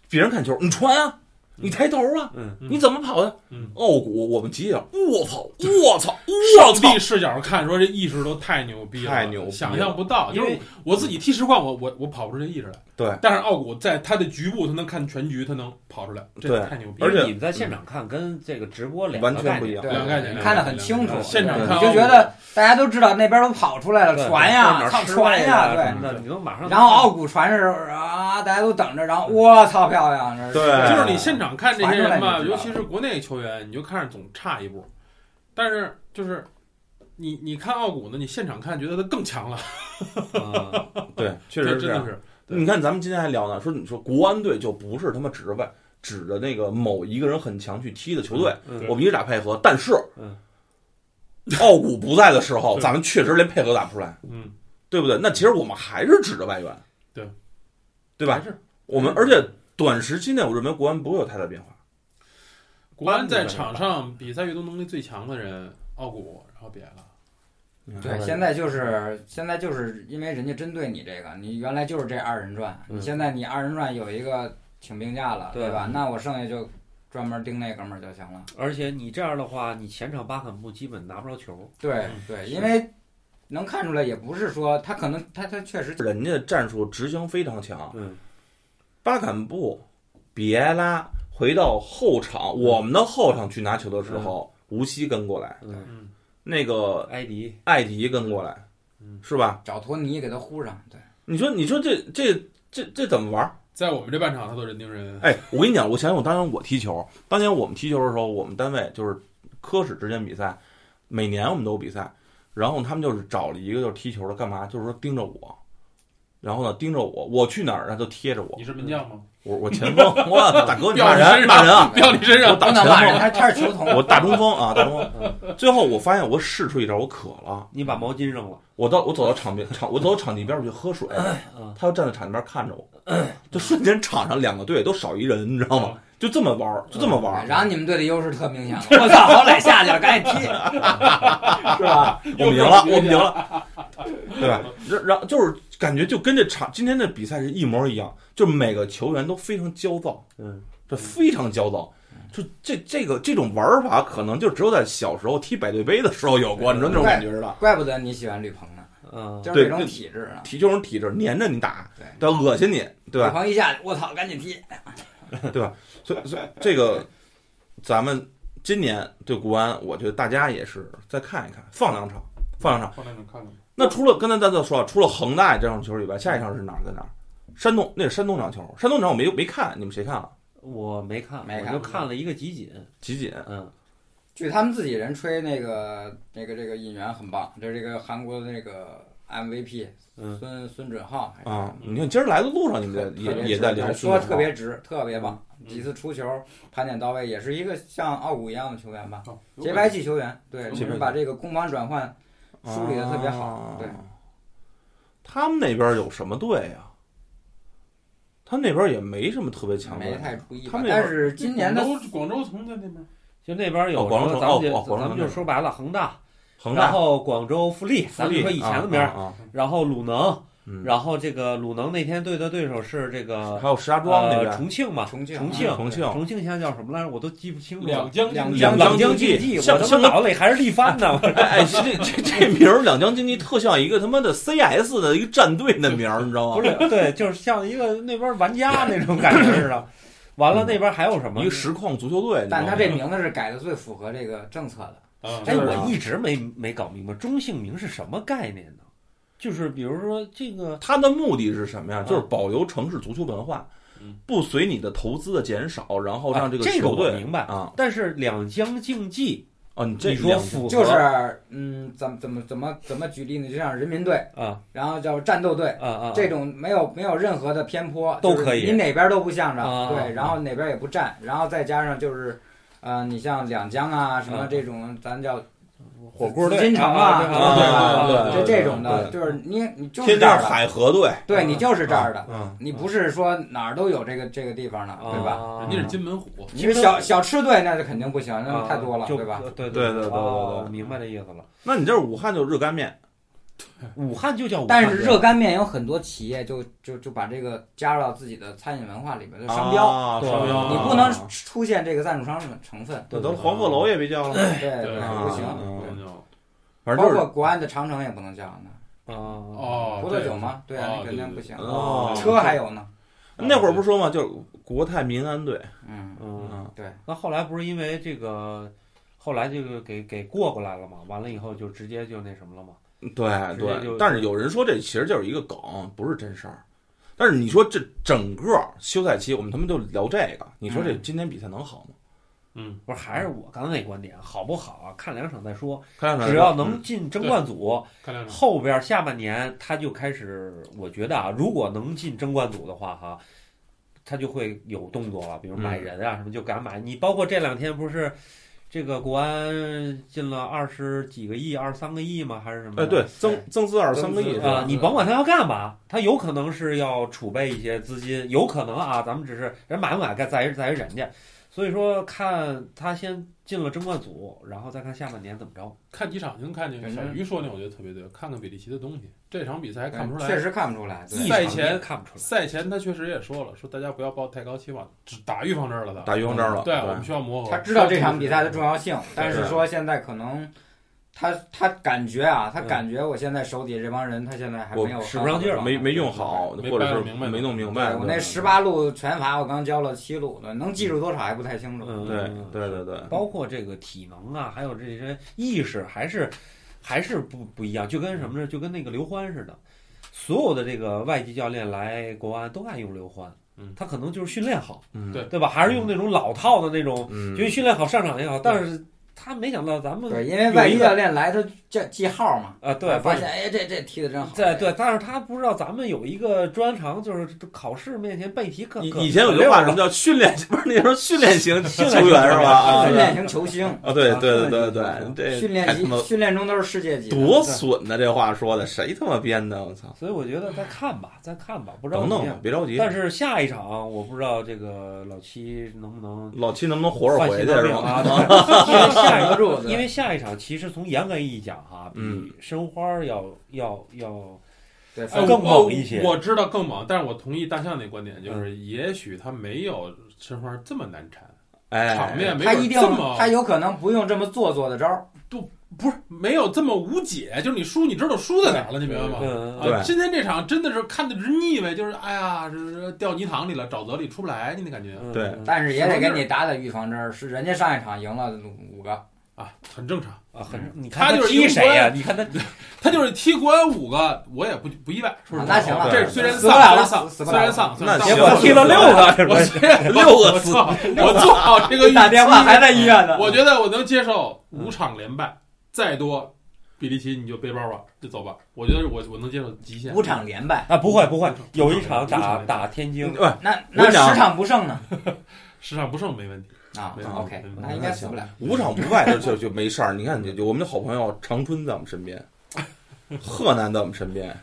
[SPEAKER 1] 别人看球，你传啊，你抬头啊，
[SPEAKER 2] 嗯
[SPEAKER 4] 嗯
[SPEAKER 1] 你怎么跑的？
[SPEAKER 4] 嗯
[SPEAKER 1] 奥古我们急眼，我操，我操，我
[SPEAKER 4] 上
[SPEAKER 1] 操
[SPEAKER 4] 帝，视角看，说这意识都太牛逼了，
[SPEAKER 1] 太牛逼了
[SPEAKER 4] 想象不到。
[SPEAKER 2] 嗯因
[SPEAKER 4] 就
[SPEAKER 2] 为
[SPEAKER 4] 是我自己踢实况，我我我跑不出这意识来。
[SPEAKER 1] 对，
[SPEAKER 4] 但是奥古在他的局部，他能看全局，他能跑出来，这
[SPEAKER 1] 对
[SPEAKER 4] 太牛逼了。
[SPEAKER 1] 而且嗯
[SPEAKER 2] 你们在现场看跟这个直播两个
[SPEAKER 1] 完全不一
[SPEAKER 2] 概
[SPEAKER 1] 样
[SPEAKER 2] 念
[SPEAKER 3] 对。
[SPEAKER 4] 两个概念
[SPEAKER 3] 看得很清楚，
[SPEAKER 4] 现场看
[SPEAKER 3] 你就觉得大家都知道那边都跑出来
[SPEAKER 2] 对
[SPEAKER 3] 了，传
[SPEAKER 2] 在哪
[SPEAKER 3] 呀，
[SPEAKER 2] 儿
[SPEAKER 3] 操
[SPEAKER 2] 吃
[SPEAKER 3] 传呀，
[SPEAKER 2] 呀
[SPEAKER 3] 对
[SPEAKER 2] 什。么的，你嗯都马上
[SPEAKER 3] 然后奥古传是啊，大家都等着，然后我操，漂亮！这
[SPEAKER 1] 对
[SPEAKER 4] 就是你现场看这些人吧，
[SPEAKER 3] 传出来你就知
[SPEAKER 4] 尤
[SPEAKER 3] 道
[SPEAKER 4] 其是国内球员，你就看着总差一步。但是就是你你看奥古呢，你现场看觉得他更强了，
[SPEAKER 2] 啊
[SPEAKER 1] 对，确实
[SPEAKER 4] 这真
[SPEAKER 1] 是这
[SPEAKER 4] 的
[SPEAKER 1] 样。
[SPEAKER 4] 是。对
[SPEAKER 1] 你看咱们今天还聊呢，说你说国安队就不是他妈职位，指着那个某一个人很强去踢的球队，
[SPEAKER 2] 嗯
[SPEAKER 4] 对
[SPEAKER 1] 我们一直打配合。但是
[SPEAKER 2] 嗯，
[SPEAKER 1] 奥古不在的时候，
[SPEAKER 4] 对
[SPEAKER 1] 咱们确实连配合都打不出来，
[SPEAKER 4] 嗯，
[SPEAKER 1] 对不对？那其实我们还是指着外援，
[SPEAKER 4] 对，
[SPEAKER 1] 对
[SPEAKER 4] 还
[SPEAKER 1] 吧？
[SPEAKER 4] 是
[SPEAKER 1] 我们而且短时期内，我认为国安不会有太大变化。
[SPEAKER 4] 国安在场上比赛运动能力最强的人，奥古，然后别了，
[SPEAKER 3] 对，现在就是现在就是因为人家针对你这个，你原来就是这二人转，
[SPEAKER 2] 嗯
[SPEAKER 3] 你现在你二人转有一个请病假了，
[SPEAKER 2] 对嗯
[SPEAKER 3] 对吧？那我剩下就专门盯那哥们儿就行了。
[SPEAKER 2] 而且你这样的话，你前场巴坎布基本拿不着球。
[SPEAKER 3] 对对，因为能看出来，也不是说他可能他他确实
[SPEAKER 1] 人家战术执行非常强，
[SPEAKER 2] 嗯，
[SPEAKER 1] 巴坎布、比埃拉回到后
[SPEAKER 4] 嗯
[SPEAKER 1] 场，我们的后场去拿球的时候，无锡跟过来，
[SPEAKER 2] 嗯，
[SPEAKER 4] 嗯，
[SPEAKER 1] 那个
[SPEAKER 2] 埃迪，
[SPEAKER 1] 艾迪跟过来
[SPEAKER 4] 嗯，
[SPEAKER 1] 是吧？
[SPEAKER 3] 找托尼给他呼上，对，
[SPEAKER 1] 你说，你说这这这这怎么玩？
[SPEAKER 4] 在我们这半场他都人盯人，
[SPEAKER 1] 哎，我跟你讲，我想想，我当年我踢球，当年我们踢球的时候，我们单位就是科室之间比赛，每年我们都有比赛，然后他们就是找了一个就是踢球的，干嘛？就是说盯着我，然后呢盯着我，我去哪儿，然后就贴着我
[SPEAKER 4] 你，是门将吗？
[SPEAKER 1] 我我前锋，我操大哥你
[SPEAKER 4] 彪
[SPEAKER 1] 骂
[SPEAKER 4] 你
[SPEAKER 1] 人
[SPEAKER 4] 身
[SPEAKER 1] 骂
[SPEAKER 4] 上
[SPEAKER 1] 人啊！
[SPEAKER 4] 掉你身
[SPEAKER 1] 我
[SPEAKER 4] 上，
[SPEAKER 1] 打
[SPEAKER 3] 不
[SPEAKER 1] 前
[SPEAKER 3] 能骂人，
[SPEAKER 1] 锋，
[SPEAKER 3] 他他是球童，
[SPEAKER 1] 我大中锋啊，大中锋。最后我发现我试出一招，我渴了，
[SPEAKER 2] 你把毛巾扔了。
[SPEAKER 1] 我到我走到场边场，我走到场地边儿我去喝水，
[SPEAKER 3] 哎
[SPEAKER 2] 嗯
[SPEAKER 1] 他就站在场地边儿看着我，就瞬间场上两个队都少一人，你知道吗？就这么玩儿，就这么玩儿。
[SPEAKER 3] 哎然后你们队的优势特明显了，我操，好歹下去了，赶紧踢，是吧？
[SPEAKER 1] 我们赢了，我们赢了， 对吧？然然后就是感觉就跟这场今天这比赛是一模一样，就是每个球员都非常焦躁，
[SPEAKER 2] 嗯，
[SPEAKER 1] 这非常焦躁。就这这个这种玩法，可能就只有在小时候踢百对杯的时候有过，你说那种感觉的。
[SPEAKER 3] 怪不得你喜欢吕鹏呢，
[SPEAKER 2] 嗯，
[SPEAKER 3] 就是这
[SPEAKER 1] 对
[SPEAKER 3] 种
[SPEAKER 1] 对
[SPEAKER 3] 体质啊。
[SPEAKER 1] 体这种体质粘着你打，
[SPEAKER 3] 对
[SPEAKER 1] 对，恶心你，对
[SPEAKER 3] 吕
[SPEAKER 1] 吧？
[SPEAKER 3] 鹏一下去，我操，赶紧踢，
[SPEAKER 1] 所以所以这个，咱们今年对国安，我觉得大家也是再看一看，放两场，放两场。
[SPEAKER 4] 放那种看看，
[SPEAKER 1] 那除了刚才咱就说了，除了恒大这场球以外，下一场是哪儿跟哪儿？山东那是山东这场球，山东这场我没没看，你们谁看了？
[SPEAKER 2] 我没看，
[SPEAKER 3] 没看
[SPEAKER 2] 我就看了一个集锦。
[SPEAKER 1] 集锦
[SPEAKER 2] 嗯，
[SPEAKER 3] 据他们自己人吹，那个那个这个引援很棒，就是这个韩国的那个 MVP
[SPEAKER 2] 嗯
[SPEAKER 3] 孙孙准浩还是
[SPEAKER 1] 啊！你看今儿来的路上，你们
[SPEAKER 3] 特别
[SPEAKER 1] 也也
[SPEAKER 3] 值
[SPEAKER 1] 在聊
[SPEAKER 3] 说
[SPEAKER 1] 孙
[SPEAKER 3] 特
[SPEAKER 1] 总吗
[SPEAKER 3] 别值，特别棒，几次出球盘点到位，也是一个像奥古一样的球员吧，
[SPEAKER 4] 哦
[SPEAKER 3] 节拍器球员，对，
[SPEAKER 1] 节拍器
[SPEAKER 3] 就是把这个攻防转换梳理的特别好，对，
[SPEAKER 1] 啊他们那边有什么队呀、他们那边也没什么特别强的
[SPEAKER 3] 没
[SPEAKER 1] 队，
[SPEAKER 3] 太注意
[SPEAKER 1] 他
[SPEAKER 3] 吧。
[SPEAKER 1] 们那
[SPEAKER 3] 但
[SPEAKER 1] 边
[SPEAKER 3] 是今年的
[SPEAKER 4] 广州广州从在那边，
[SPEAKER 2] 就那边有
[SPEAKER 1] 哦广州
[SPEAKER 2] 说
[SPEAKER 1] 城
[SPEAKER 2] 咱们
[SPEAKER 1] 哦哦
[SPEAKER 2] 就
[SPEAKER 1] 广州
[SPEAKER 2] 咱们
[SPEAKER 1] 城
[SPEAKER 2] 就说白了，恒大，
[SPEAKER 1] 恒
[SPEAKER 2] 然
[SPEAKER 1] 大、
[SPEAKER 2] 后广州富力，
[SPEAKER 1] 富
[SPEAKER 2] 咱们
[SPEAKER 1] 力
[SPEAKER 2] 说以前的名
[SPEAKER 1] 啊
[SPEAKER 2] 儿，
[SPEAKER 1] 啊啊
[SPEAKER 2] 然后鲁能，
[SPEAKER 1] 嗯，
[SPEAKER 2] 然后这个鲁能那天对的对手是这个
[SPEAKER 1] 还有石家庄那
[SPEAKER 2] 呃
[SPEAKER 1] 边，嗯
[SPEAKER 2] 重庆嘛，
[SPEAKER 3] 重庆
[SPEAKER 2] 重
[SPEAKER 3] 庆
[SPEAKER 1] 重庆
[SPEAKER 2] 重庆现在叫什么来着？我都记不清楚了
[SPEAKER 4] 两。江
[SPEAKER 3] 两
[SPEAKER 1] 江
[SPEAKER 2] 两江
[SPEAKER 1] 经济
[SPEAKER 2] 济，
[SPEAKER 1] 像
[SPEAKER 2] 我他
[SPEAKER 1] 像
[SPEAKER 2] 妈脑子里还是力帆呢。
[SPEAKER 1] 哎哎，这这这名儿两江经济特像一个他妈的 CS 的一个战队的名儿，你知道吗？
[SPEAKER 2] 不是，对，就是像一个那边玩家那种感觉似的。完了，那边还有什么
[SPEAKER 1] 一个？实况足球队，你知道
[SPEAKER 3] 但
[SPEAKER 1] 吗
[SPEAKER 3] 他这名字是改的最符合这个政策的，
[SPEAKER 4] 啊，
[SPEAKER 2] 哎，
[SPEAKER 1] 是
[SPEAKER 2] 我一直没没搞明白中性名是什么概念呢？就是比如说这个，
[SPEAKER 1] 它的目的是什么呀？
[SPEAKER 3] 嗯
[SPEAKER 2] 啊
[SPEAKER 1] 就是保留城市足球文化
[SPEAKER 4] 嗯，
[SPEAKER 1] 不随你的投资的减少，然
[SPEAKER 3] 哎
[SPEAKER 1] 后让
[SPEAKER 2] 啊
[SPEAKER 1] 这个
[SPEAKER 2] 这个
[SPEAKER 1] 球
[SPEAKER 2] 我
[SPEAKER 1] 队
[SPEAKER 2] 明白。
[SPEAKER 1] 啊
[SPEAKER 2] 但是两江竞技，
[SPEAKER 1] 哦，你这
[SPEAKER 2] 你说符合
[SPEAKER 3] 就是嗯，怎么怎么怎么怎么举例呢？就像人民队，
[SPEAKER 2] 啊
[SPEAKER 3] 然后叫战斗队，
[SPEAKER 2] 啊啊，
[SPEAKER 3] 这种没有没有任何的偏颇，
[SPEAKER 2] 都可以
[SPEAKER 3] 就是你哪边都不向着，
[SPEAKER 2] 啊
[SPEAKER 3] 对，然后哪边也不占，然后再加上就是，呃，你像两江啊什么这种，咱叫
[SPEAKER 2] 火锅队
[SPEAKER 3] 紫金城
[SPEAKER 2] 啊
[SPEAKER 3] 什
[SPEAKER 2] 对
[SPEAKER 3] 么
[SPEAKER 1] 啊
[SPEAKER 3] 吧？
[SPEAKER 1] 对
[SPEAKER 3] 就
[SPEAKER 1] 对
[SPEAKER 3] 这种的，
[SPEAKER 1] 对
[SPEAKER 3] 就是你你就是
[SPEAKER 1] 天
[SPEAKER 3] 这儿
[SPEAKER 1] 津
[SPEAKER 3] 的，嗯
[SPEAKER 1] 海河队，
[SPEAKER 3] 对你就是这
[SPEAKER 2] 啊
[SPEAKER 3] 儿的，
[SPEAKER 1] 嗯，啊
[SPEAKER 3] 你不是说哪儿都有这个这个地方的，对吧？
[SPEAKER 2] 吧
[SPEAKER 4] 人家是金门虎，
[SPEAKER 3] 你是小小吃队那就肯定不行，那
[SPEAKER 1] 啊
[SPEAKER 3] 太多了，
[SPEAKER 2] 啊就
[SPEAKER 3] 对吧？？
[SPEAKER 1] 对
[SPEAKER 2] 对
[SPEAKER 1] 对对对
[SPEAKER 2] 哦
[SPEAKER 1] 对
[SPEAKER 2] 我明白这意思了。
[SPEAKER 1] 那你这武汉就热干面，
[SPEAKER 2] 武汉就叫武汉，
[SPEAKER 3] 但是热干面有很多企业就就就把这个加入到自己的餐饮文化里边的商标，
[SPEAKER 1] 啊
[SPEAKER 2] 对
[SPEAKER 1] 商标，
[SPEAKER 3] 你不能出现这个赞助商成分。
[SPEAKER 1] 这都黄鹤楼也别叫了，
[SPEAKER 3] 对
[SPEAKER 4] 对
[SPEAKER 3] 不行。
[SPEAKER 1] 嗯
[SPEAKER 3] 对
[SPEAKER 4] 嗯嗯
[SPEAKER 1] 反正
[SPEAKER 3] 嗯包
[SPEAKER 1] 就是
[SPEAKER 3] 括国安的长城也不能叫呢，
[SPEAKER 2] 啊
[SPEAKER 4] 哦，
[SPEAKER 3] 葡萄酒嘛，对
[SPEAKER 4] 对
[SPEAKER 3] 啊，
[SPEAKER 4] 哦
[SPEAKER 3] 那肯定不行。
[SPEAKER 1] 哦
[SPEAKER 3] 车还有呢，
[SPEAKER 1] 那会儿不是说嘛，就是国泰民安队，
[SPEAKER 4] 哦
[SPEAKER 3] 嗯，
[SPEAKER 2] 嗯。
[SPEAKER 1] 嗯，
[SPEAKER 3] 对，
[SPEAKER 2] 那后来不是因为这个，后来这个给给过过来了嘛？完了以后就直接就那什么了嘛？
[SPEAKER 1] 对
[SPEAKER 2] 直接就
[SPEAKER 1] 对。但是有人说这其实就是一个梗，不是真事儿。但是你说这整个休赛期，我们他妈就聊这个，你说这
[SPEAKER 3] 嗯
[SPEAKER 1] 今天比赛能好吗？
[SPEAKER 4] 嗯，
[SPEAKER 2] 不是，还是我刚才那观点，好不好啊？看两场嗯再说，
[SPEAKER 1] 看嗯看
[SPEAKER 2] 只要能进争冠组，
[SPEAKER 4] 看两场，
[SPEAKER 2] 后边下半年他就开始，我觉得啊，如果能进争冠组的话哈，他就会有动作了，比如买人啊什么就敢买。你包括这两天不是这个国安进了二十几个亿、二十三个亿吗？还是什么的？
[SPEAKER 1] 哎，对，增增资二十三个亿
[SPEAKER 3] 增
[SPEAKER 1] 是
[SPEAKER 3] 资
[SPEAKER 1] 吧？
[SPEAKER 2] 啊，你甭管他要干嘛，他有可能是要储备一些资金，有可能啊，咱们只是人买不买，该在于在于人家。所以说，看他先进了争冠组，然后再看下半年怎么着。
[SPEAKER 4] 看几场就能看见。小鱼说那我觉得特别对，看看比利奇的东西，这场比赛还看不出来。
[SPEAKER 3] 哎确实看不出来。对
[SPEAKER 2] 一
[SPEAKER 4] 赛
[SPEAKER 2] 场
[SPEAKER 4] 前
[SPEAKER 2] 也看不出来，
[SPEAKER 4] 赛前他确实也说了，说大家不要抱太高期望，只打预防针了的。
[SPEAKER 1] 打预防针了，
[SPEAKER 4] 对，啊我们需要磨合。
[SPEAKER 3] 啊他知道这场比赛的重要性，但是说现在可能他他感觉啊，他感觉我现在手底下这帮人，他现在还没有
[SPEAKER 2] 使不上劲儿
[SPEAKER 1] 没没用好，
[SPEAKER 4] 没
[SPEAKER 1] 或者是
[SPEAKER 4] 掰明白
[SPEAKER 1] 没弄明
[SPEAKER 3] 对
[SPEAKER 1] 白。
[SPEAKER 3] 我
[SPEAKER 1] 对
[SPEAKER 3] 那十八路拳法，我刚教了七路呢，能记住多少还不太清楚。
[SPEAKER 2] 嗯，
[SPEAKER 1] 对对对对，
[SPEAKER 2] 包括这个体能啊，还有这些意识，还是还是不不一样，就跟什么呢？就跟那个刘欢似的，所有的这个外籍教练来国安都爱用刘欢，
[SPEAKER 4] 嗯
[SPEAKER 2] 他可能就是训练好，
[SPEAKER 1] 嗯
[SPEAKER 4] 对
[SPEAKER 2] 对吧？还是用那种老套的那种，
[SPEAKER 1] 嗯
[SPEAKER 2] 因为训练好上场也好，但是他没想到咱们
[SPEAKER 3] 对，因为外籍教练来他叫记号嘛，
[SPEAKER 2] 啊，对，
[SPEAKER 3] 发现哎这这踢的真好。
[SPEAKER 2] 对对，但是他不知道咱们有一个专长，就是考试面前背题可
[SPEAKER 1] 以
[SPEAKER 2] 可
[SPEAKER 1] 以前有句话什么叫训练， 不是那时候训练型球员是吧？啊
[SPEAKER 3] 训
[SPEAKER 1] 对
[SPEAKER 3] 练型球星
[SPEAKER 1] 啊，对对对对，这
[SPEAKER 3] 训
[SPEAKER 1] 太
[SPEAKER 3] 练
[SPEAKER 1] 他妈
[SPEAKER 3] 级训练中都是世界级的。
[SPEAKER 1] 多损呐！这话说的，谁他妈编的？我操！
[SPEAKER 2] 所以我觉得再看吧，再看吧，不知道
[SPEAKER 1] 等
[SPEAKER 2] 怎么
[SPEAKER 1] 等吧
[SPEAKER 2] 样，。
[SPEAKER 1] 别着急。
[SPEAKER 2] 但是下一场我不知道这个老七能不能
[SPEAKER 1] 老七能不能活着
[SPEAKER 2] 换
[SPEAKER 1] 回
[SPEAKER 2] 心
[SPEAKER 1] 去
[SPEAKER 2] 脏
[SPEAKER 1] 是
[SPEAKER 2] 病
[SPEAKER 1] 吧？
[SPEAKER 2] 啊？对因为下一
[SPEAKER 3] 扛
[SPEAKER 2] 场，
[SPEAKER 3] 住，对
[SPEAKER 2] 因为下一场其实从严格意义讲哈，
[SPEAKER 1] 嗯
[SPEAKER 2] 比申花要要要
[SPEAKER 3] 对，
[SPEAKER 4] 哎
[SPEAKER 2] 更
[SPEAKER 4] 我
[SPEAKER 2] 猛一些
[SPEAKER 4] 我知道更猛，但是我同意大象那观点，就是
[SPEAKER 3] 嗯
[SPEAKER 4] 也许他没有申花这么难缠，场
[SPEAKER 1] 哎，
[SPEAKER 4] 面没
[SPEAKER 3] 他
[SPEAKER 4] 有
[SPEAKER 3] 一定
[SPEAKER 4] 这么
[SPEAKER 3] 他有可能不用这么做作的招儿。
[SPEAKER 4] 不是没有这么无解，就是你输你知道输在哪儿了，你明白吗？
[SPEAKER 2] 嗯
[SPEAKER 1] 对
[SPEAKER 4] 啊，今天这场真的是看的直腻歪，就是哎呀，是是掉泥塘里了，沼泽里出不来，你那感觉
[SPEAKER 2] 嗯
[SPEAKER 1] 对
[SPEAKER 2] 嗯
[SPEAKER 3] 但是也得给你打打预防针儿，是人家上一场赢了五个，
[SPEAKER 4] 啊，很正常。
[SPEAKER 2] 啊，很你
[SPEAKER 4] 他
[SPEAKER 2] 看
[SPEAKER 4] 就是一
[SPEAKER 2] 踢
[SPEAKER 4] 个
[SPEAKER 2] 谁呀？你看他
[SPEAKER 4] 他就是踢国安五个，我也不不意外，说实话。
[SPEAKER 3] 啊那行了
[SPEAKER 4] 这虽然
[SPEAKER 3] 死不了了
[SPEAKER 4] 丧，虽
[SPEAKER 3] 死不了了
[SPEAKER 4] 然丧，虽
[SPEAKER 1] 那
[SPEAKER 4] 然丧
[SPEAKER 1] 行
[SPEAKER 2] 结
[SPEAKER 1] 吧
[SPEAKER 2] 果踢了六个， 是
[SPEAKER 4] 我
[SPEAKER 2] 吧？
[SPEAKER 4] 觉得
[SPEAKER 1] 六个
[SPEAKER 4] 我
[SPEAKER 1] 死
[SPEAKER 4] 操我做好这个预期
[SPEAKER 3] 打电话还在医院呢。
[SPEAKER 4] 我觉得我能接受五场连败，再多，比利奇你就背包吧，就走吧。我觉得我我能接受极限。
[SPEAKER 3] 五场连败，
[SPEAKER 2] 啊，不会不会，有一
[SPEAKER 4] 五
[SPEAKER 2] 场
[SPEAKER 4] 场
[SPEAKER 2] 打
[SPEAKER 4] 连败
[SPEAKER 2] 打天津，
[SPEAKER 1] 喂，
[SPEAKER 3] 那
[SPEAKER 1] 我跟
[SPEAKER 3] 那
[SPEAKER 1] 你讲
[SPEAKER 3] 十场不胜呢？
[SPEAKER 4] 十场不胜没问题。
[SPEAKER 3] 啊
[SPEAKER 4] 没有
[SPEAKER 3] ，OK，
[SPEAKER 4] 没有
[SPEAKER 3] 那应该死不了。
[SPEAKER 1] 五场不败就就就没事儿。你看，就就我们的好朋友长春在我们身边，河南在我们身边，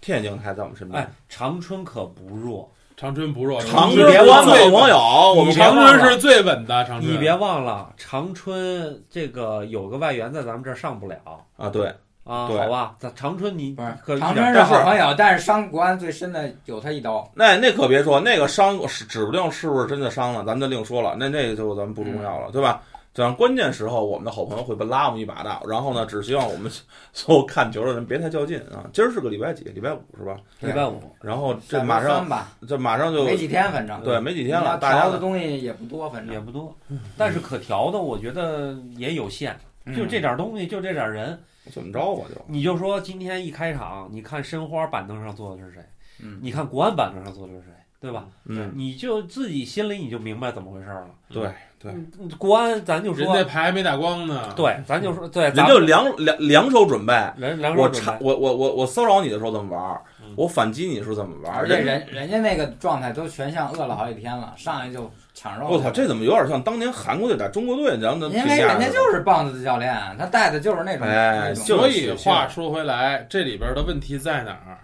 [SPEAKER 1] 天津还在我们身边
[SPEAKER 2] 哎。，长春可不弱，
[SPEAKER 4] 长春不弱，
[SPEAKER 1] 长
[SPEAKER 4] 春
[SPEAKER 1] 春
[SPEAKER 3] 别
[SPEAKER 1] 不
[SPEAKER 3] 忘了
[SPEAKER 1] 最网友，我们
[SPEAKER 4] 长春是最稳的。长春，
[SPEAKER 2] 你别忘了，长春这个有个外援在咱们这儿上不了
[SPEAKER 1] 啊，对，
[SPEAKER 2] 啊，
[SPEAKER 1] 对
[SPEAKER 2] 好吧，咱长春你
[SPEAKER 3] 不是
[SPEAKER 2] 可，
[SPEAKER 3] 长春
[SPEAKER 1] 但
[SPEAKER 3] 是
[SPEAKER 1] 是
[SPEAKER 3] 好朋友，但是伤国安最深的有他一刀。
[SPEAKER 1] 那那可别说，那个伤是指不定是不是真的伤了，咱们就另说了。那那就咱们不重
[SPEAKER 3] 嗯
[SPEAKER 1] 要了，对吧？这样关键时候，我们的好朋友会拉我们一把的。然后呢，只希望我们 所有看球的人别太较劲啊。今儿是个礼拜几？礼拜五是吧？
[SPEAKER 2] 一百五，
[SPEAKER 1] 然后这
[SPEAKER 3] 下周
[SPEAKER 1] 马上
[SPEAKER 3] 三吧，
[SPEAKER 1] 这马上就
[SPEAKER 3] 没几天，反正
[SPEAKER 1] 对没几
[SPEAKER 3] 几
[SPEAKER 1] 天了，大
[SPEAKER 3] 调
[SPEAKER 1] 家
[SPEAKER 3] 的东西也不多，反
[SPEAKER 2] 也
[SPEAKER 3] 正
[SPEAKER 2] 不多，但是可调的我觉得也有限，
[SPEAKER 3] 嗯
[SPEAKER 2] 就这点东西，就这点人，
[SPEAKER 1] 怎么着吧就。
[SPEAKER 2] 你就说今天一开场，你看申花板凳上坐的是谁，
[SPEAKER 3] 嗯
[SPEAKER 2] 你看国安板凳上坐的是谁，对吧？
[SPEAKER 1] 嗯，
[SPEAKER 2] 你就自己心里你就明白怎么回事了。
[SPEAKER 1] 对对，
[SPEAKER 2] 嗯国安咱就
[SPEAKER 4] 人
[SPEAKER 2] 说
[SPEAKER 4] 家牌没打光呢。，
[SPEAKER 2] 对，咱就说对，
[SPEAKER 1] 人
[SPEAKER 2] 咱
[SPEAKER 1] 就两两两手准备。
[SPEAKER 2] 人两
[SPEAKER 1] 我
[SPEAKER 2] 手准
[SPEAKER 1] 插
[SPEAKER 2] 备，
[SPEAKER 1] 我我我我骚扰你的时候怎么玩儿
[SPEAKER 4] 嗯，
[SPEAKER 1] 我反击你是怎么玩儿。
[SPEAKER 3] 而且人人家那个状态都全像饿了好几天了，上来就抢肉。
[SPEAKER 1] 我操，这怎么有点像当年韩国队打中国队，然后呢
[SPEAKER 3] 因
[SPEAKER 1] 评
[SPEAKER 3] 为
[SPEAKER 1] 价
[SPEAKER 3] 人家
[SPEAKER 1] 似的
[SPEAKER 3] 就是棒子的教练，啊他带的就是那种
[SPEAKER 1] 啊哎
[SPEAKER 3] 那种
[SPEAKER 1] 就
[SPEAKER 4] 所
[SPEAKER 1] 是
[SPEAKER 4] 以话说回来，这里边的问题在哪儿？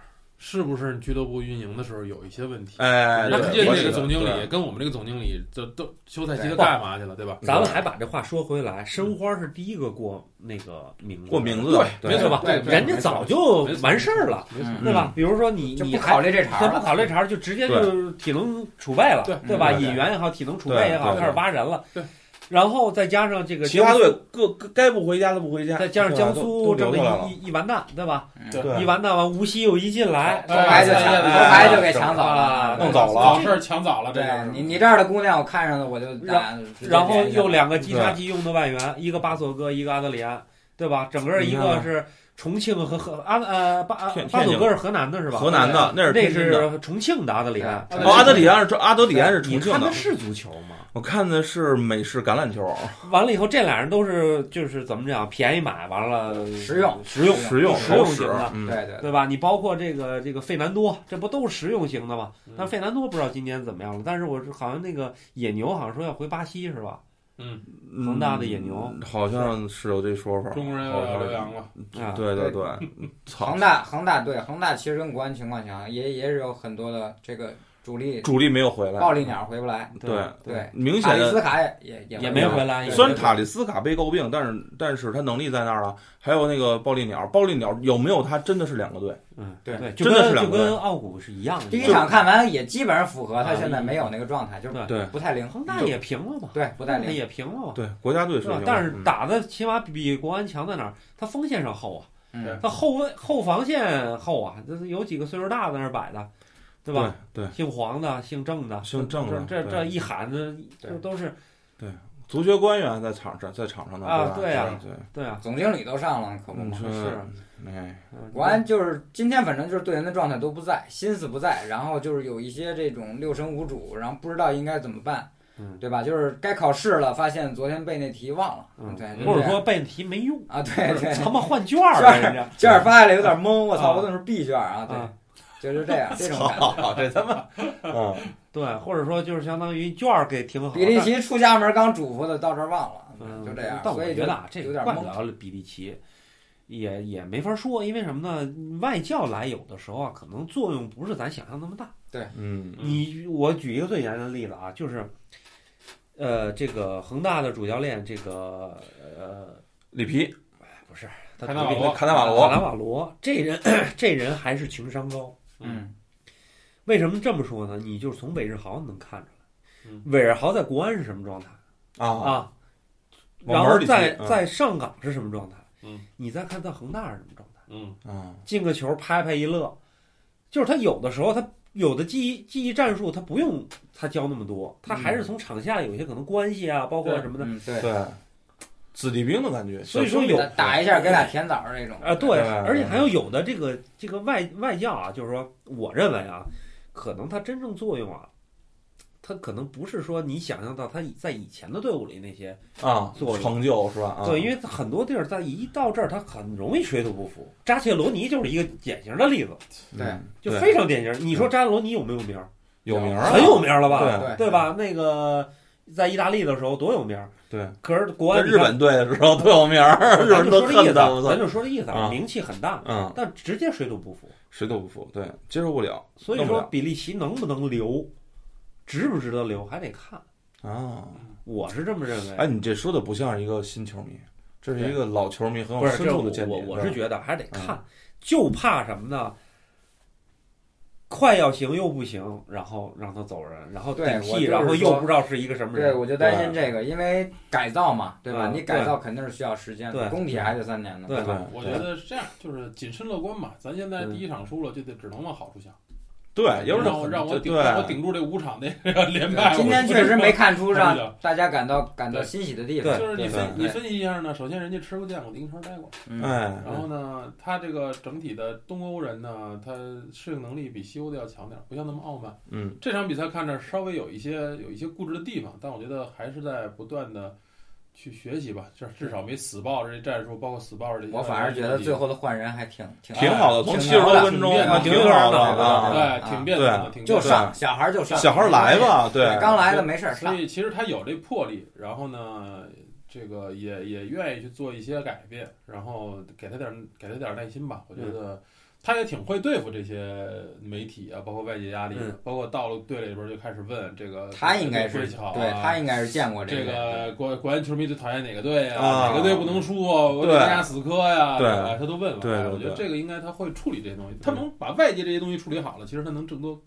[SPEAKER 4] 是不是俱乐部运营的时候有一些问题？
[SPEAKER 1] 哎，
[SPEAKER 4] 人
[SPEAKER 1] 对
[SPEAKER 4] 家
[SPEAKER 1] 我
[SPEAKER 4] 那个
[SPEAKER 1] 觉得
[SPEAKER 4] 总经
[SPEAKER 1] 对
[SPEAKER 4] 理跟我们这个总经理，这都休赛期都干嘛去了，对吧？
[SPEAKER 2] 咱们还把这话说回来，申花是第一个过那个名字，
[SPEAKER 1] 过名字的，
[SPEAKER 4] 对，没错
[SPEAKER 2] 吧
[SPEAKER 4] 对，
[SPEAKER 2] 人家早就完事儿了，
[SPEAKER 4] 没错。
[SPEAKER 3] 嗯
[SPEAKER 2] 对吧？比如说你
[SPEAKER 3] 就
[SPEAKER 2] 你
[SPEAKER 3] 不
[SPEAKER 2] 还
[SPEAKER 3] 考虑这茬
[SPEAKER 2] 咱
[SPEAKER 3] 儿
[SPEAKER 2] 不
[SPEAKER 3] 了。
[SPEAKER 2] 考虑茬儿，就直接就体能储备了，
[SPEAKER 4] 对
[SPEAKER 2] 对吧？
[SPEAKER 1] 嗯对
[SPEAKER 2] 引援也好，体能储备也好，
[SPEAKER 1] 对对
[SPEAKER 2] 开始挖人了。
[SPEAKER 4] 对，
[SPEAKER 2] 然后再加上这个
[SPEAKER 1] 其他
[SPEAKER 2] 江苏
[SPEAKER 1] 队各各该不回家的不回家，
[SPEAKER 2] 再加上江苏这
[SPEAKER 1] 对吧都都留下来
[SPEAKER 2] 么
[SPEAKER 1] 了
[SPEAKER 2] 一一一完蛋，对吧？
[SPEAKER 3] 嗯
[SPEAKER 4] 对
[SPEAKER 2] 一
[SPEAKER 1] 对，
[SPEAKER 2] 完蛋完，无锡又一进来，
[SPEAKER 3] 头牌就
[SPEAKER 4] 哎
[SPEAKER 3] 抢，
[SPEAKER 4] 哎
[SPEAKER 3] 头
[SPEAKER 4] 哎
[SPEAKER 3] 牌就给抢走了
[SPEAKER 2] 啊，
[SPEAKER 1] 弄走了
[SPEAKER 4] 早事儿抢早了，这
[SPEAKER 3] 对
[SPEAKER 4] 个
[SPEAKER 3] 你你这儿的姑娘，我看上了我就打，
[SPEAKER 2] 然后又
[SPEAKER 3] 两
[SPEAKER 2] 两个即插即用的外援，一个巴索戈，一个阿德里安，对吧？整个一个是重庆和河安呃巴
[SPEAKER 1] 天
[SPEAKER 2] 巴
[SPEAKER 1] 天
[SPEAKER 2] 佐
[SPEAKER 1] 津
[SPEAKER 2] 哥是河南的是吧？
[SPEAKER 1] 河南的那是
[SPEAKER 2] 那
[SPEAKER 1] 天津的，
[SPEAKER 2] 是重庆的阿德里安，
[SPEAKER 3] 对
[SPEAKER 1] 哦，阿德里安是阿德里安是重
[SPEAKER 2] 你
[SPEAKER 1] 庆
[SPEAKER 2] 看
[SPEAKER 1] 的
[SPEAKER 2] 的，是足球吗？
[SPEAKER 1] 我看的是美式橄榄球，
[SPEAKER 2] 完了以后，这俩人都是就是怎么讲，便宜买完了
[SPEAKER 3] 实用
[SPEAKER 2] 实用
[SPEAKER 1] 实用
[SPEAKER 2] 实
[SPEAKER 1] 好
[SPEAKER 2] 用
[SPEAKER 1] 使
[SPEAKER 2] 型的，
[SPEAKER 1] 嗯，
[SPEAKER 3] 对对对
[SPEAKER 2] 对吧？你包括这个这个费南多，这不都是实用型的吗？
[SPEAKER 4] 嗯
[SPEAKER 2] 但费南多不知道今年怎么样了。但是我是好像那个野牛好像说要回巴西是吧？
[SPEAKER 4] 嗯，
[SPEAKER 2] 恒大的野牛
[SPEAKER 1] 嗯好像是有这说法，
[SPEAKER 4] 中国人
[SPEAKER 1] 好
[SPEAKER 4] 要
[SPEAKER 1] 像
[SPEAKER 4] 要留洋 了，
[SPEAKER 2] 啊，
[SPEAKER 1] 对对 对，操
[SPEAKER 3] 恒，大恒大对恒大其实跟国安情况相像，也也是有很多的这个主力
[SPEAKER 1] 主力没有回来，
[SPEAKER 3] 暴力鸟回不来，
[SPEAKER 2] 嗯
[SPEAKER 1] 对
[SPEAKER 3] 对，
[SPEAKER 1] 明
[SPEAKER 3] 塔
[SPEAKER 1] 显
[SPEAKER 3] 利
[SPEAKER 1] 的
[SPEAKER 3] 斯卡也也也
[SPEAKER 2] 也
[SPEAKER 3] 没
[SPEAKER 2] 没回来，
[SPEAKER 1] 虽然塔利斯卡被诟病，但是但是他能力在那儿了。还有那个暴力鸟，暴力鸟有没有他真的是两个队。
[SPEAKER 2] 嗯
[SPEAKER 3] 对
[SPEAKER 2] 对，就
[SPEAKER 1] 真的是
[SPEAKER 2] 跟
[SPEAKER 1] 两
[SPEAKER 2] 就
[SPEAKER 1] 个人
[SPEAKER 2] 跟傲骨是一样的。
[SPEAKER 3] 第一
[SPEAKER 2] 嗯就
[SPEAKER 3] 场看完也基本上符合
[SPEAKER 2] 啊
[SPEAKER 3] 他现在没有那个状态，就是
[SPEAKER 1] 对
[SPEAKER 3] 不太灵。
[SPEAKER 2] 恒大也平了嘛，
[SPEAKER 3] 对不太
[SPEAKER 2] 恒大
[SPEAKER 3] 灵，
[SPEAKER 2] 也平了嘛，
[SPEAKER 1] 对国家队
[SPEAKER 2] 是
[SPEAKER 1] 水
[SPEAKER 2] 吧
[SPEAKER 1] 平，？
[SPEAKER 2] 但是
[SPEAKER 1] 嗯
[SPEAKER 2] 打的起码比国安强在哪儿？他锋线上厚啊，
[SPEAKER 3] 嗯，
[SPEAKER 2] 他后卫后防线厚啊，这是有几个岁数大在那儿摆的，对吧？
[SPEAKER 1] 对对，
[SPEAKER 2] 姓黄的、姓郑的、
[SPEAKER 1] 姓郑的
[SPEAKER 2] 这这这
[SPEAKER 1] 对
[SPEAKER 2] 一喊，这这
[SPEAKER 3] 对
[SPEAKER 2] 都是
[SPEAKER 1] 足协官员在场上，在场上的
[SPEAKER 2] 啊
[SPEAKER 1] 对吧
[SPEAKER 2] 对啊，
[SPEAKER 3] 总经理都上了，可不
[SPEAKER 1] 对，
[SPEAKER 2] 嗯
[SPEAKER 1] 你
[SPEAKER 3] 嘛。
[SPEAKER 1] 说
[SPEAKER 2] 是
[SPEAKER 1] 哎，
[SPEAKER 2] 嗯
[SPEAKER 3] 国安就是今天，反正就是队员的状态都不在，心思不在，然后就是有一些这种六神无主，然后不知道应该怎么办，
[SPEAKER 2] 嗯
[SPEAKER 3] 对吧？就是该考试了，发现昨天背那题忘了，
[SPEAKER 2] 嗯
[SPEAKER 3] 对，就
[SPEAKER 2] 或者
[SPEAKER 3] 这样
[SPEAKER 2] 说背那题没用，
[SPEAKER 3] 啊，对对，
[SPEAKER 2] 他妈换卷儿 了，人家
[SPEAKER 3] 卷儿发下来有点懵，我
[SPEAKER 2] 啊
[SPEAKER 3] 操，我怎么是 B 卷啊？对，
[SPEAKER 2] 啊，
[SPEAKER 3] 就是这样，这种感觉。
[SPEAKER 1] 好，这他妈， 嗯，
[SPEAKER 2] 对，或者说就是相当于卷儿给挺好，
[SPEAKER 3] 比利
[SPEAKER 2] 但
[SPEAKER 3] 奇出家门刚嘱咐的，到这儿忘了，
[SPEAKER 2] 嗯，
[SPEAKER 3] 就这样。
[SPEAKER 2] 但我
[SPEAKER 3] 所以
[SPEAKER 2] 觉
[SPEAKER 3] 就
[SPEAKER 2] 得啊，这
[SPEAKER 3] 有
[SPEAKER 2] 个
[SPEAKER 3] 点
[SPEAKER 2] 怪不
[SPEAKER 3] 懵。
[SPEAKER 2] 了比利奇，也也没法说，因为什么呢？外教来有的时候啊，可能作用不是咱想象那么大。
[SPEAKER 1] 嗯
[SPEAKER 4] 嗯
[SPEAKER 2] 你我举一个最简单的例子啊，就是，呃，这个恒大的主教练这个呃，
[SPEAKER 1] 里皮，
[SPEAKER 2] 不是他
[SPEAKER 4] 卡纳
[SPEAKER 2] 主
[SPEAKER 4] 瓦
[SPEAKER 2] 力
[SPEAKER 4] 罗
[SPEAKER 1] 卡纳瓦
[SPEAKER 2] 啊卡
[SPEAKER 1] 罗，
[SPEAKER 2] 纳瓦罗这人， 这人还是情商高。
[SPEAKER 3] 嗯，
[SPEAKER 2] 为什么这么说呢？你就是从韦世豪能看出来
[SPEAKER 4] 嗯，
[SPEAKER 2] 韦世豪在国安是什么状态
[SPEAKER 1] 啊，
[SPEAKER 2] 啊？
[SPEAKER 1] 往门
[SPEAKER 2] 然后
[SPEAKER 1] 儿里踢
[SPEAKER 2] 在
[SPEAKER 1] 嗯
[SPEAKER 2] 在上港是什么状态？
[SPEAKER 4] 嗯，
[SPEAKER 2] 你再看在恒大是什么状态？
[SPEAKER 4] 嗯
[SPEAKER 1] 嗯，
[SPEAKER 2] 进个球拍拍一乐，就是他有的时候他有的记忆记忆战术他不用他教那么多，他还是从场下有些可能关系啊，包括
[SPEAKER 4] 对
[SPEAKER 2] 什么的。
[SPEAKER 3] 嗯，对，
[SPEAKER 1] 嗯对，子弟兵的感觉，
[SPEAKER 2] 所以
[SPEAKER 1] 小兄弟
[SPEAKER 2] 说有
[SPEAKER 3] 打打一下给俩甜枣儿那种
[SPEAKER 2] 啊，对，
[SPEAKER 1] 对
[SPEAKER 2] 而且还有有的这个这个外外教啊，就是说，我认为啊，可能它真正作用啊，它可能不是说你想象到它以在以前的队伍里那些，
[SPEAKER 1] 啊
[SPEAKER 2] 作用
[SPEAKER 1] 成就是吧？啊，
[SPEAKER 2] 对，因为很多地儿在一到这儿，他很容易水土不服。扎切罗尼就是一个典型的例子，
[SPEAKER 1] 嗯
[SPEAKER 2] 就
[SPEAKER 1] 对
[SPEAKER 2] 非常典型。你说扎切罗尼有没有名儿？
[SPEAKER 1] 有名儿啊，
[SPEAKER 2] 很有名儿了吧？
[SPEAKER 1] 对
[SPEAKER 2] 对？吧？那个在意大利的时候多有名儿，
[SPEAKER 1] 对，
[SPEAKER 2] 可是国
[SPEAKER 1] 在
[SPEAKER 2] 安
[SPEAKER 1] 日本队的时候特有名 儿，
[SPEAKER 2] 咱
[SPEAKER 1] 日本人
[SPEAKER 2] 就
[SPEAKER 1] 都
[SPEAKER 2] 说这意
[SPEAKER 1] 恨
[SPEAKER 2] 思
[SPEAKER 1] 他，我
[SPEAKER 2] 啊，咱
[SPEAKER 1] 操，
[SPEAKER 2] 就说这意思啊，
[SPEAKER 1] 啊
[SPEAKER 2] 名气很大，
[SPEAKER 1] 嗯，
[SPEAKER 2] 但直接水土不服。
[SPEAKER 1] 谁都不服，对，接受不了
[SPEAKER 2] 所以说，比利奇能不能留，值不值得留，还得看。
[SPEAKER 1] 啊。
[SPEAKER 4] 哦
[SPEAKER 2] 我是这么认为。
[SPEAKER 1] 哎，你这说的不像一个新球迷，这是一个老球迷很
[SPEAKER 2] 不
[SPEAKER 1] 有
[SPEAKER 2] 是，
[SPEAKER 1] 深
[SPEAKER 2] 这
[SPEAKER 1] 度
[SPEAKER 2] 我
[SPEAKER 1] 的见
[SPEAKER 2] 我
[SPEAKER 1] 解。
[SPEAKER 2] 我
[SPEAKER 1] 吧
[SPEAKER 2] 是觉得还得看，就怕什么呢？快要行又不行，然后让他走人，然后
[SPEAKER 3] 对
[SPEAKER 2] 顶
[SPEAKER 3] 我
[SPEAKER 2] 替，
[SPEAKER 3] 就是
[SPEAKER 2] 然后又
[SPEAKER 3] 说
[SPEAKER 2] 不知道是一个什么
[SPEAKER 3] 对，
[SPEAKER 2] 人。
[SPEAKER 3] 我就担心这个，因为改造嘛，对吧？
[SPEAKER 2] 嗯
[SPEAKER 3] 你改造肯定是需要时间
[SPEAKER 2] 对
[SPEAKER 3] 的，工体还得三年呢，
[SPEAKER 2] 对
[SPEAKER 3] 吧？
[SPEAKER 4] 嗯我觉得是这样，就是谨慎乐观吧。咱现在
[SPEAKER 2] 嗯
[SPEAKER 4] 第一场输了，就得只能往好处想，
[SPEAKER 1] 对，要不然
[SPEAKER 4] 让我让我顶，让我
[SPEAKER 1] 对，
[SPEAKER 4] 顶住这五场 那个连败。
[SPEAKER 3] 今天
[SPEAKER 4] 我
[SPEAKER 3] 确实没看出
[SPEAKER 4] 我我
[SPEAKER 3] 让大家感到感到欣喜的地 方，
[SPEAKER 4] 就是你分
[SPEAKER 3] 对
[SPEAKER 4] 你分析一下呢，首先人家吃过见过，零城待过，
[SPEAKER 3] 嗯，
[SPEAKER 1] 哎，
[SPEAKER 4] 然后呢，他这个整体的东欧人呢，他适应能力比西欧的要强点儿，不像那么傲慢。
[SPEAKER 1] 嗯，
[SPEAKER 4] 这场比赛看着稍微有一些有一些固执的地方，但我觉得还是在不断的去学习吧，至至少没死抱这战术，包括死抱这些。
[SPEAKER 3] 我反而觉得最后的换人还挺挺
[SPEAKER 1] 挺好的，从七十多分钟
[SPEAKER 4] 哎挺好的
[SPEAKER 1] 啊挺好的啊，
[SPEAKER 4] 对哎挺变动的，挺
[SPEAKER 3] 就
[SPEAKER 4] 变动的。
[SPEAKER 3] 上小孩就上，
[SPEAKER 1] 小孩儿来，吧，对，
[SPEAKER 3] 刚来的没事儿
[SPEAKER 4] 所
[SPEAKER 3] 上，
[SPEAKER 4] 以其实他有这魄力，然后呢，这个也也愿意去做一些改变，然后给他点儿给他点儿耐心吧。我觉得他也挺会对付这些媒体啊，包括外界压力，
[SPEAKER 2] 嗯
[SPEAKER 4] 包括到了队里边儿就开始问这个
[SPEAKER 3] 他应该是
[SPEAKER 4] 谁好啊
[SPEAKER 3] 对他应该是见过
[SPEAKER 4] 这
[SPEAKER 3] 个，
[SPEAKER 4] 个国国安球迷最讨厌哪个队啊？
[SPEAKER 1] 啊
[SPEAKER 4] 哪个队不能输啊？我
[SPEAKER 1] 对
[SPEAKER 4] 得压死磕呀、
[SPEAKER 1] 对
[SPEAKER 4] 吧他都问了。哎
[SPEAKER 1] 对对
[SPEAKER 4] 我觉得
[SPEAKER 1] 对
[SPEAKER 4] 这个应该他会处理这些东西，他能把外界这些东西处理好了，其实他能挣多，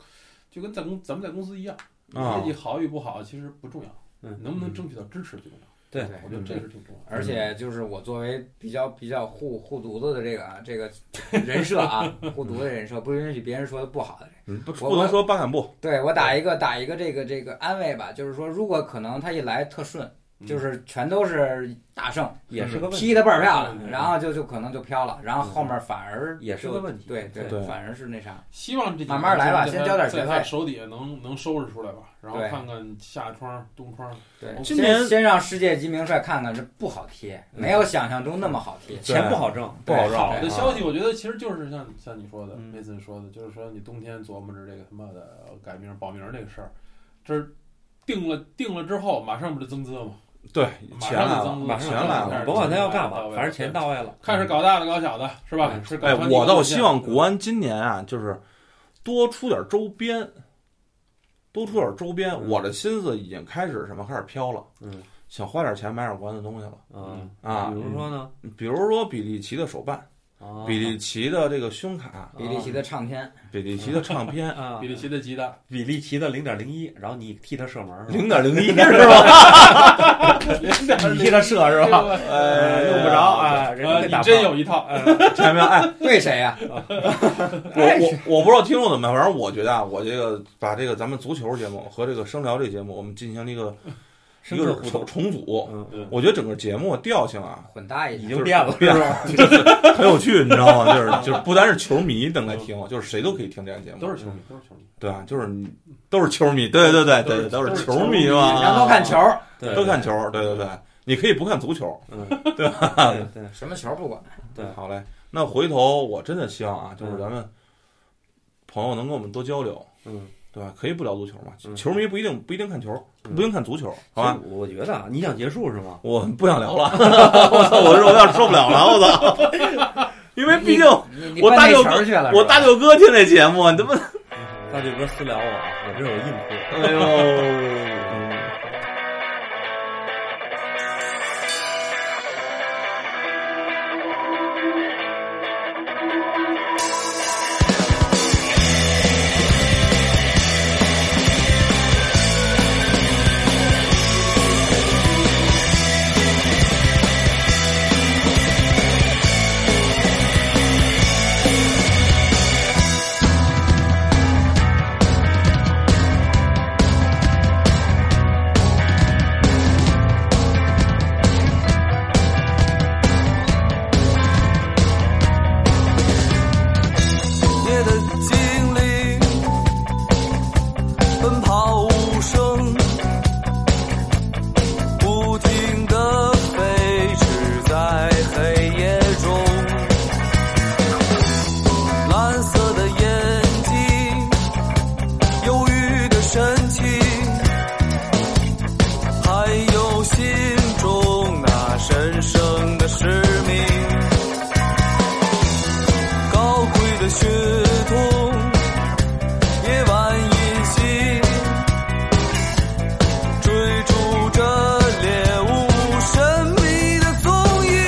[SPEAKER 4] 就跟在公咱们在公司一样，
[SPEAKER 1] 啊
[SPEAKER 4] 业绩好与不好其实不重要，
[SPEAKER 2] 嗯
[SPEAKER 4] 能不能争取到支持最重要。
[SPEAKER 2] 对嗯
[SPEAKER 3] 对嗯
[SPEAKER 4] 我觉得这是挺重要的。
[SPEAKER 3] 而且就是我作为比较比较护护犊子的这个啊，这个 人设啊，护犊子人设不允许别人说的不好的。
[SPEAKER 1] 嗯不不能说巴坎布，
[SPEAKER 3] 对我打一个打一个这个这个安慰吧，就是说如果可能他一来特顺，就是全都是大胜，
[SPEAKER 2] 也是个嗯问题，
[SPEAKER 3] 踢得倍儿漂亮，
[SPEAKER 2] 嗯
[SPEAKER 3] 然后就就可能就飘了，然后后面反而
[SPEAKER 2] 也是
[SPEAKER 3] 就
[SPEAKER 2] 个问题
[SPEAKER 3] 对对
[SPEAKER 1] 对
[SPEAKER 3] 反而是那啥，
[SPEAKER 4] 希望这几个
[SPEAKER 3] 慢慢来吧
[SPEAKER 4] 在
[SPEAKER 3] 先交点学费
[SPEAKER 4] 在他手底下能能收拾出来吧，然后
[SPEAKER 3] 对
[SPEAKER 4] 看看下窗、东窗。
[SPEAKER 3] 对，
[SPEAKER 1] 今年
[SPEAKER 3] 先先让世界级名帅看看，这不好踢，没有想象中那么好踢。
[SPEAKER 2] 钱不好挣，
[SPEAKER 3] 对
[SPEAKER 2] 不好
[SPEAKER 3] 好
[SPEAKER 4] 好
[SPEAKER 2] 挣。
[SPEAKER 4] 的
[SPEAKER 3] 对
[SPEAKER 4] 消息，我觉得其实就是像像你说的，
[SPEAKER 2] 嗯
[SPEAKER 4] 梅森说的，就是说你冬天琢磨着这个他妈的改名保名这个事儿，这儿定了定了之后，马上不就增资了吗？
[SPEAKER 1] 对，
[SPEAKER 4] 马
[SPEAKER 1] 钱啊
[SPEAKER 4] 上就
[SPEAKER 1] 来了，
[SPEAKER 4] 增资，
[SPEAKER 2] 马上
[SPEAKER 1] 钱
[SPEAKER 2] 就
[SPEAKER 1] 来了
[SPEAKER 4] 马上就增资
[SPEAKER 2] 甭管他要干
[SPEAKER 4] 到
[SPEAKER 2] 嘛，
[SPEAKER 4] 位了
[SPEAKER 2] 反正钱到位了。
[SPEAKER 4] 看是搞大的搞小的，是吧？是搞
[SPEAKER 1] 哎，
[SPEAKER 4] 团体
[SPEAKER 1] 我
[SPEAKER 4] 搞
[SPEAKER 1] 倒
[SPEAKER 4] 路
[SPEAKER 1] 希
[SPEAKER 4] 线
[SPEAKER 1] 望国安今年啊，就是多出点周边，多出点周边。我的心思已经开始什么，开始飘了。
[SPEAKER 2] 嗯，
[SPEAKER 1] 想花点钱买点国安的东西了
[SPEAKER 2] 嗯，
[SPEAKER 1] 啊
[SPEAKER 2] 比，如说呢，
[SPEAKER 1] 比如说比利奇的手办，
[SPEAKER 2] 嗯啊
[SPEAKER 1] 比利奇的这个胸卡，
[SPEAKER 2] 嗯
[SPEAKER 3] 比利奇的唱片，
[SPEAKER 1] 比利奇的唱片，
[SPEAKER 2] 啊
[SPEAKER 4] 比，利奇的吉 他，
[SPEAKER 2] 比利奇的零点零一，然后你替他射门是吧？
[SPEAKER 1] 零点零一是吧？
[SPEAKER 2] 你替他射是吧？
[SPEAKER 1] 哎呀
[SPEAKER 2] 用不着啊，人
[SPEAKER 4] 呃，
[SPEAKER 2] 家
[SPEAKER 4] 你
[SPEAKER 2] 给打
[SPEAKER 4] 真
[SPEAKER 2] 爆
[SPEAKER 4] 有一套，
[SPEAKER 1] 前面 哎，
[SPEAKER 3] 对谁啊呀？
[SPEAKER 1] 我我我不知道听众怎么办，反正我觉得啊，我这个把这个咱们足球节目和这个声聊这节目，我们进行了一个一
[SPEAKER 2] 深刻
[SPEAKER 1] 个
[SPEAKER 2] 互
[SPEAKER 1] 重
[SPEAKER 2] 动，
[SPEAKER 1] 重组。
[SPEAKER 2] 嗯，
[SPEAKER 4] 嗯
[SPEAKER 1] 我觉得整个节目调性啊，
[SPEAKER 3] 混搭一
[SPEAKER 2] 已
[SPEAKER 3] 下，
[SPEAKER 2] 经变了，
[SPEAKER 1] 变了，就是很有趣，你知道吗？就是就是不单是球迷能来听，就是谁都可以听这样节目，
[SPEAKER 4] 都是球迷，都是球迷。
[SPEAKER 1] 对啊，就是你都是球迷，对对对对对，
[SPEAKER 4] 都
[SPEAKER 1] 都
[SPEAKER 4] 是
[SPEAKER 1] 是球迷嘛，
[SPEAKER 3] 然后都看球，
[SPEAKER 2] 对，
[SPEAKER 1] 都看球，对对对，你可以不看足球，
[SPEAKER 2] 嗯，
[SPEAKER 1] 对
[SPEAKER 2] 对对，
[SPEAKER 3] 什么球不管，
[SPEAKER 2] 对
[SPEAKER 1] 好嘞，那回头我真的希望啊，就是
[SPEAKER 2] 嗯
[SPEAKER 1] 咱们朋友能跟我们多交流，
[SPEAKER 2] 嗯，
[SPEAKER 1] 对吧？可以不聊足球嘛，
[SPEAKER 2] 嗯
[SPEAKER 1] 球迷不一定不一定看球，
[SPEAKER 2] 嗯
[SPEAKER 1] 不一定看足球，好
[SPEAKER 2] 所
[SPEAKER 1] 吧？
[SPEAKER 2] 以我我觉得啊，你想结束是吗？
[SPEAKER 1] 我不想聊了，我操，我有点受不了了，我操，因为毕竟
[SPEAKER 3] 你你
[SPEAKER 1] 我
[SPEAKER 3] 奔
[SPEAKER 1] 大
[SPEAKER 3] 那
[SPEAKER 1] 舅
[SPEAKER 3] 球去了，
[SPEAKER 1] 我大
[SPEAKER 3] 舅
[SPEAKER 1] 舅哥听这节目，你他妈。
[SPEAKER 2] 大舅哥私聊我啊，我这有硬货。
[SPEAKER 1] 哎呦！
[SPEAKER 5] 夜的精灵，奔跑无声，不停地飞驰在黑夜中。蓝色的眼睛，忧郁的神情，还有心中那神圣的使命。高贵的血统，夜晚隐形，追逐着猎物神秘的踪影。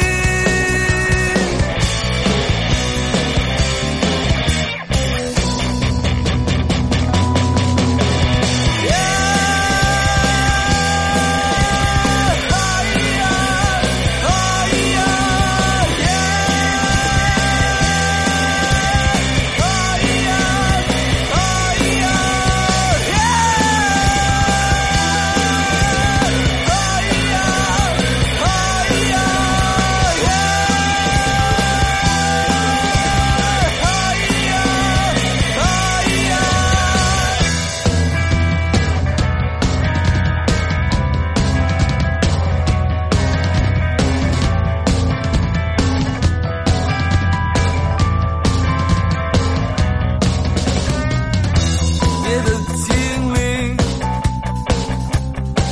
[SPEAKER 5] 夜的精灵，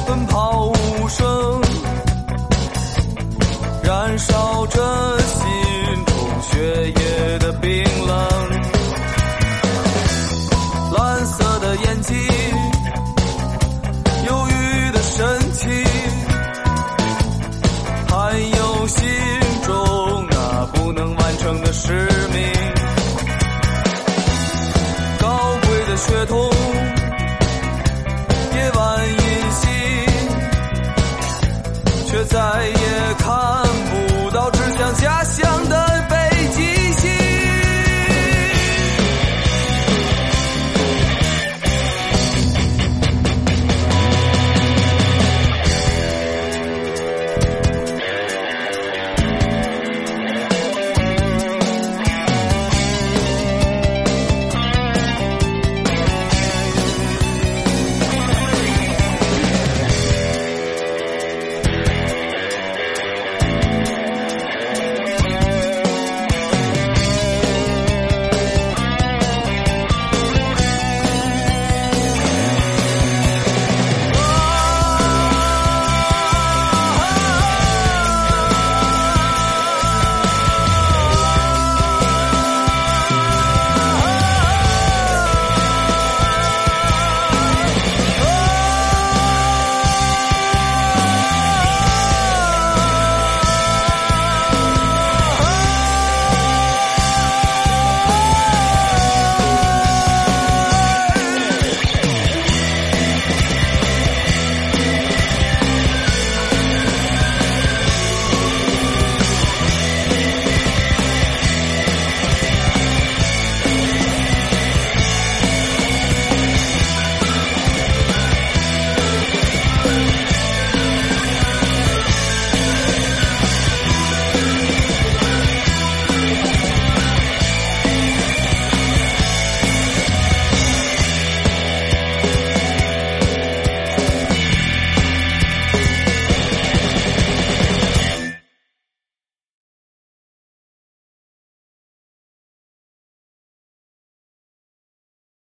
[SPEAKER 5] 奔跑无声，燃烧着心中血液的冰冷。蓝色的眼睛，忧郁的神情，还有心中那不能完成的事